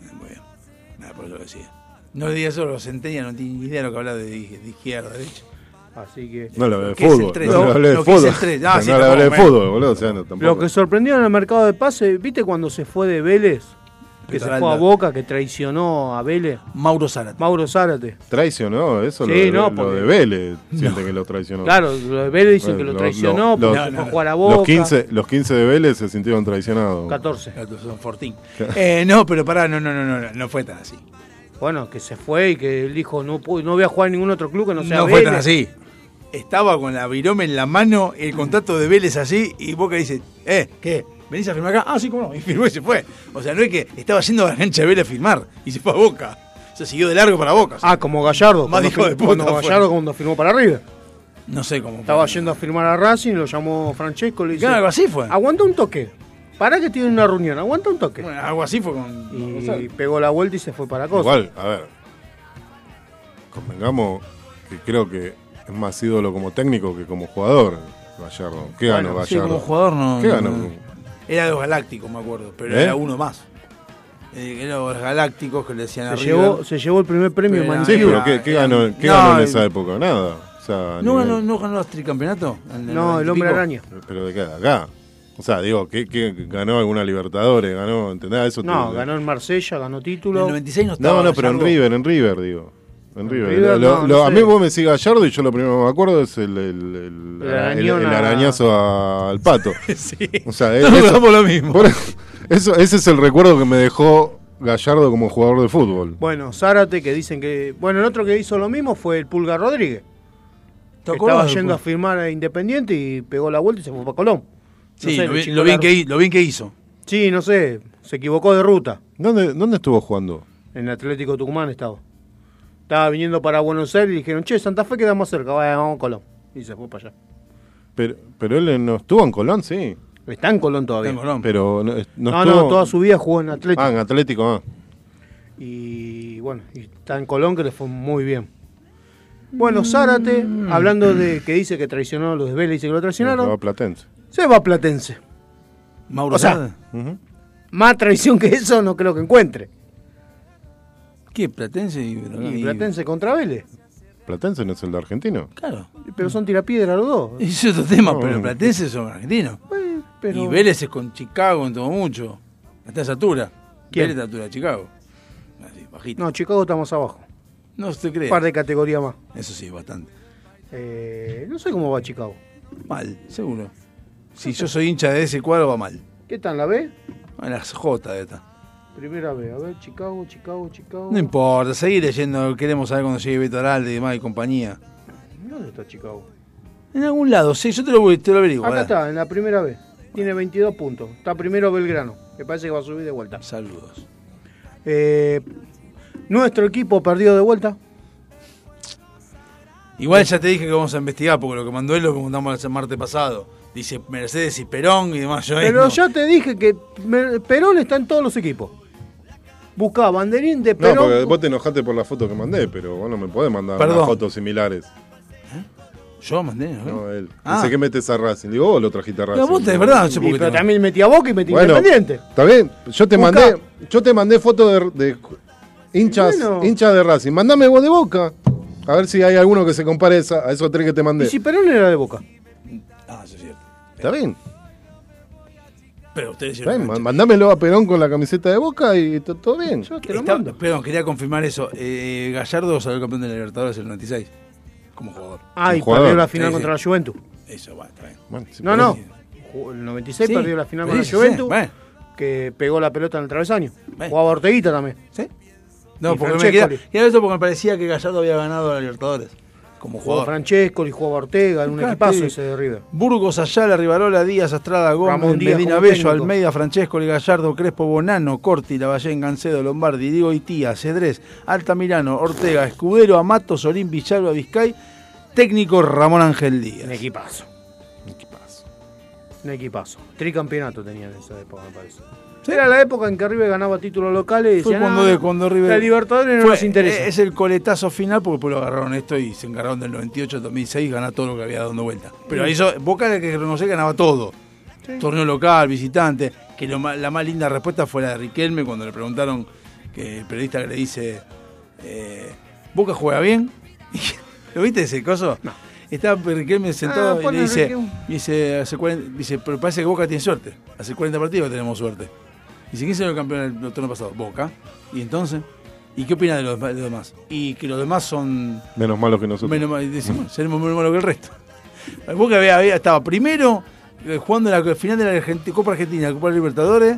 S3: Nada, Ah, por eso lo decía. No le digas eso a los centenias, no tienen ni idea de lo que habla de, de izquierda, de derecha.
S5: Así que.
S2: No lo hablé de
S3: que es el
S2: fútbol.
S3: tres.
S2: No lo hablé de
S3: que es el
S2: fútbol.
S3: tres. Ah,
S2: No
S3: sí,
S2: lo hablé de
S3: tampoco, bueno.
S2: fútbol, boludo. O sea, no, tampoco.
S5: Lo que sorprendió en el mercado de pases, ¿viste cuando se fue de Vélez? Que se
S3: Petralda.
S5: fue a Boca, que traicionó a Vélez.
S3: Mauro Zárate.
S5: Mauro Zárate.
S2: Traicionó, eso
S5: Sí,
S2: lo, de,
S5: no,
S2: lo
S5: porque-
S2: de Vélez siente que lo traicionó.
S5: Claro, lo de Vélez dicen que lo traicionó, porque se fue a jugar a Boca.
S2: Los 15, los 15 de Vélez se sintieron traicionados.
S5: 14.
S3: Son 14. Eh, no, pero pará, no, no, no, no, no, no fue tan así.
S5: Bueno, que se fue y que él dijo, no, puedo- no voy a jugar en ningún otro club que no sea
S3: No fue tan
S5: Vélez.
S3: así. Estaba con la virome en la mano, el contrato de Vélez así, y Boca dice, eh, ¿qué? ¿Venís a firmar acá? Ah, sí, cómo no. Y firmó y se fue. O sea, no es que estaba yendo a la cancha de Vélez a firmar y se fue a Boca. Se siguió de largo para Boca.
S5: Ah, como Gallardo.
S3: Más
S5: cuando
S3: hijo
S5: fir-
S3: de puta
S5: Cuando
S3: fue.
S5: Gallardo cuando firmó para arriba.
S3: No sé cómo.
S5: Estaba yendo a firmar a Racing, lo llamó Francesco, le dice.
S3: Claro, algo así fue.
S5: Aguanta un toque. Para que tiene una reunión, aguanta un toque.
S3: Bueno, algo así fue con.
S5: Y
S3: Rosario.
S5: pegó la vuelta y se fue para cosa.
S2: Igual, a ver. Convengamos que creo que es más ídolo como técnico que como jugador, Gallardo. ¿Qué ganó
S3: Bueno, sí,
S2: Gallardo?
S3: como jugador no-
S2: ¿Qué
S3: no-
S2: ganó?
S3: no. Era de los Galácticos, me acuerdo, pero
S2: ¿Eh?
S3: era uno más. Eh, era de los Galácticos que le decían a
S5: Se
S3: River.
S5: llevó, se llevó el primer premio
S3: Pero-
S5: Mancini.
S2: Sí, pero
S3: era-
S2: ¿qué, qué
S3: era-
S2: ganó, qué
S3: no,
S2: ganó en
S3: el-
S2: esa época? Nada. O sea, a
S3: ¿No,
S2: nivel-
S3: ganó, ¿No ganó los tricampeonatos?
S5: No, el hombre araña.
S2: Pero de qué, de acá. O sea, digo, ¿qué, qué ganó alguna Libertadores? ¿Ganó? ¿Entendés? A Eso te-
S5: No, ganó en Marsella, ganó título. En el
S3: 96
S2: No, no, pero en River, en River, digo. En River.
S5: River,
S2: Lo-
S5: no,
S2: lo-
S5: no
S2: a
S5: sé.
S2: mí vos me decís Gallardo y yo lo primero que me acuerdo es el, el- el-
S5: El
S2: ara- el-
S5: arañón
S2: el
S5: a-
S2: arañazo a- al pato.
S3: Sí.
S2: O sea,
S3: Todos damos lo mismo.
S2: por- eso, ese es el recuerdo que me dejó Gallardo como jugador de fútbol.
S5: Bueno, Zárate que dicen que. Bueno, el otro que hizo lo mismo fue el Pulga Rodríguez. Que
S3: acuerdas
S5: estaba
S3: del
S5: yendo a
S3: Pulga?
S5: firmar a Independiente y pegó la vuelta y se fue para Colón. No
S3: Sí,
S5: sé,
S3: lo,
S5: le
S3: bien,
S5: chingó
S3: lo bien
S5: la-
S3: que, hi- lo bien que hizo.
S5: Sí, no sé, se equivocó de ruta.
S2: ¿Dónde, dónde estuvo jugando?
S5: En Atlético Tucumán estaba. Estaba viniendo para Buenos Aires y dijeron, che, Santa Fe queda más cerca, vaya, vamos a Colón. Y se fue para allá.
S2: Pero, pero él no estuvo en Colón, sí.
S5: Está en Colón todavía.
S2: Pero no, es- no
S5: No, no,
S2: estuvo...
S5: toda su vida jugó en Atlético.
S2: Ah, en Atlético, ah.
S5: Y bueno, y está en Colón que le fue muy bien. Bueno, Zárate,
S3: Mm.
S5: hablando de que dice que traicionó a los de Vélez, dice que lo traicionaron.
S2: No, a Platense.
S5: Se va a Platense.
S3: Mauro
S5: O sea,
S3: Zárate.
S5: Más traición que eso no creo que encuentre.
S3: ¿Qué? Platense y,
S5: Y Platense contra Vélez.
S2: Platense no es el de argentino.
S3: Claro.
S5: Pero son tirapiedra los dos.
S3: Es otro tema, pero Platense son argentinos.
S5: pero-
S3: Y Vélez es con Chicago en todo mucho. Hasta esa altura.
S5: ¿Quién?
S3: Vélez está a altura de Chicago. Así, bajito.
S5: No, Chicago está más abajo.
S3: No se cree.
S5: Un par de categorías más.
S3: Eso sí, bastante.
S5: Eh, no sé cómo va Chicago.
S3: Mal, seguro. Si yo soy hincha de ese cuadro, va mal.
S5: ¿Qué tal la B?
S3: A las J de esta.
S5: Primera B. A ver, Chicago, Chicago, Chicago.
S3: No importa, seguí leyendo. Queremos saber cuando llegue Beto Aralde y demás y compañía.
S5: ¿Dónde está Chicago?
S3: En algún lado, sí, yo te lo, voy- te lo averiguo.
S5: Acá
S3: pará.
S5: está, en la primera vez. Tiene 22 puntos. Está primero Belgrano. Me parece que va a subir de vuelta. Eh,
S3: Saludos.
S5: nuestro equipo perdió de vuelta.
S3: Igual ya te dije que vamos a investigar, porque lo que mandó él lo preguntamos el martes pasado. Dice Mercedes y Perón y demás. Yo ahí
S5: Pero
S3: no.
S5: ya te dije que Mer- Perón está en todos los equipos. Buscá banderín de
S2: No,
S5: Perón.
S2: porque vos te enojaste por la foto que mandé, pero vos no me podés mandar
S3: Perdón.
S2: unas fotos similares.
S3: Yo mandé, ¿no?
S2: No, él.
S3: Ah.
S2: Dice que metes a Racing. Digo, vos lo trajiste a Racing.
S3: vos te- es verdad, no sé por
S5: Y,
S3: qué
S5: pero
S3: te-
S5: también metí a Boca y metí
S2: Bueno,
S5: Independiente.
S2: Está bien, yo te
S5: Busca.
S2: mandé, yo te mandé fotos de, de hinchas,
S5: Bueno.
S2: hinchas de Racing. Mandame vos de Boca. A ver si hay alguno que se compare esa- a esos tres que te mandé.
S5: Y si Perón era de Boca.
S3: Ah, eso es cierto.
S2: Está bien,
S3: Pero ustedes
S2: está bien. ma- Mandámelo a Perón con la camiseta de Boca y to- todo bien.
S3: Está- Perdón, quería confirmar eso. Eh, Gallardo salió campeón de la Libertadores en el 96. Como jugador.
S5: Ah, y
S3: Como jugador.
S5: perdió la final
S3: Sí, sí.
S5: contra la Juventus.
S3: Eso, bueno, está bien.
S5: no, no. Ju- El 96
S3: Sí,
S5: perdió la final
S3: sí,
S5: contra la
S3: sí,
S5: Juventus.
S3: bueno.
S5: Que pegó la pelota en el travesaño. Jugaba Orteguita también.
S3: ¿Sí? No,
S5: Y
S3: porque me quería,
S5: Francescoli.
S3: quería eso porque me parecía que Gallardo había ganado la Libertadores. Como
S5: Jugaba
S3: jugador.
S5: Francesco y jugaba Ortega en un
S3: Fíjate.
S5: equipazo ese de River.
S3: Burgos, Ayala, Rivarola, Díaz, Astrada, Gómez,
S5: Ramón Díaz
S3: Medina
S5: como
S3: Bello,
S5: técnico.
S3: Almeida, Francesco, Gallardo, Crespo, Bonano, Corti, Lavallén, Gancedo, Lombardi, Diego Itía, Cedrés, Altamirano, Ortega, Escudero, Amato, Solín, Villalba, Vizcay, técnico Ramón Ángel Díaz.
S5: Un equipazo. Un equipazo. Tricampeonato tenían en esa época, me parece. Era la época en que River ganaba títulos locales y
S3: Fue
S5: decían,
S3: cuando,
S5: "Ah,
S3: de- cuando River.
S5: La Libertadores no
S3: Fue-
S5: nos interesa.
S3: eh, Es el coletazo final porque después lo agarraron esto y se encargaron del 98 al 2006 ganar todo lo que había dando vuelta. Pero
S5: Sí.
S3: ahí eso, Boca era el que reconocer ganaba todo.
S5: Sí.
S3: Torneo local, visitante. Que lo ma- la más linda respuesta fue la de Riquelme cuando le preguntaron que el periodista que le dice eh, Boca juega bien. ¿Lo viste ese coso? No. Estaba Riquelme sentado y
S5: pone
S3: le dice,
S5: Riquelme.
S3: dice, hace 40 dice, pero parece que Boca tiene suerte. Hace 40 partidos que tenemos suerte. Dice, ¿quién salió campeón el torneo pasado? Boca. ¿Y entonces? ¿Y qué opina de los, de los demás? Y que los demás son
S2: Menos malo que nosotros.
S3: menos mal- decimos, seremos menos malos que el resto. Boca había, había- estaba primero eh, jugando la final de la Argenti- Copa Argentina, la Copa Libertadores,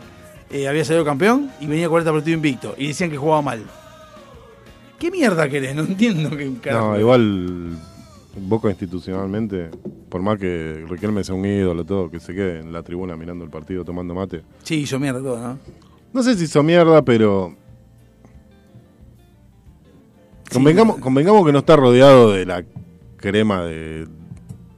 S3: eh, había salido campeón y venía 40 partidos invicto. Y decían que jugaba mal. ¿Qué mierda querés? No entiendo qué carajo.
S2: No, igual Boca institucionalmente, por más que Riquelme sea un ídolo, todo, que se quede en la tribuna mirando el partido tomando mate.
S3: Sí, hizo mierda todo, ¿no?
S2: No sé si hizo mierda, pero. Convengamos, convengamos que no está rodeado de la crema de.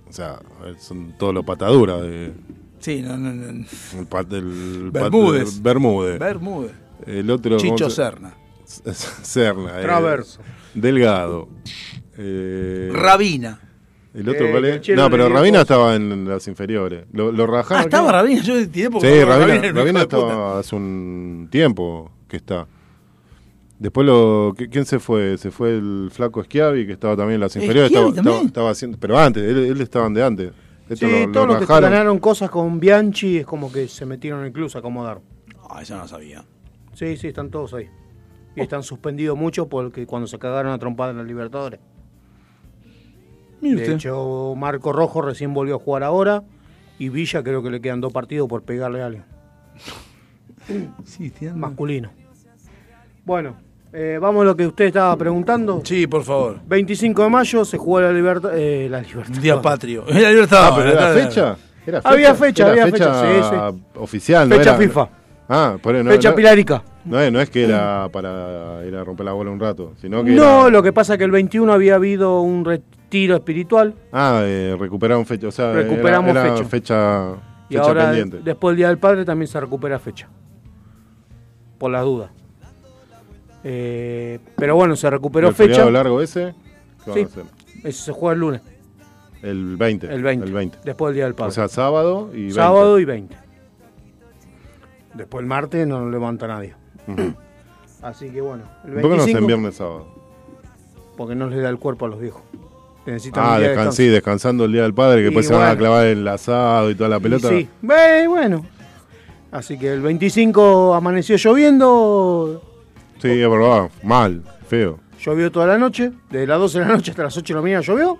S2: O sea, son todos los pataduras de.
S3: Sí, no, no, no.
S2: El pat- el pat-
S3: Bermúdez.
S2: Bermúdez.
S3: Bermúdez.
S2: El otro. ¿cómo
S3: Chicho
S2: se-
S3: Serna.
S2: Serna. eh,
S3: Traverso.
S2: Delgado. eh,
S3: Rabina.
S2: ¿El otro
S3: Eh,
S2: cuál es?
S3: Cochero
S2: No, pero
S3: le dio
S2: Rabina
S3: cosa.
S2: estaba en las inferiores. Lo, lo rajaron.
S3: Ah, estaba
S2: ¿no?
S3: Rabina, yo tiré porque
S2: Sí,
S3: no,
S2: Rabina,
S3: era un hijo
S2: Rabina
S3: de puta.
S2: estaba hace un tiempo que está. Después lo ¿qui- quién se fue? Se fue el flaco Schiavi que estaba también en las inferiores,
S5: Schiavi
S2: estaba, estaba-
S5: también.
S2: estaba haciendo, pero antes, él, él estaban de antes. Esto
S5: sí,
S2: lo- lo
S5: todos los que
S2: rajaron.
S5: ganaron cosas con Bianchi es como que se metieron incluso a acomodar.
S3: Ah, eso no sabía.
S5: Sí, sí, están todos ahí. Y están suspendidos mucho porque cuando se cagaron a trompada en los Libertadores.
S3: Mire
S5: de
S3: usted.
S5: hecho, Marco Rojo recién volvió a jugar ahora y Villa creo que le quedan dos partidos por pegarle a alguien.
S3: Sí, tiene-
S5: Masculino. Bueno, eh, vamos a lo que usted estaba preguntando.
S3: Sí, por favor.
S5: 25 de mayo se jugó la libertad. eh, la libertad.
S3: Día patrio. Era libertad.
S2: Ah, pero era
S3: Era-
S2: fecha. Era
S5: Había fecha,
S2: era
S5: había fecha, sí,
S2: oficial, no
S5: Fecha
S2: era-
S5: FIFA.
S2: Ah, por ahí no,
S5: Fecha
S2: no-
S5: pilarica.
S2: No, es- no es que era para ir a romper la bola un rato, sino que
S5: No,
S2: era-
S5: lo que pasa es que el 21 había habido un retiro espiritual
S2: ah, eh, recuperaron fecha, o sea, era-
S5: Recuperamos
S2: era
S5: fecha.
S2: fecha
S5: y
S2: fecha
S5: ahora
S2: pendiente.
S5: después del Día del Padre también se recupera fecha. Por las dudas. Eh, pero bueno, se recuperó
S2: ¿El
S5: fecha.
S2: feriado largo ese? ¿Qué van
S5: Sí,
S2: a hacer?
S5: ese se juega el lunes,
S2: El 20.
S5: El 20. después del Día del Padre.
S2: O sea, sábado y 20.
S5: Sábado y 20. Después el martes no lo levanta nadie.
S2: Ujú.
S5: Así que bueno, el
S2: ¿Por qué no
S5: 25,
S2: hacen viernes sábado?
S5: porque no le da el cuerpo a los viejos. Necesitan
S2: Ah,
S5: un día de
S2: descan-
S5: descanso.
S2: sí, descansando el día del padre, que
S5: Y
S2: después se van a
S5: bueno.
S2: clavar el asado y toda la
S5: Y
S2: pelota.
S5: Sí, Ve, bueno. Así que el 25 amaneció lloviendo,
S2: Sí, es verdad. Mal, feo.
S5: llovió toda la noche, desde las 12 de la noche hasta las 8 de la mañana llovió,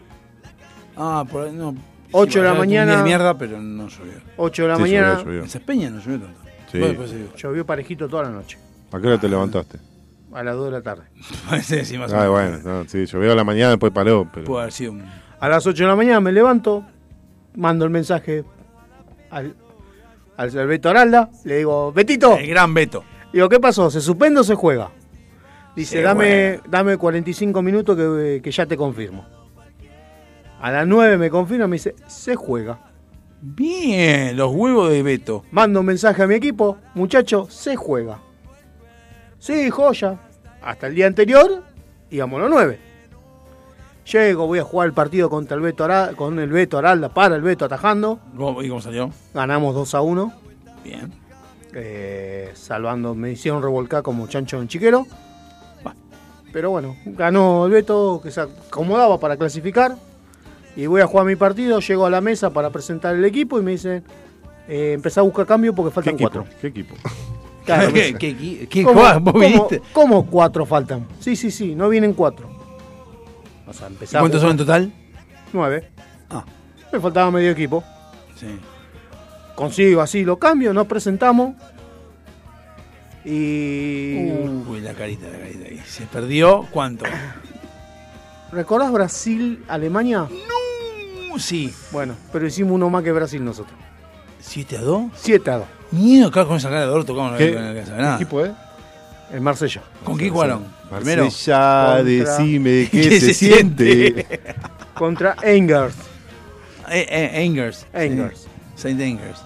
S3: Ah, por ahí no.
S5: 8 de la
S3: allá
S5: mañana.
S3: tenía mierda, pero no llovió.
S5: 8 de la Sí, llovió, mañana. llovió.
S3: En Cespeña no llovió tanto.
S2: Sí.
S3: Bueno, pues, sí.
S5: llovió parejito toda la noche,
S2: ¿A qué hora te levantaste?
S5: a las 2 de la tarde.
S3: Parece sí, Ah, más o
S2: Ah,
S3: menos.
S2: bueno, no, sí, llovió a la mañana, después paró. Pero...
S3: Puede haber sido un...
S5: A las 8 de la mañana me levanto, mando el mensaje al, al, al Beto Aralda, le digo, Betito,
S3: El gran Beto.
S5: digo, ¿qué pasó? ¿Se suspende o se juega? Dice,
S3: Se
S5: dame, dame 45 minutos que, que ya te confirmo. A las 9 me confirma, me dice, se juega.
S3: Bien, los huevos de Beto.
S5: Mando un mensaje a mi equipo, muchacho, se juega. Sí, joya. Hasta el día anterior íbamos a los 9. Llego, voy a jugar el partido contra el Beto Aralda, con el Beto Aralda, para el Beto atajando.
S3: ¿Cómo- ¿Y cómo salió?
S5: Ganamos 2 a 1,
S3: Bien.
S5: eh, salvando, me hicieron revolcar como chancho en chiquero. Pero bueno, ganó el Beto, que se acomodaba para clasificar. Y voy a jugar mi partido, llego a la mesa para presentar el equipo y me dicen, eh, empezá a buscar cambio porque faltan
S2: equipo?
S5: 4.
S2: ¿Qué equipo?
S5: Claro,
S3: ¿Qué,
S5: me-
S3: qué, qué, qué-
S5: ¿Cómo,
S3: cuá- vos
S5: cómo-
S3: viniste?
S5: cómo cuatro faltan? Sí, sí, sí, no vienen cuatro. O sea, empezamos.
S3: ¿Cuántos son en total? Ah.
S5: Nueve. Me faltaba medio equipo.
S3: Sí.
S5: Consigo así, lo cambio, nos presentamos. Y.
S3: Uh. Uy, la carita, la carita. ahí. Se perdió, ¿cuánto?
S5: ¿Recordás Brasil, Alemania?
S3: Uh, sí.
S5: Bueno, pero hicimos uno más que Brasil nosotros.
S3: ¿7 a 2?
S5: 7 a 2.
S3: Miedo acá con esa cara de orto, ¿cómo no
S5: ¿Qué?
S3: no alcanza a saber
S5: ¿Qué
S3: nada?
S5: equipo es? El Marsella.
S3: ¿Con qué jugaron? Primero.
S2: Marsella,
S5: Contra-
S2: decime qué, se, siente.
S5: Contra Engers.
S3: Eh, eh, Angers.
S5: Angers.
S3: Saint Angers.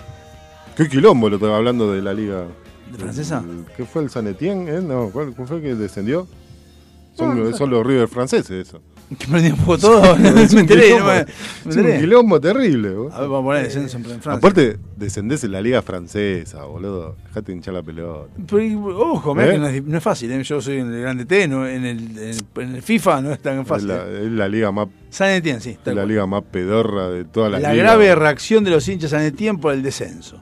S2: Qué quilombo lo estaba hablando de la liga.
S3: ¿De francesa?
S2: ¿Qué fue el Sanetien? Eh? No, ¿cuál, cuál fue el que descendió?
S5: No,
S2: Son,
S5: no
S2: los-
S5: sé.
S2: son los River franceses, eso.
S3: Ah, Que perdieron un poco todo. me
S2: Es un
S3: enteré, no
S2: quilombo.
S3: me, me
S2: Es un
S3: enteré.
S2: quilombo terrible, boludo.
S3: A ver, vamos a poner descenso en Francia.
S2: Aparte, descendés en la liga francesa, boludo. Dejate hinchar la pelota.
S3: Pero, ojo, mirá
S2: ¿Eh?
S3: que no es, no es fácil. ¿eh? Yo soy el grande T, no, en, el, en, el- en el FIFA no es tan
S2: Es
S3: fácil.
S2: la,
S5: ¿eh?
S2: es la liga más
S3: Sanetien, sí.
S2: es la liga más pedorra de todas
S3: La,
S2: las ligas.
S3: grave reacción de los hinchas en el tiempo del descenso.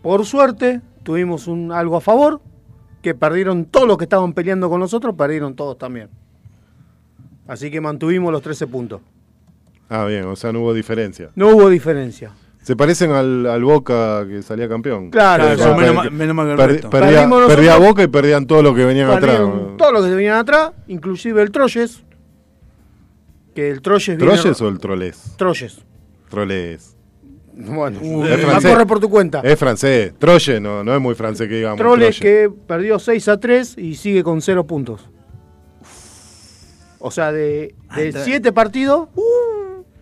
S5: Por suerte, tuvimos un, algo a favor, que perdieron todos los que estaban peleando con nosotros, perdieron todos también. Así que mantuvimos los 13 puntos.
S2: Ah, bien, o sea, no hubo diferencia.
S5: No hubo diferencia.
S2: Se parecen al, al Boca que salía campeón.
S5: Claro,
S2: Que-
S5: claro,
S2: que-
S5: menos
S2: que-
S5: mal- menos mal que el
S2: perdi-
S5: resto.
S2: perdía,
S5: Perdimos nosotros.
S2: perdía Boca y perdían todos los que venían atrás.
S5: Perdieron todos los que se venían atrás, inclusive el Troyes, Que el Eh, Troyes viene-
S2: ¿Troyes o el Troles?
S5: Troyes.
S2: Troles.
S5: Bueno,
S2: Es
S5: eh,
S2: francés.
S5: la corre por tu cuenta.
S2: Es francés. Troyes no, no es muy francés que digamos.
S5: Troles
S2: Troyes.
S5: que perdió 6 a 3 y sigue con 0 puntos. O sea, de
S2: Ah, está-
S5: 7 partidos,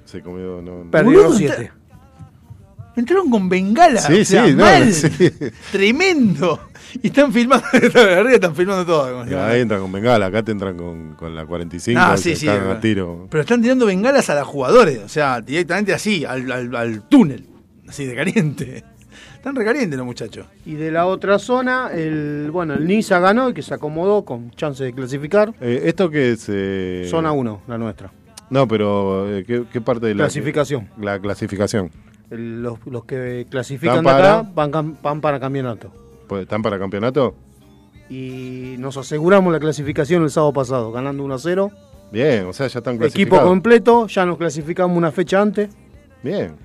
S2: Se comió. No,
S5: perdió 7.
S3: Entraron con bengala.
S2: Sí,
S3: o sea,
S2: sí, no,
S3: mal.
S2: sí.
S3: Tremendo. Y están filmando. Arriba están filmando todo. como se llama.
S2: Ahí entran con bengala, acá te entran con, con la 45.
S3: Ah,
S2: y
S3: sí,
S2: te
S3: sí,
S2: cagan
S3: es
S2: a
S3: verdad.
S2: tiro.
S3: Pero están tirando bengalas a los jugadores. O sea, directamente así, al, al- al túnel. Así de caliente. Están recalientes los muchachos.
S5: Y de la otra zona, el bueno, el Niza ganó y que se acomodó con chance de clasificar.
S2: Eh, ¿Esto qué es? eh?
S5: Zona 1, la nuestra.
S2: No, pero eh, ¿qué, qué parte de la.
S5: Clasificación.
S2: La clasificación.
S5: El- los, los que clasifican
S2: Van
S5: de
S2: para-
S5: acá van, cam- van para campeonato.
S2: Pues, ¿Están para campeonato?
S5: Y nos aseguramos la clasificación el sábado pasado, ganando 1 a 0.
S2: Bien, o sea, ya están
S5: Equipo
S2: clasificados.
S5: completo, ya nos clasificamos una fecha antes.
S2: Bien.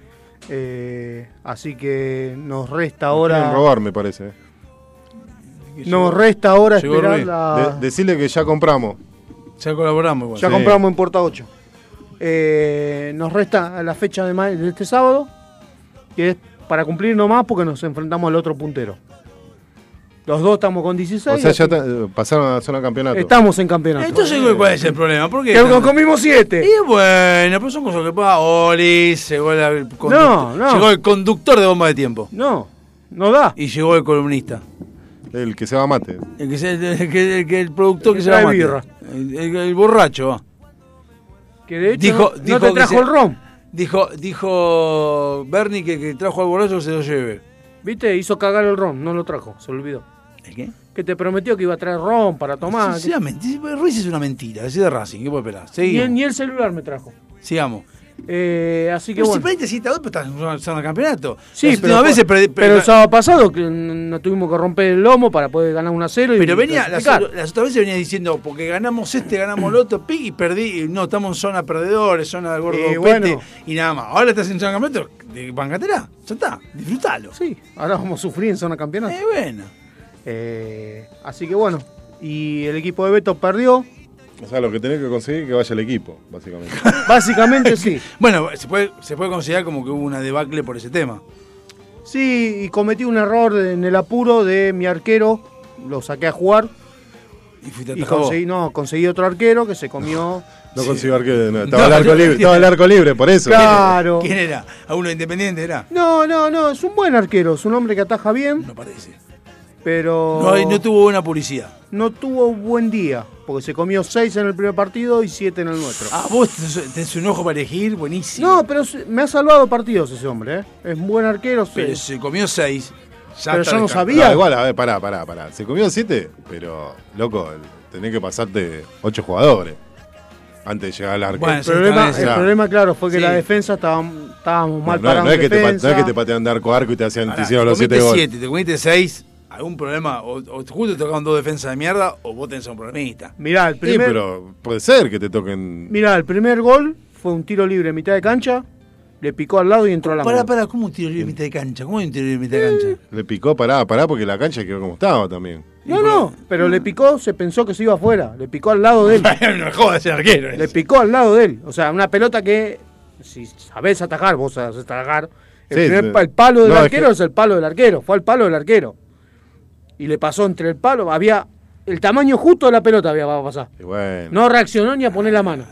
S5: Eh, así que nos resta
S2: Quieren
S5: ahora.
S2: robar, me parece. eh.
S5: Nos resta ahora esperar la.
S2: De- decirle que ya compramos.
S15: Ya colaboramos
S5: ya compramos en Porta 8. Eh, nos resta la fecha de, ma- de este sábado, que es para cumplir nomás porque nos enfrentamos al otro puntero. Los dos estamos con 16.
S2: O sea, ya
S5: así-
S2: ta- eh, pasaron a la zona campeonato.
S5: Estamos en campeonato.
S3: Entonces, Eh, ¿cuál es el problema? ¿Por qué?
S5: Que nos comimos siete.
S3: Y bueno, pero son cosas que pasa. Olis, llegó, la- el conduct-
S5: No, no.
S3: llegó el conductor de bomba de tiempo.
S5: No, no da.
S3: Y llegó el columnista.
S2: El que se va a mate.
S3: El que, se- el que- el que- el productor
S5: El que
S3: que, se llama. este.
S5: trae birra.
S3: El, el- el borracho, va.
S5: Que de hecho
S3: dijo,
S5: no- no
S3: dijo
S5: te
S3: que
S5: trajo
S3: se-
S5: el rom.
S3: Dijo, dijo Bernie que, que trajo al borracho que se lo lleve.
S5: ¿Viste? Hizo cagar el ron, no lo trajo, se olvidó.
S3: ¿El qué?
S5: Que te prometió que iba a traer ron para tomar.
S3: Sí, sí, la mentira. Ruiz es una mentira, es de Racing, ¿qué puede esperar?
S5: ni,
S3: Seguimos.
S5: el, ni el celular me trajo.
S3: Sigamos.
S5: Eh, así que
S3: Pero
S5: bueno.
S3: si perdiste 7 a 2, pero pues estás en una zona de campeonato.
S5: Sí,
S3: Las últimas
S5: pero,
S3: veces perdi-
S5: pero el sábado pasado que n- nos tuvimos que romper el lomo para poder ganar 1 a 0.
S3: Pero venía, las, las otras veces venía diciendo, porque ganamos este, ganamos el otro, pi, y perdí, y no, estamos en zona perdedores, zona de gordo
S5: Y
S3: pete,
S5: Eh, bueno.
S3: y nada más. Ahora estás en zona de campeonato, de- bancatela, ya está, disfrutalo.
S5: Sí, ahora vamos a sufrir en zona campeonato. Eh,
S3: Eh, bueno.
S5: así que bueno. Y el equipo de Beto perdió.
S2: O sea, lo que tenés que conseguir es que vaya el equipo, básicamente.
S5: Básicamente sí.
S3: Bueno, se puede, se puede considerar como que hubo una debacle por ese tema.
S5: Sí, y cometí un error en el apuro de mi arquero. Lo saqué a jugar.
S3: Y fuiste
S5: Y
S3: atajado vos.
S5: conseguí, no, conseguí otro arquero que se comió.
S2: No consigo arquero. no, estaba,
S3: No,
S2: el arco
S3: yo-
S2: libre, estaba el arco libre, por eso.
S5: Claro.
S3: ¿Quién era? ¿A uno independiente era?
S5: No, no, no, es un buen arquero, es un hombre que ataja bien. No
S3: parece.
S5: Pero
S3: No, y no tuvo buena publicidad.
S5: no tuvo un buen día, porque se comió 6 en el primer partido y 7 en el nuestro.
S3: Ah, vos tenés- tenés un ojo para elegir, buenísimo.
S5: No, pero se- me ha salvado partidos ese hombre, ¿eh? Es un buen arquero, sí.
S3: Pero se comió seis. Ya
S5: Pero
S3: está
S5: yo no
S3: descartado.
S5: sabía.
S2: No, igual, a ver, pará, pará, pará. Se comió siete, pero, loco, tenés que pasarte ocho jugadores antes de llegar al arco.
S5: el, problema, el problema, claro, fue que
S2: Sí.
S5: la defensa estaba- estábamos mal
S2: no, no,
S5: parados.
S2: es que te, pa-
S5: defensa.
S2: no es que te patean de arco a arco y te hacían te
S3: Pará,
S2: hicieron
S3: te
S2: los siete
S3: comiste
S2: goles.
S3: siete, te comiste seis, algún problema, o, o justo te tocaban dos defensas de mierda, o vos tenés un problemista.
S5: Mirá, el
S2: Sí,
S5: primer,
S2: pero puede ser que te toquen.
S5: mirá, el primer gol fue un tiro libre en mitad de cancha, le picó al lado y entró a la
S3: Pará,
S5: mano.
S3: pará, Ah, ¿cómo un tiro libre en mitad de cancha? ¿Cómo hay un tiro libre en mitad de cancha?
S2: Eh, Le picó, pará, pará, porque la cancha quedó como estaba también.
S5: No, no, pero le picó, se pensó que se iba afuera, le picó al lado de él.
S3: no jodas ese arquero.
S5: Le picó al lado de él. O sea, una pelota que, si sabés atajar, vos sabés atajar. El,
S2: Sí,
S5: primer
S2: sí.
S5: pa- el palo del
S2: No, es
S5: arquero es,
S2: que-
S5: el palo del arquero. Fue al palo del arquero. Y le pasó entre el palo. Había. El tamaño justo de la pelota había para pasar.
S2: Y bueno,
S5: No reaccionó ni a poner la mano.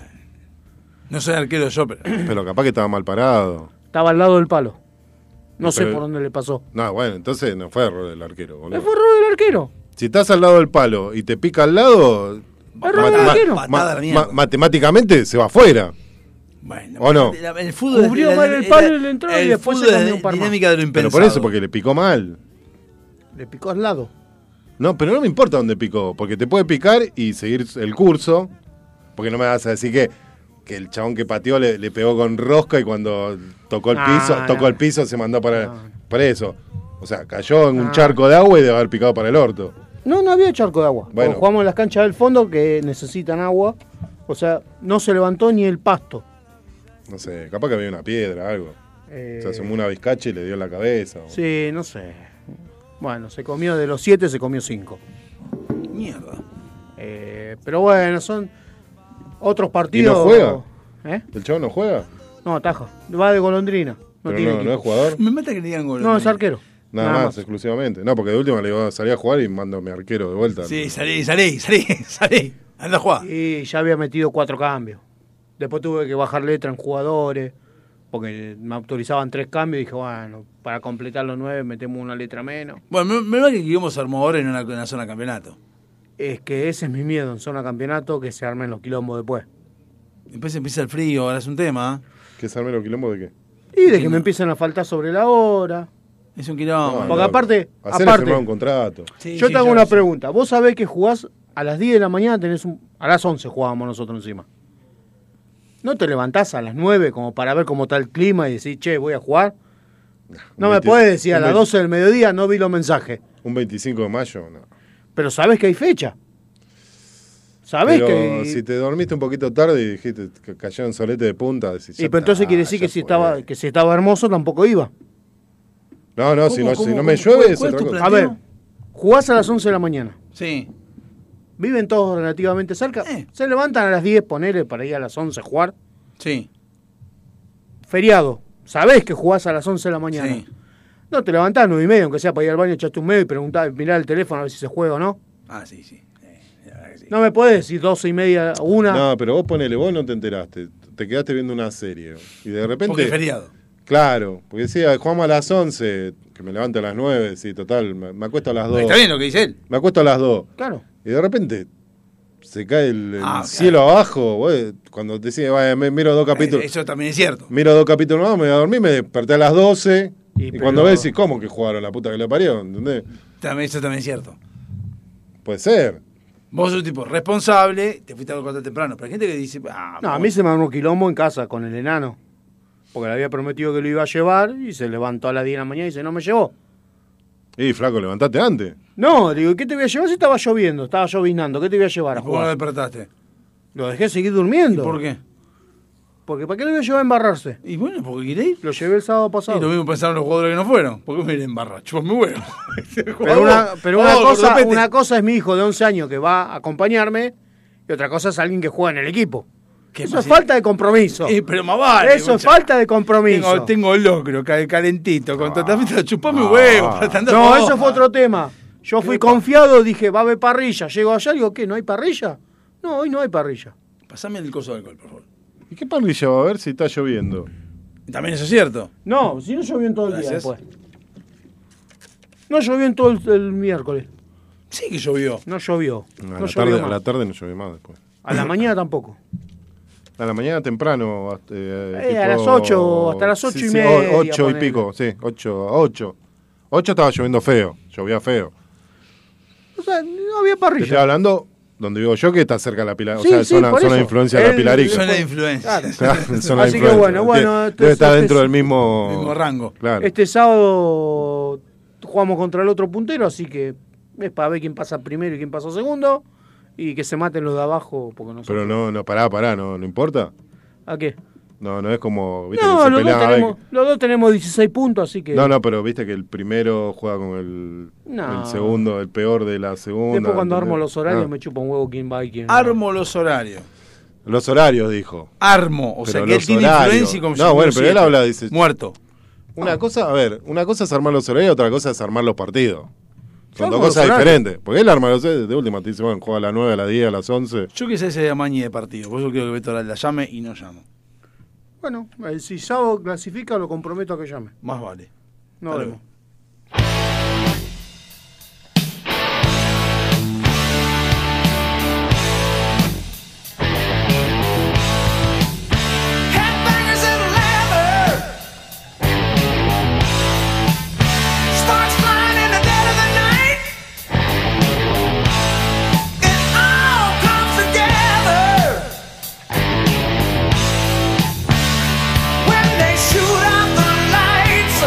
S3: No soy arquero yo, pero.
S2: pero capaz que estaba mal parado.
S5: Estaba al lado del palo. No sé
S2: Pero-
S5: por dónde le pasó.
S2: No, bueno, entonces no fue error del arquero,
S5: Le
S2: boludo.
S5: fue error del arquero.
S2: Si estás al lado del palo y te pica al lado,
S5: Error del arquero. Patada a la mierda.
S2: matemáticamente se va afuera. ¿O no?
S3: La- El fútbol.
S5: Cubrió
S3: la-
S5: mal
S3: la-
S5: el palo
S3: la-
S5: y le entró y
S3: el
S5: después se
S3: fútbol
S5: comió
S3: es
S5: un par más.
S3: dinámica de lo impensado.
S2: Pero por eso, porque le picó mal.
S5: Le picó al lado.
S2: No, pero no me importa dónde picó, porque te puede picar y seguir el curso. Porque no me vas a decir que, que el chabón que pateó le, le pegó con rosca y cuando tocó el
S5: No,
S2: piso,
S5: Ah, no.
S2: tocó el piso se mandó para, para eso. O sea, cayó en
S5: Ah.
S2: un charco de agua y debe haber picado para el orto.
S5: No, no había charco de agua. Porque
S2: Bueno.
S5: Jugamos en las canchas del fondo que necesitan agua. O sea, no se levantó ni el pasto.
S2: No sé, capaz que había una piedra, algo.
S5: Eh,
S2: Se asomó una vizcacha y le dio en la cabeza. o-
S5: Sí, no sé. Bueno, se comió de los siete, se comió cinco.
S3: Mierda.
S5: Eh, pero bueno, son otros
S2: ¿Y no
S5: partidos.
S2: juega?
S5: ¿Eh?
S2: ¿El chavo no juega?
S5: No, ataja. Va de golondrina. No
S2: Pero
S5: tiene
S2: no-
S5: equipo.
S2: no es jugador. Me
S12: mata que le digan gol.
S5: No, es arquero.
S2: Nada,
S5: Nada
S2: más,
S5: más.
S2: exclusivamente. No, porque de última le digo, "Ah, salí a jugar y mando a mi arquero de vuelta.
S12: Sí, salí, salí, salí, salí. Anda a jugar.
S5: Y ya había metido cuatro cambios. Después tuve que bajar letra en jugadores, porque me autorizaban tres cambios y dije, bueno, para completar los nueve metemos una letra menos.
S12: Bueno, me va que queremos armar ahora en una, en una zona de campeonato.
S5: Es que ese es mi miedo en zona campeonato, que se armen los quilombos después.
S12: Después empieza el frío, ahora es un tema. ¿eh?
S2: ¿Qué salme los quilombos de qué?
S5: Y de que me empiezan a faltar sobre la hora.
S12: Es un quilombo.
S5: Porque aparte,
S2: Hacerle
S5: aparte
S2: firmar un contrato.
S5: yo te hago una pregunta. Vos sabés que jugás a las 10 de la mañana, tenés un, a las 11 jugábamos nosotros encima. ¿No te levantás a las 9 como para ver cómo está el clima y decir, che, voy a jugar? No me
S2: 20
S5: puedes decir a
S2: un
S5: las
S2: 20
S5: 12 del mediodía, no vi los mensajes.
S2: Un 25 de mayo, no.
S5: Pero sabés que hay fecha. Sabés
S2: Pero
S5: que...
S2: si te dormiste un poquito tarde y dijiste que cayeron solete de punta, decís,
S5: y
S2: "Ya
S5: pero entonces
S2: está".
S5: quiere decir que si, estaba, que si estaba hermoso tampoco iba.
S2: No, no, si
S5: ¿Cómo,
S2: no,
S5: cómo,
S2: si no
S5: cómo?
S2: me llueve
S5: ¿Cuál-
S2: es
S5: cuál es
S2: otra
S5: tu
S2: cosa.
S5: planteo? A ver. Jugás a las 11 de la mañana.
S12: Sí.
S5: Viven todos relativamente cerca. Se levantan a las 10, ponele, para ir a las 11 a jugar.
S12: Sí.
S5: Feriado. Sabés que jugás a las 11 de la mañana. No te levantás a 9 y media, aunque sea para ir al baño, echaste un medio y preguntás, mirá el teléfono a ver si se juega o no.
S12: Ah, sí, sí.
S5: No me podés decir 12 y media, una.
S2: No, pero vos ponele, vos no te enteraste. Te quedaste viendo una serie. Y de repente.
S12: Porque es feriado.
S2: Claro, porque decía, jugamos a las 11, que me levanto a las 9, sí, total, me, me acuesto a las 2.
S12: Está bien lo que dice él.
S2: Me acuesto a las 2.
S5: Claro.
S2: Y de repente se cae el, el
S12: Ah, Eh,
S2: cielo abajo. vos, cuando decís, vaya, me- miro dos capítulos.
S12: Eso también es cierto.
S2: Miro dos capítulos más, me voy a dormir, me desperté a las 12. Y,
S5: pero-
S2: cuando ves, decís, ¿cómo que jugaron la puta que le parió? ¿Entendés?
S12: También, eso también es cierto.
S2: Puede ser.
S12: Vos sos un tipo responsable, te fuiste a acostar temprano. Pero hay gente que dice, ah,
S5: No, a mí se me armó un quilombo en casa con el enano. Porque le había prometido que lo iba a llevar y se levantó a las 10 de la mañana y dice, no me llevó.
S2: Y flaco, levantate antes.
S5: No, le digo, ¿qué te voy a llevar si estaba lloviendo? Estaba llovinando, ¿qué te voy a llevar a
S12: ¿Cómo lo
S5: jugar?
S12: despertaste?
S5: Lo dejé seguir durmiendo.
S12: ¿Por qué?
S5: Porque ¿para qué lo voy a llevar a embarrarse?
S12: Y bueno, porque quiere ir.
S5: Lo llevé el sábado
S12: Y
S5: pasado.
S12: lo mismo pensaron los jugadores que no fueron. ¿Por qué me iré en barra? Chupas mi huevo.
S5: Pero una, pero una
S12: Oh,
S5: cosa,
S12: Gordopete.
S5: una cosa es mi hijo de 11 años que va a acompañarme y otra cosa es alguien que juega en el equipo. Eso es falta de compromiso.
S12: Eh, pero más vale,
S5: Eso es
S12: muchacho.
S5: falta de compromiso.
S12: Tengo, tengo locro, ca- calentito, con tatapita, chupame huevo.
S3: Ah.
S12: tratando-
S5: Ah. No, eso fue otro tema. Yo fui confiado, dije, va a haber parrilla. Llego allá y digo, ¿qué? ¿No hay parrilla? No, hoy no hay parrilla.
S12: Pasame el coso de alcohol, por favor.
S2: ¿Y qué parrilla va a ver si está lloviendo?
S12: También eso es cierto.
S5: No, si no llovió en todo el
S12: Gracias.
S5: día después. No llovió en todo el, el miércoles.
S12: Sí que llovió.
S5: No llovió.
S2: No, a,
S5: No
S2: la tarde,
S5: llovió
S2: a
S5: más.
S2: la tarde no llovió más después.
S5: A la mañana tampoco.
S2: A la mañana temprano. hasta, eh,
S5: Eh, a las ocho, hasta las ocho y media,
S2: 8 y
S5: ponele.
S2: pico, sí, 8, 8. 8 estaba lloviendo feo, llovía feo.
S5: O sea, no había
S2: Te
S5: parrilla.
S2: estoy hablando donde vivo yo, que está cerca de la Pilar,
S5: Sí,
S2: o sea,
S5: sí,
S2: zona,
S5: por
S2: zona de
S5: eso.
S2: influencia de
S5: Él-
S2: la Pilarica.
S5: zona de
S12: influencia.
S2: Claro, zona de
S5: Así que
S2: influencia.
S5: bueno, bueno,
S2: Debe-
S5: entonces
S2: Debe estar
S5: este
S2: dentro
S5: es-
S2: del mismo,
S12: Mismo rango.
S2: Oh, Claro.
S5: Este sábado jugamos contra el otro puntero, así que es para ver quién pasa primero y quién pasa segundo. Y que se maten los de abajo, porque no sé.
S2: Pero no, no, pará, pará, no, no importa.
S5: ¿A qué?
S2: No, no es como, viste, que
S5: No,
S2: se
S5: los dos,
S2: peleaba,
S5: tenemos, los dos tenemos 16 puntos, así que.
S2: No, no, pero viste que el primero juega con el,
S5: No.
S2: el segundo, el peor de la segunda.
S5: Después cuando
S2: ¿entendés?
S5: armo los horarios
S2: Ah,
S5: me chupa un huevo quién va y quién. no.
S12: Armo los horarios.
S2: Los horarios, dijo.
S12: Armo. O sea
S2: Pero
S12: que él
S2: los
S12: tiene
S2: horarios.
S12: influencia y como
S2: No, bueno, pero él habla, dice.
S12: Muerto. Ah.
S2: Una cosa, a ver, una cosa es armar los horarios, otra cosa es armar los partidos. Son
S12: armo
S2: dos
S12: los
S2: cosas
S12: horarios.
S2: diferentes. Porque él arma los de última, te dice, bueno, juega a las 9, a las 10, a las 11.
S12: Yo que sé ese de amañe de partido. Por eso quiero que Beto la- la llame y no llamo.
S5: Bueno, eh, si sábado clasifica, lo comprometo a que llame.
S12: Más vale.
S5: No eh,
S12: Dale.
S5: vemos.
S1: Headbangers in leather. Sparks flying in the dead of the night. It all comes together when they shoot out the lights.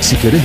S4: Si querés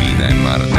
S11: Vida en Marte.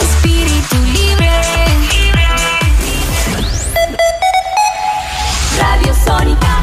S1: Espíritu libre. Radio Sónica.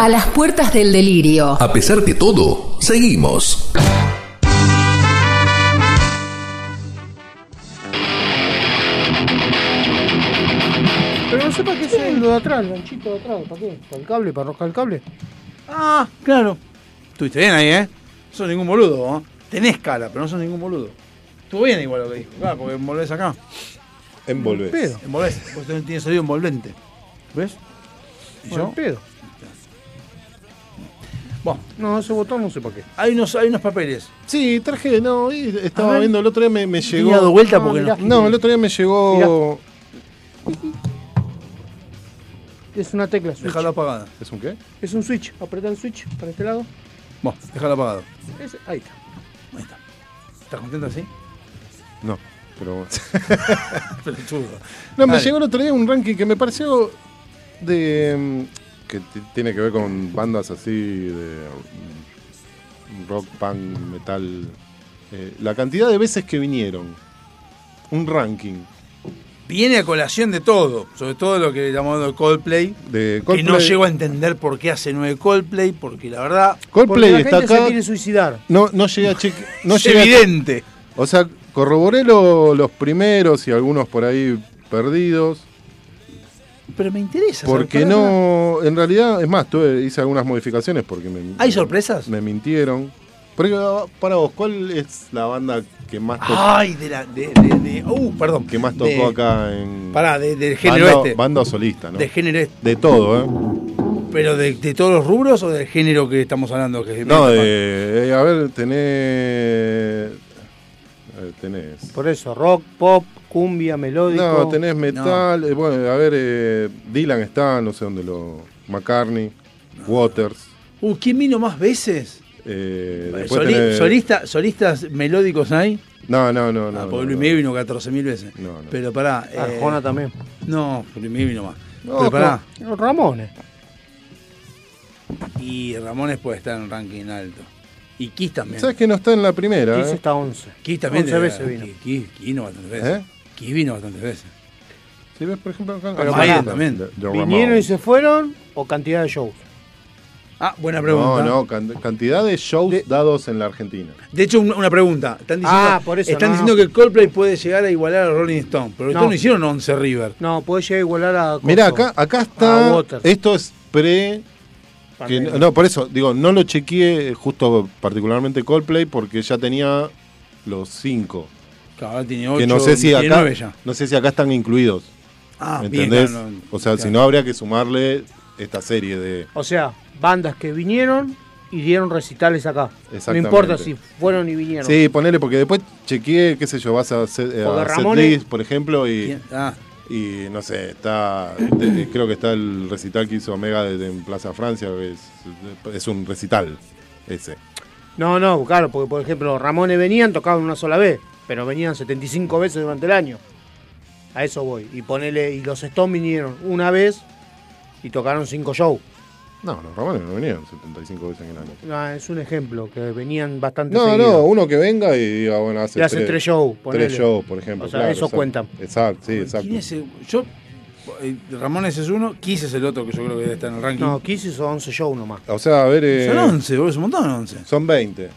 S16: A las puertas del delirio.
S10: A pesar de todo, seguimos.
S5: Pero no sé para qué es lo de atrás, el ganchito de atrás. ¿Para qué? ¿Para el cable? ¿Para arrojar el cable?
S3: Ah, claro. Estuviste bien ahí, ¿eh? No sos ningún boludo, ¿no? Tenés cara, pero no sos ningún boludo. Estuvo bien igual lo que dijo, claro, porque envolvés acá.
S2: Envolvés.
S3: Pedo. Envolvés. Vos tenés, tienes sonido envolvente. ¿Ves? ¿Y
S5: Bueno,
S3: yo?
S5: pedo.
S3: Bueno.
S5: No, ese botón no sé para qué.
S3: Hay unos, hay unos papeles.
S2: Sí, traje, no, y estaba viendo, el otro día me, me llegó.
S3: Tenía dado vuelta porque no-
S2: No, el otro día me llegó.
S5: Es una tecla. switch.
S3: Dejala apagada.
S2: ¿Es un qué?
S5: Es un switch. Apretá el switch para este lado.
S3: Bueno, dejala apagada.
S5: Ese- ahí está.
S3: ¿Estás contento así?
S2: No, pero.
S3: Pelotudo.
S2: No, me
S3: Dale.
S2: llegó el otro día un ranking que me pareció de. mm, que t- tiene que ver con bandas así de mm, rock, punk, metal. eh, la cantidad de veces que vinieron. Un ranking.
S3: Viene a colación de todo, sobre todo lo que llamamos Coldplay,
S2: De
S3: que no
S2: Coldplay.
S3: llego a entender por qué hace nueve Coldplay, porque la verdad...
S2: Coldplay está acá.
S5: suicidar.
S2: No, no llegué a cheque- No
S3: Es
S2: llegué a-
S3: evidente.
S2: o sea, corroboré lo- los primeros y algunos por ahí perdidos.
S3: Pero me interesa. ¿sabes?
S2: Porque
S3: Pará, pará.
S2: no, en realidad, es más, tuve, hice algunas modificaciones porque me,
S3: ¿Hay sorpresas?
S2: me mintieron. Pero para vos, ¿cuál es la banda que más tocó?
S3: Ay, de la... De, de- de- uh, perdón.
S2: que más tocó
S3: de-
S2: acá en.
S3: Pará, de- del género
S2: banda,
S3: este.
S2: Banda o solista, ¿no?
S3: De género este.
S2: De todo, ¿eh?
S3: ¿Pero de, de todos los rubros o del género que estamos hablando? Que
S2: No, de. eh, a ver, tenés. a ver, Tenés.
S5: Por eso, rock, pop, cumbia, melódico.
S2: No, tenés metal. eh, bueno, a ver, eh, Dylan está, no sé dónde lo. McCartney, Waters.
S3: Uh, ¿quién vino más veces? Eh,
S2: eh, después
S3: soli-
S2: tenés-
S3: solista- ¿Solistas melódicos hay?
S2: No, no, no. no,
S3: Ah,
S2: no,
S3: porque Luis Miguel vino 14.000 veces.
S2: No, no.
S3: Pero pará. eh,
S5: Arjona Ah, también.
S3: No, Luis Miguel vino más.
S5: No,
S3: pero pará.
S5: no, Ramones.
S3: Y Ramones puede estar en un ranking alto. Y Kiss también.
S2: ¿Sabes que no está en la primera?
S5: Kiss
S2: eh?
S5: está 11.
S3: Kiss también.
S5: 11
S3: de-
S5: veces vino.
S3: Kiss, Kiss- Kiss vino bastantes veces.
S2: ¿Eh?
S3: Kiss vino bastantes veces.
S2: Si ves, por ejemplo, acá.
S3: Pero
S2: acá
S3: Maiden
S2: está,
S3: también.
S2: de- de
S5: ¿Vinieron y se fueron o cantidad de shows?
S3: Ah, buena pregunta.
S2: No, no, can- cantidad de shows dados en la Argentina.
S3: De hecho, un- una pregunta. Están diciendo,
S5: Ah, por eso,
S3: están
S5: no,
S3: diciendo
S5: no.
S3: que Coldplay puede llegar a igualar a Rolling Stone. Pero ustedes
S5: No.
S3: no hicieron 11 River.
S5: No, puede llegar a igualar a.
S2: Mirá,
S5: Coso.
S2: acá, acá está.
S5: Ah, Waters.
S2: esto es pre. que no, no, por eso, digo, no lo chequeé justo particularmente Coldplay porque ya tenía los cinco.
S3: Claro, ahora tiene 8,
S2: que no sé si
S3: tiene
S2: acá.
S3: 9 ya.
S2: No sé si acá están incluidos.
S3: Ah, bien,
S2: ¿Entendés?
S3: claro, no,
S2: o sea, si
S3: claro.
S2: no habría que sumarle esta serie de.
S5: O sea, bandas que vinieron y dieron recitales acá. No
S2: Exactamente.
S5: importa si fueron y vinieron.
S2: Sí, ponele, porque después chequeé, qué sé yo, vas a, set, eh,
S5: Porque
S2: a
S5: Ramones-
S2: Setlist, por ejemplo, y,
S3: Bien, ah.
S2: y no sé, está, te- creo que está el recital que hizo Omega de- de- en Plaza Francia, que es, es un recital ese.
S5: No, no, claro, porque por ejemplo, Ramones venían, tocaban una sola vez, pero venían 75 veces durante el año. A eso voy. Y ponele, y los Stones vinieron una vez y tocaron cinco shows.
S2: No, los Ramones no venían 75 veces en el año.
S5: No, es un ejemplo, que venían bastante
S2: No,
S5: seguido.
S2: no, uno que venga y diga, bueno, hace,
S5: Y hace tres shows, ponele.
S2: Tres shows, por ejemplo.
S5: O sea,
S2: claro,
S5: eso
S2: exacto.
S5: cuenta.
S2: Exacto, sí, exacto.
S3: ¿Quién es el- Yo, eh, Ramones es uno, Kiss es el otro que yo creo que debe estar en el ranking.
S5: No, 15 son 11 shows nomás.
S2: O sea, a ver... eh,
S3: Son 11, boludo, es un montón 11.
S2: Son 20.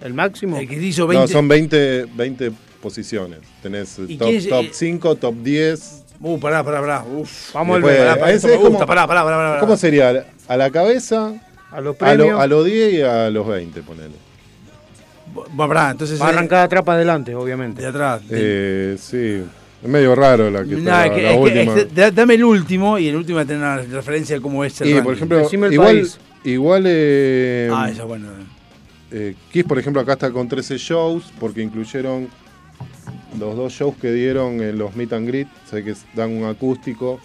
S5: ¿El máximo?
S3: El que hizo
S2: No,
S3: 20.
S2: son 20, 20 posiciones. Tenés eh,
S3: ¿Y
S2: top,
S3: quién es,
S2: top
S3: eh?
S2: 5, top 10...
S3: Uh, pará, pará, pará. Uf.
S2: Vamos al Después, nueve, pará, pará, ese
S3: me
S2: es como-
S3: gusta, pará, pará, pará, pará.
S2: ¿Cómo sería? ¿A la cabeza?
S5: A los
S2: A,
S5: premios.
S2: lo- a los 10 y a los 20, ponele.
S3: Va, pará, entonces.
S5: Va a
S3: eh,
S5: arrancar de atrás para adelante, obviamente.
S3: De atrás.
S2: Eh, sí. Es medio raro la que
S3: Nah,
S2: está,
S3: es que-
S2: la
S3: es que-
S2: última.
S3: es que- da- dame el último y el último va a tener una referencia de cómo es el
S2: y,
S3: ranking.
S2: por ejemplo, igual... igual eh,
S3: Ah, esa es buena.
S2: eh, Kiss, por ejemplo, acá está con 13 shows porque incluyeron los dos shows que dieron en los Meet and Greet. Sé que dan un acústico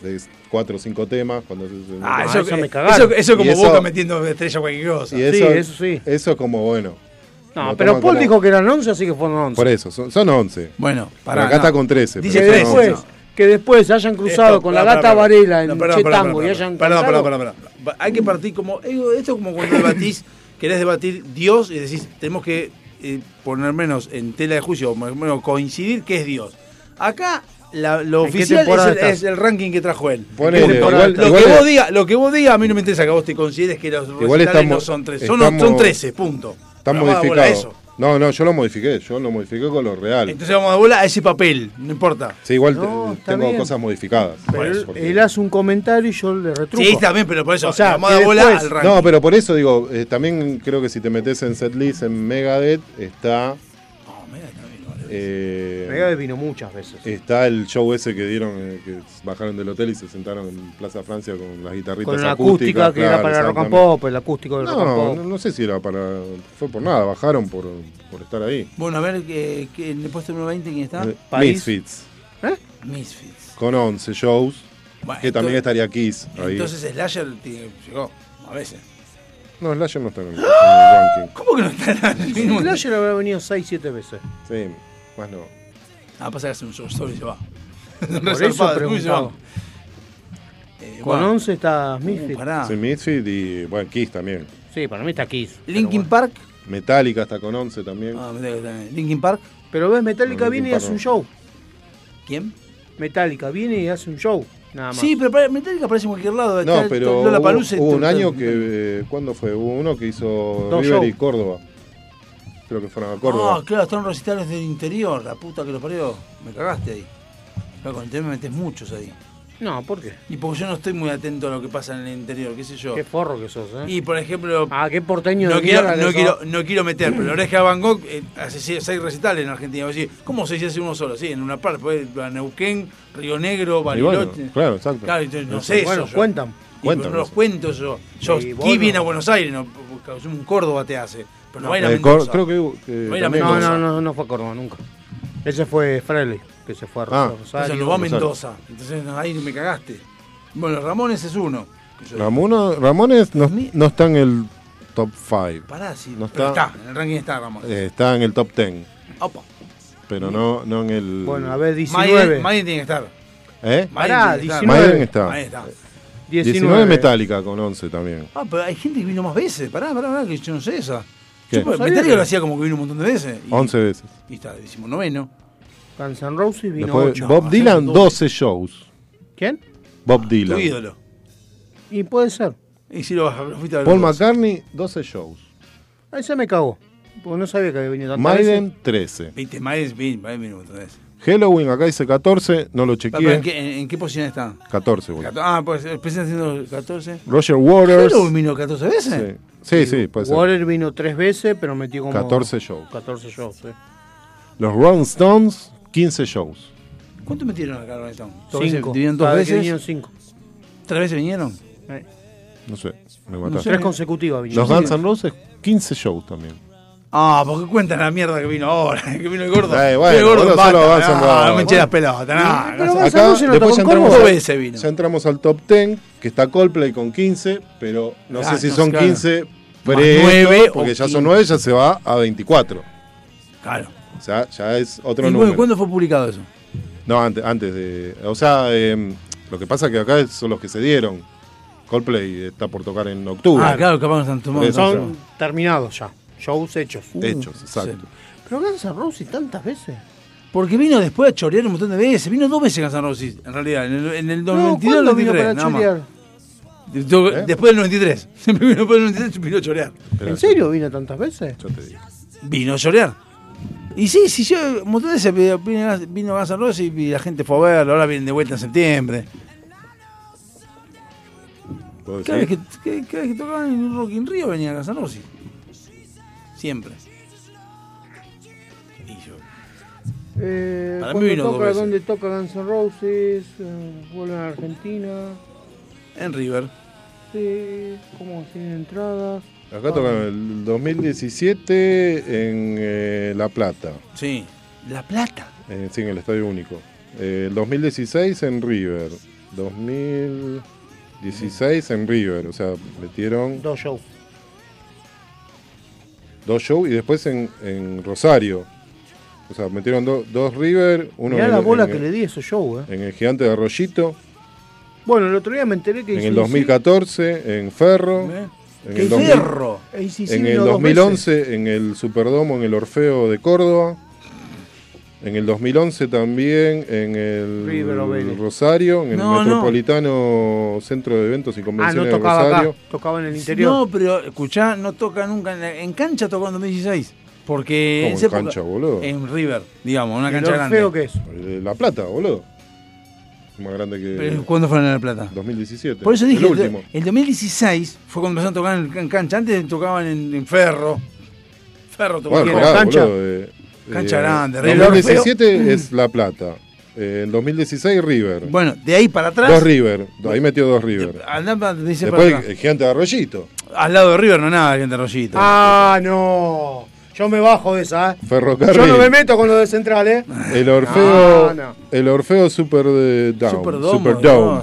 S2: de 4 o 5 temas. Cuando se- se-
S3: Ah, eso,
S5: eso me
S3: eh,
S5: cagaron.
S3: Eso, eso como
S2: Y eso-
S3: Boca metiendo estrella o cualquier cosa.
S2: y
S5: sí, eso
S2: sí. Eso es como bueno.
S5: No,
S2: Lo
S5: pero
S2: toman
S5: Paul
S2: como-
S5: dijo que eran 11, así que fueron 11.
S2: Por eso, son, son 11.
S3: Bueno,
S2: para
S3: pará, no.
S2: acá está con 13.
S5: Dice
S2: pero
S5: que
S2: son 11.
S5: después, que después se hayan cruzado
S3: Esto,
S5: con la
S3: pará,
S5: gata
S3: pará, pará.
S5: Varela en
S3: Eh, No, pará,
S5: Che
S3: pará,
S5: Tango
S3: pará,
S5: y hayan
S3: pará,
S5: cruzado-
S3: pará, pará, pará. Hay que partir como. eh, Esto es como cuando debatís, querés debatir Dios y decís, tenemos que eh, poner menos en tela de juicio, o menos coincidir que es Dios. Acá la- lo
S17: ¿En qué
S3: oficial es
S17: temporada
S3: el,
S17: estás?
S3: es el ranking que trajo él.
S17: Ponele,
S3: Lo que-
S17: igual-
S3: lo,
S17: igual
S3: que
S17: es-
S3: vos diga, lo que vos digas, a mí no me interesa que vos te consideres que los
S2: Igual
S3: recitales
S2: estamos-
S3: no son 13. Son,
S2: estamos-
S3: son 13, punto.
S2: Está
S3: Pero vamos a dar bola a
S2: modificado.
S3: eso.
S2: No, no, yo lo modifiqué, yo lo modifiqué con lo real.
S3: Entonces vamos a dar bola a ese papel, no importa.
S2: Sí, igual
S3: No,
S2: te-
S3: está
S2: tengo
S3: bien.
S2: cosas modificadas.
S3: Pero
S2: Por
S3: él-
S2: eso, porque-
S5: Él hace un comentario y yo le retruco.
S3: Sí, está bien, pero por eso,
S5: pues, O sea,
S3: vamos a dar
S5: y
S3: bola
S5: después-
S3: al ranking.
S2: No, pero por eso digo, eh, también creo que si te metes en setlist en Megadeth está.
S3: Oh,
S2: eh,
S5: Megadeth vino muchas veces.
S2: Está el show ese que dieron, eh, que bajaron del hotel y se sentaron en Plaza Francia con las guitarritas
S5: Con la
S2: acústicas,
S5: acústica que era
S2: claro,
S5: para el rock and
S2: exactamente.
S5: pop, el acústico del
S2: No,
S5: rock and pop.
S2: no, no sé si era para. Fue por nada, bajaron por, por estar ahí.
S3: Bueno, a ver, que, que en el puesto número 20, ¿quién está?
S2: Eh, Misfits,
S3: ¿Eh? Misfits.
S2: con 11 shows,
S3: Bueno,
S2: que también
S3: entonces-
S2: estaría Kiss ahí.
S3: Entonces Slasher tiene- llegó, a veces.
S2: no, Slayer no está en el, en el ranking.
S3: ¡Ah! ¿Cómo que no está en el mismo?
S5: Slayer habrá venido 6, 7 veces.
S2: Sí, más no.
S3: Ah, pasa que hace un show solo y se va.
S5: Por eso
S3: Reservado, y se
S5: preguntaba.
S3: va. Eh,
S5: Con
S3: bueno.
S5: 11 está Misfit.
S2: Sí, Misfit y bueno, Kiss también.
S5: Sí, para mí está Kiss.
S3: Linkin Park.
S2: Metallica está con 11 también.
S3: Ah, Metallica también. Linkin Park.
S5: Pero ves, Metallica
S2: No,
S5: viene y
S2: Linkin
S5: hace un
S2: Park
S5: show.
S3: ¿Quién?
S5: Metallica viene y hace un show. Nada más.
S3: Sí, pero para- Metallica aparece en cualquier lado.
S2: No,
S3: está-
S2: pero
S3: está
S2: hubo,
S3: Lollapalooza,
S2: hubo un
S3: está-
S2: año que. eh, ¿Cuándo fue? Hubo uno que hizo
S3: Dos
S2: River y
S3: shows.
S2: Córdoba. Creo que fueron a
S3: Ah,
S2: Córdoba.
S3: claro, están recitales del interior, la puta que lo parió. Me cagaste ahí. Claro, con el tema metes muchos ahí.
S5: No, ¿por qué?
S3: Y porque yo no estoy muy atento a lo que pasa en el interior, qué sé yo.
S5: Qué forro que sos, ¿eh?
S3: Y por ejemplo.
S5: Ah, qué porteño
S3: No
S5: de
S3: quiero,
S5: mierda que
S3: no,
S5: sos.
S3: quiero, no quiero meter, pero la oreja de Van Gogh eh, hace sie- seis recitales en Argentina. Vos decís, ¿Cómo se hace uno solo? Sí, en una parte, pues, a Neuquén, Río Negro,
S2: Y bueno,
S3: Bariloche.
S2: claro, exacto.
S3: Claro, entonces, no
S2: Eso.
S3: sé
S2: Bueno,
S3: eso. yo.
S2: cuentan.
S3: Y
S2: Cuentan
S3: No los
S2: eso.
S3: cuento yo. Yo,
S5: Y vos
S3: Kiss
S5: no.
S3: viene a Buenos Aires, no, un Córdoba te hace. Pero no va a ir a
S2: Eh,
S3: Mendoza.
S2: Cor- creo que hubo- que
S3: No va a ir a
S2: también
S3: Mendoza.
S5: No, no, no, no fue a Córdoba nunca. Ese fue Freley, que se fue a
S2: Ah.
S5: Rosario.
S3: O sea, nos va a Mendoza. Entonces ahí me cagaste. Bueno, Ramones es uno.
S2: Ramono- Ramones no, no está en el top 5.
S3: Pará, sí.
S2: No
S3: pero
S2: está.
S3: está. En el ranking está Ramones.
S2: eh, está en el top 10.
S3: Opa.
S2: Pero no, no en el.
S5: Bueno, a ver,
S3: Maiden
S5: 19.
S3: Maiden tiene que estar.
S2: ¿Eh?
S5: Pará,
S3: Maiden está.
S5: 19.
S2: Maiden está.
S3: Maiden está.
S2: 19,
S5: 19.
S2: Metallica con 11 también.
S3: Ah, pero hay gente que vino más veces. Pará, pará, pará, que yo no sé esa.
S2: ¿Qué?
S3: Yo, pues, Metallica lo hacía como que vino un montón de veces. Y,
S2: 11 veces.
S3: y está, decimos noveno.
S5: Guns N' Roses vino
S2: Después,
S5: 8.
S2: Bob Dylan, 12 shows.
S5: ¿Quién?
S2: Bob
S3: Tu
S2: Dylan.
S3: ídolo.
S5: Y puede ser.
S3: Y si lo, lo fuiste a ver.
S2: Paul
S3: vos.
S2: McCartney, 12 shows.
S5: Ahí se me cagó. Porque no sabía que había venido tantas veces.
S2: Maiden, 13.
S3: Viste, Maiden vin- Maiden vino un montón de veces.
S2: Halloween, acá dice 14, no lo
S3: Pará, pará, ¿En
S2: chequeé.
S3: qué, en, en qué posición está?
S2: 14, boludo.
S3: Cato- Ah, pues empecé haciendo 14.
S2: Roger Waters.
S3: Halloween vino 14 veces.
S2: Sí, sí, sí, puede ser.
S5: Water vino 3 veces, pero metió como
S2: 14 shows.
S5: 14 shows, sí.
S2: Los Rolling Stones, 15 shows.
S3: ¿Cuánto metieron acá Rolling Stone? ¿Dos veces?
S5: Cinco.
S3: ¿Vinieron dos
S5: Cada vez que
S3: veces?
S5: Vinieron 5.
S3: ¿Tres veces vinieron?
S2: No sé,
S3: No sé.
S2: me mataste.
S5: Tres consecutivas
S2: Los
S5: vinieron.
S2: Guns N' Roses, 15 shows también.
S3: Ah, porque cuentan la mierda que vino ahora, que vino el gordo.
S2: Eh, bueno,
S3: el gordo
S2: boludo, solo
S3: basta,
S2: Guns N'
S3: no,
S2: Roses.
S3: no me eché las
S2: Bueno.
S3: pelotas, no.
S2: Pero
S3: no
S2: Guns
S3: sé.
S2: N' Roses no
S3: después
S2: tocó
S3: ya
S2: en
S3: entramos
S2: Córdoba.
S3: dos veces vino.
S2: Ya entramos al top 10, que está Coldplay con 15, pero no
S3: Ah,
S2: sé si
S3: no,
S2: son
S3: claro.
S2: 15
S3: Más
S2: pre-
S3: nueve o
S2: porque ya
S3: 15.
S2: son 9, ya se va a 24.
S3: Claro.
S2: O sea, ya es
S3: ¿Y
S2: otro
S3: bueno,
S2: número.
S3: cuándo fue publicado eso?
S2: No, antes, antes de. O sea, eh, lo que pasa es que acá son los que se dieron. Coldplay está por tocar en octubre.
S3: Ah, claro, capaz no están tomando.
S2: Eso,
S5: Son terminados ya. Shows hechos.
S2: Hechos, exacto.
S5: Pero Guns N' Roses tantas veces.
S3: Porque vino después a chorear un montón de veces. Vino dos veces Guns N' Roses, en realidad. En el, en el
S5: No,
S3: 92 y el
S5: ¿cuándo vino
S3: 93.
S5: para
S3: nada más.
S5: chorear?
S3: De- de-
S5: ¿Eh?
S3: Después del 93. Siempre vino después del 93 vino a chorear.
S5: ¿En serio vino tantas veces?
S2: Yo te digo.
S3: Vino a llorar. Y sí, sí, yo, un montón de veces vino- vino, vino Guns N' Roses y la gente fue a verlo, ahora vienen de vuelta en septiembre.
S2: ¿Puedo
S3: Cada vez
S2: decir?
S3: que, cada- cada vez que tocaban en Rock in Rio venía Guns N' Roses. Siempre.
S5: Eh,
S3: Para mí
S5: cuando
S3: vino dos
S5: toca,
S3: veces.
S5: ¿Dónde toca Guns N' Roses? Eh, vuelven a Argentina.
S3: En River.
S5: Sí, ¿Cómo tienen entradas?
S2: Acá tocan el 2017 en eh, La Plata.
S3: Sí. La Plata.
S2: Eh, sí, en el Estadio Único. Eh, el 2016 en River. 2016 en River. O sea, metieron
S5: Dos shows.
S2: dos shows y después en, en Rosario. O sea, metieron do- dos River, uno
S5: Mirá
S2: en,
S5: la
S2: el-
S5: bola
S2: en
S5: que
S2: el-
S5: le di a esos shows, eh.
S2: en el Gigante de Arroyito.
S5: Bueno, el otro día me enteré que
S2: En
S5: hizo
S2: el
S5: un
S2: 2014 en Ferro.
S3: ¿Eh?
S2: En
S5: ¡Qué
S2: el, 2000
S5: ferro!
S2: en el 2011 en el Superdome, en el Orfeo de Córdoba. En el 2011 también, en el
S5: River o Vélez.
S2: Rosario, en el
S5: No, no.
S2: Metropolitano Centro de Eventos
S5: Ah,
S2: y
S5: no
S2: Convenciones de
S5: tocaba
S2: Rosario.
S5: acá, tocaba en el interior.
S3: No, pero escuchá, no toca nunca. En, la- en cancha tocó en 2016. Porque
S2: ¿Cómo
S3: en
S2: en
S3: esa época-
S2: cancha, boludo?
S3: En River, digamos, una
S2: ¿Y
S3: cancha
S2: lo
S3: grande.
S2: feo que es? Eh, La Plata, boludo. Más grande que.
S3: Pero, ¿cuándo fueron a La Plata?
S2: 2017.
S3: Por eso dije, el,
S2: El último.
S3: el 2016 fue cuando empezaron a tocar en, en cancha. Antes tocaban en, en Ferro. Ferro tocó
S2: Bueno,
S3: en
S2: pará,
S3: cancha.
S2: boludo, eh,
S3: Cancha
S2: eh,
S3: grande, River.
S2: 2017 es La Plata. Eh, En 2016 River.
S3: mm, Bueno, de ahí para atrás.
S2: Dos River. Ahí metió dos River.
S3: Andá pa- dice para
S2: Después
S3: atrás.
S2: el gigante de Arroyito.
S3: Al lado de River no nada, gente rollito.
S5: Ah, no. Yo me bajo de esa, ¿eh?
S2: Ferrocarril.
S5: Yo no me meto con los de Central, ¿eh?
S2: El Orfeo.
S5: No, no.
S2: El Orfeo Super de Down.
S5: Superdomo,
S2: Superdome.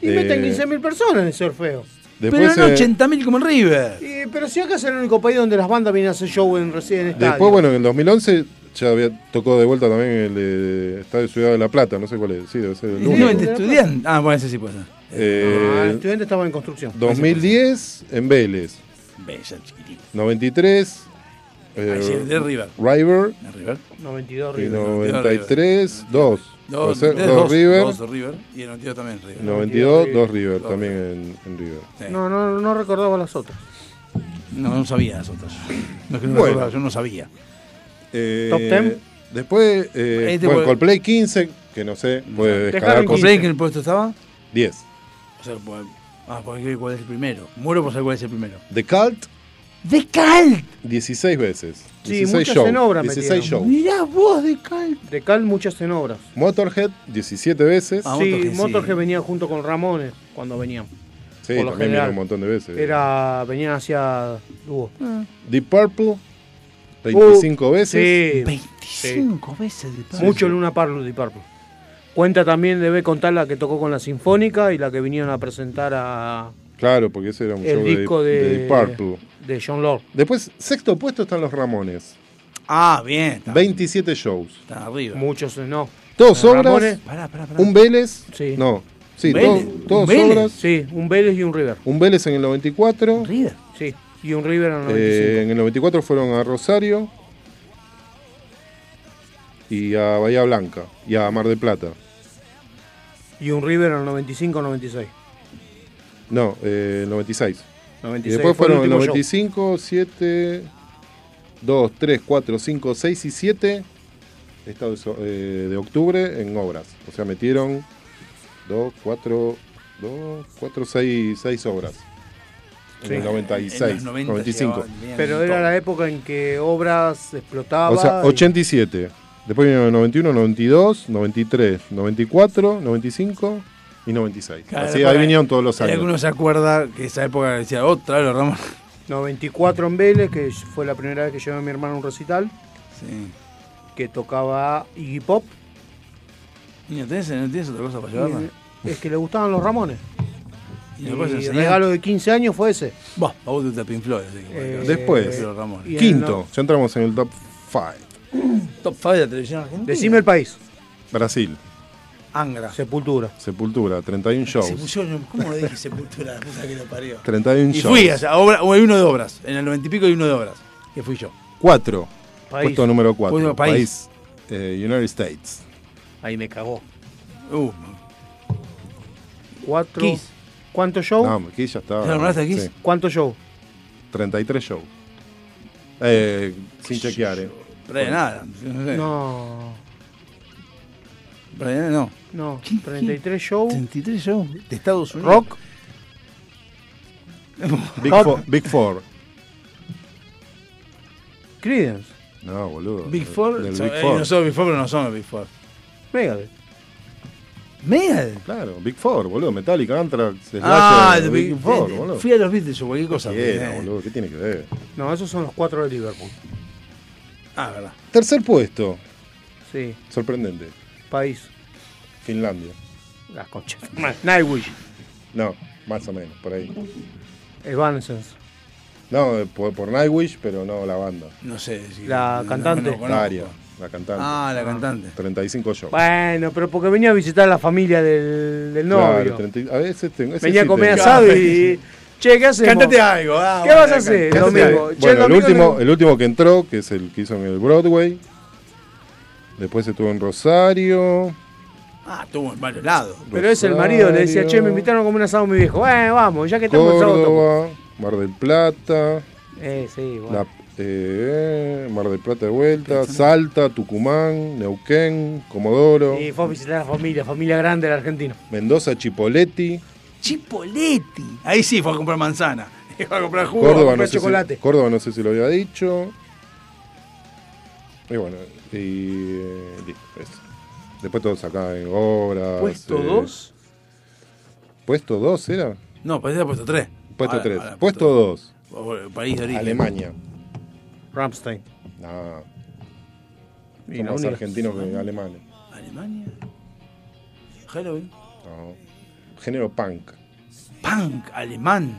S5: Y meten
S2: Eh,
S5: 15.000 personas en ese Orfeo.
S2: Después,
S5: Pero eran
S2: eh,
S3: 80.000 como en River.
S5: Y- pero si acá es el único país donde las bandas vienen a hacer show en recién estadio.
S2: Después, bueno, en el 2011 ya había, tocó de vuelta también el eh, Estadio Ciudad de La Plata, no sé cuál es. Sí, debe ser el
S3: El
S2: único.
S3: único de estudiante. Ah, bueno, ese sí puede ser.
S2: Eh,
S5: Ah, el estudiante estaba en construcción.
S2: 2010 en Vélez.
S3: Bella, chiquitito.
S2: 93. eh,
S3: sí, de River.
S2: River.
S3: River.
S5: 92
S2: Y
S5: River.
S2: 93, 2.
S3: Dos, tres, dos, dos de River. Y el 92 también River.
S2: 92, 2 River, también en, en River.
S5: No, no, no recordaba las otras.
S3: No, no sabía las otras. No es que no
S2: Bueno.
S3: recordaba, yo no sabía.
S2: Eh,
S3: Top 10.
S2: Después, eh,
S3: Este
S2: bueno,
S3: fue-
S2: Coldplay 15, que no sé, puede escalar con
S3: ¿Coldplay en el puesto estaba?
S2: 10.
S3: O sea, pues, ah, porque quiero ver cuál es el primero. Muero por saber cuál es el primero.
S2: The Cult,
S3: ¡De Cal!
S2: 16 veces.
S5: Sí,
S2: 16
S5: muchas
S2: shows.
S5: en obra
S2: 16
S5: metieron.
S2: shows.
S3: Mirá vos, de Cal.
S5: De Cal muchas en obras.
S2: Motorhead, 17
S3: Ah,
S2: veces.
S5: sí, Motorhead venía junto con Ramones cuando venían.
S2: Sí,
S5: Por lo
S2: también
S5: general.
S2: vino un montón de veces.
S5: Era, venían hacia dúo.
S3: Ah,
S2: Deep Purple, 25 veces.
S5: Sí.
S3: Cinco veces de
S5: Sí.
S3: Purple.
S5: Mucho Luna Parlo de Purple. Cuenta también, debe contar la que tocó con la Sinfónica y la que vinieron a presentar a
S2: Claro, porque ese era un
S5: el
S2: show
S5: disco
S2: de,
S5: de,
S2: de Deep Purple.
S5: de John Lord.
S2: Después, sexto puesto están los Ramones.
S3: Ah, bien.
S2: 27 shows.
S3: Están arriba.
S5: Muchos no.
S2: Todos
S5: Ramones.
S2: obras.
S3: Pará, pará, pará.
S2: Un Vélez.
S5: Sí.
S2: No. Sí,
S5: ¿Un Vélez?
S2: todo- todos
S5: ¿Un Vélez?
S2: obras.
S5: Sí, un Vélez y un River.
S2: Un Vélez en el 94.
S3: River.
S5: Sí, y un River en el 95.
S2: Eh, en el 94 fueron a Rosario. Y a Bahía Blanca. Y a Mar del Plata.
S5: Y un River en el 95-96.
S2: No, eh, el 96.
S5: 96
S2: Y después
S5: fue el
S2: fueron el
S5: último show.
S2: 95, 7, 2, 3, 4, 5, 6 y 7 estados eh, de octubre en obras. O sea, metieron 2, 4, 2, 4, 6, 6 obras. En
S5: Sí.
S2: el 96,
S5: En los
S3: 90
S2: 95.
S5: Pero era la época en que obras explotaba.
S2: O sea,
S5: y-
S2: 87. Después vinieron el 91, 92, 93, 94, 95 y 96.
S3: Claro,
S2: Así, ahí
S3: para-
S2: vinieron todos los
S3: y
S2: años.
S3: Algunos se acuerda que esa época decía "Oh, otra vez los Ramones.
S5: 94 en Vélez, que fue la primera vez que llevé a mi hermano a un recital,
S3: Sí.
S5: que tocaba Iggy Pop.
S3: ¿Y no tenés, no tenés otra cosa para llevarla?
S5: Y Es que le gustaban los Ramones.
S3: Y
S5: Y
S3: después
S5: el
S3: enseñar.
S5: regalo de 15 años fue ese.
S3: Bah, a vos te gusta Pink Floyd, así que-
S5: Eh,
S2: Después,
S3: Los Ramones.
S2: quinto, ya entramos en el top 5.
S3: Top 5 de la televisión argentina.
S5: Decime el país.
S2: Brasil,
S3: Angra.
S5: Sepultura.
S2: Sepultura, 31
S3: Se
S2: shows.
S3: pusieron, ¿Cómo le dije sepultura? La puta que lo parió.
S2: 31
S3: Y
S2: shows.
S3: fui, o sea, obra, hay uno de obras. En el 90 y pico hay uno de obras. Que fui yo.
S2: 4.
S3: País.
S2: Puesto número 4.
S3: Puesto país.
S2: eh, United States.
S5: Ahí me cagó.
S3: Uh,
S5: Cuatro.
S3: Kiss.
S5: ¿Cuánto show?
S2: No, aquí ya estaba.
S3: ¿Ya nombraste a Kiss?
S2: Sí,
S5: ¿Cuánto show?
S2: 33 shows. Eh, sin chequear. eh.
S3: Brian Adams. No. sé.
S5: No.
S3: Brian, no.
S5: No. 33 show.
S3: 33 shows de Estados Unidos.
S5: Rock.
S2: Big,
S5: Hot.
S2: four, Big Four.
S5: Creedence.
S2: No, boludo.
S3: Big
S2: del-
S3: Four.
S2: Del
S3: son-
S2: Big
S3: eh,
S2: Four.
S3: No son Big Four, pero no son Big Four.
S5: Megadeth.
S3: Megadeth.
S2: Claro, Big Four, boludo. Metallica, Anthrax, Slash.
S3: Ah,
S2: Big,
S3: de Big
S2: Four,
S3: eh,
S2: boludo.
S3: Fui a los Beatles o cualquier cosa.
S2: Cualquiera,
S3: eh.
S2: boludo. ¿Qué tiene que ver?
S5: No, esos son los cuatro de Liverpool.
S3: Ah, verdad.
S2: Tercer puesto.
S5: Sí.
S2: Sorprendente.
S5: País.
S2: Finlandia.
S5: Las conchas. Nightwish.
S2: No, más o menos, por ahí.
S5: Evanescence.
S2: No, eh, por, por Nightwish, pero no la banda.
S3: No sé. si-
S5: La
S3: no,
S5: cantante.
S3: no conozco.
S2: Daria, la cantante.
S3: Ah, la cantante.
S2: 35 shows.
S5: Bueno, pero porque venía a visitar a la familia del, del novio.
S2: Claro, 30 a veces tengo. ese
S5: venía
S2: sí
S5: a comer
S2: tengo.
S5: asado y. Che, ¿qué haces?
S3: Cántate algo, ah,
S5: ¿Qué vas
S3: bueno,
S5: a hacer?
S2: Cántate
S5: Domingo.
S2: algo.
S5: Che,
S2: Bueno, el
S5: domingo
S2: último,
S5: no-
S2: el último que entró, que es el que hizo en el Broadway, Después estuvo en Rosario.
S3: Ah, estuvo en varios lados.
S5: Pero es el marido, le decía, che, me invitaron a comer un asado mi viejo. Eh, vamos, ya que estamos en sábado. tomo".
S2: Córdoba, Mar del Plata.
S5: Eh, sí, bueno.
S2: La- eh, eh, Mar del Plata de vuelta, Salta, Tucumán, Neuquén, Comodoro,
S5: Y fue a visitar a la familia, familia grande del argentino.
S2: Mendoza, Chipoletti,
S12: Chipoletti. Ahí sí fue a comprar manzana. Fue a comprar jugo, a
S2: Córdoba,
S12: comprar
S2: no sé si,
S12: chocolate.
S2: Córdoba, no sé si lo había dicho. Y bueno, y eh, listo, eso. Después todos acá en obras.
S3: ¿Puesto
S2: eh,
S3: dos?
S2: ¿Puesto 2 era?
S3: No,
S12: pues
S3: parece que era puesto 3.
S2: Puesto 3. Puesto 2.
S3: País de origen.
S2: Alemania.
S5: Ramstein.
S2: No.
S5: Y
S2: Son
S5: la
S2: más
S5: única-
S2: argentinos que alemanes.
S3: Alemania. Halloween.
S2: No. Género punk.
S3: Punk alemán.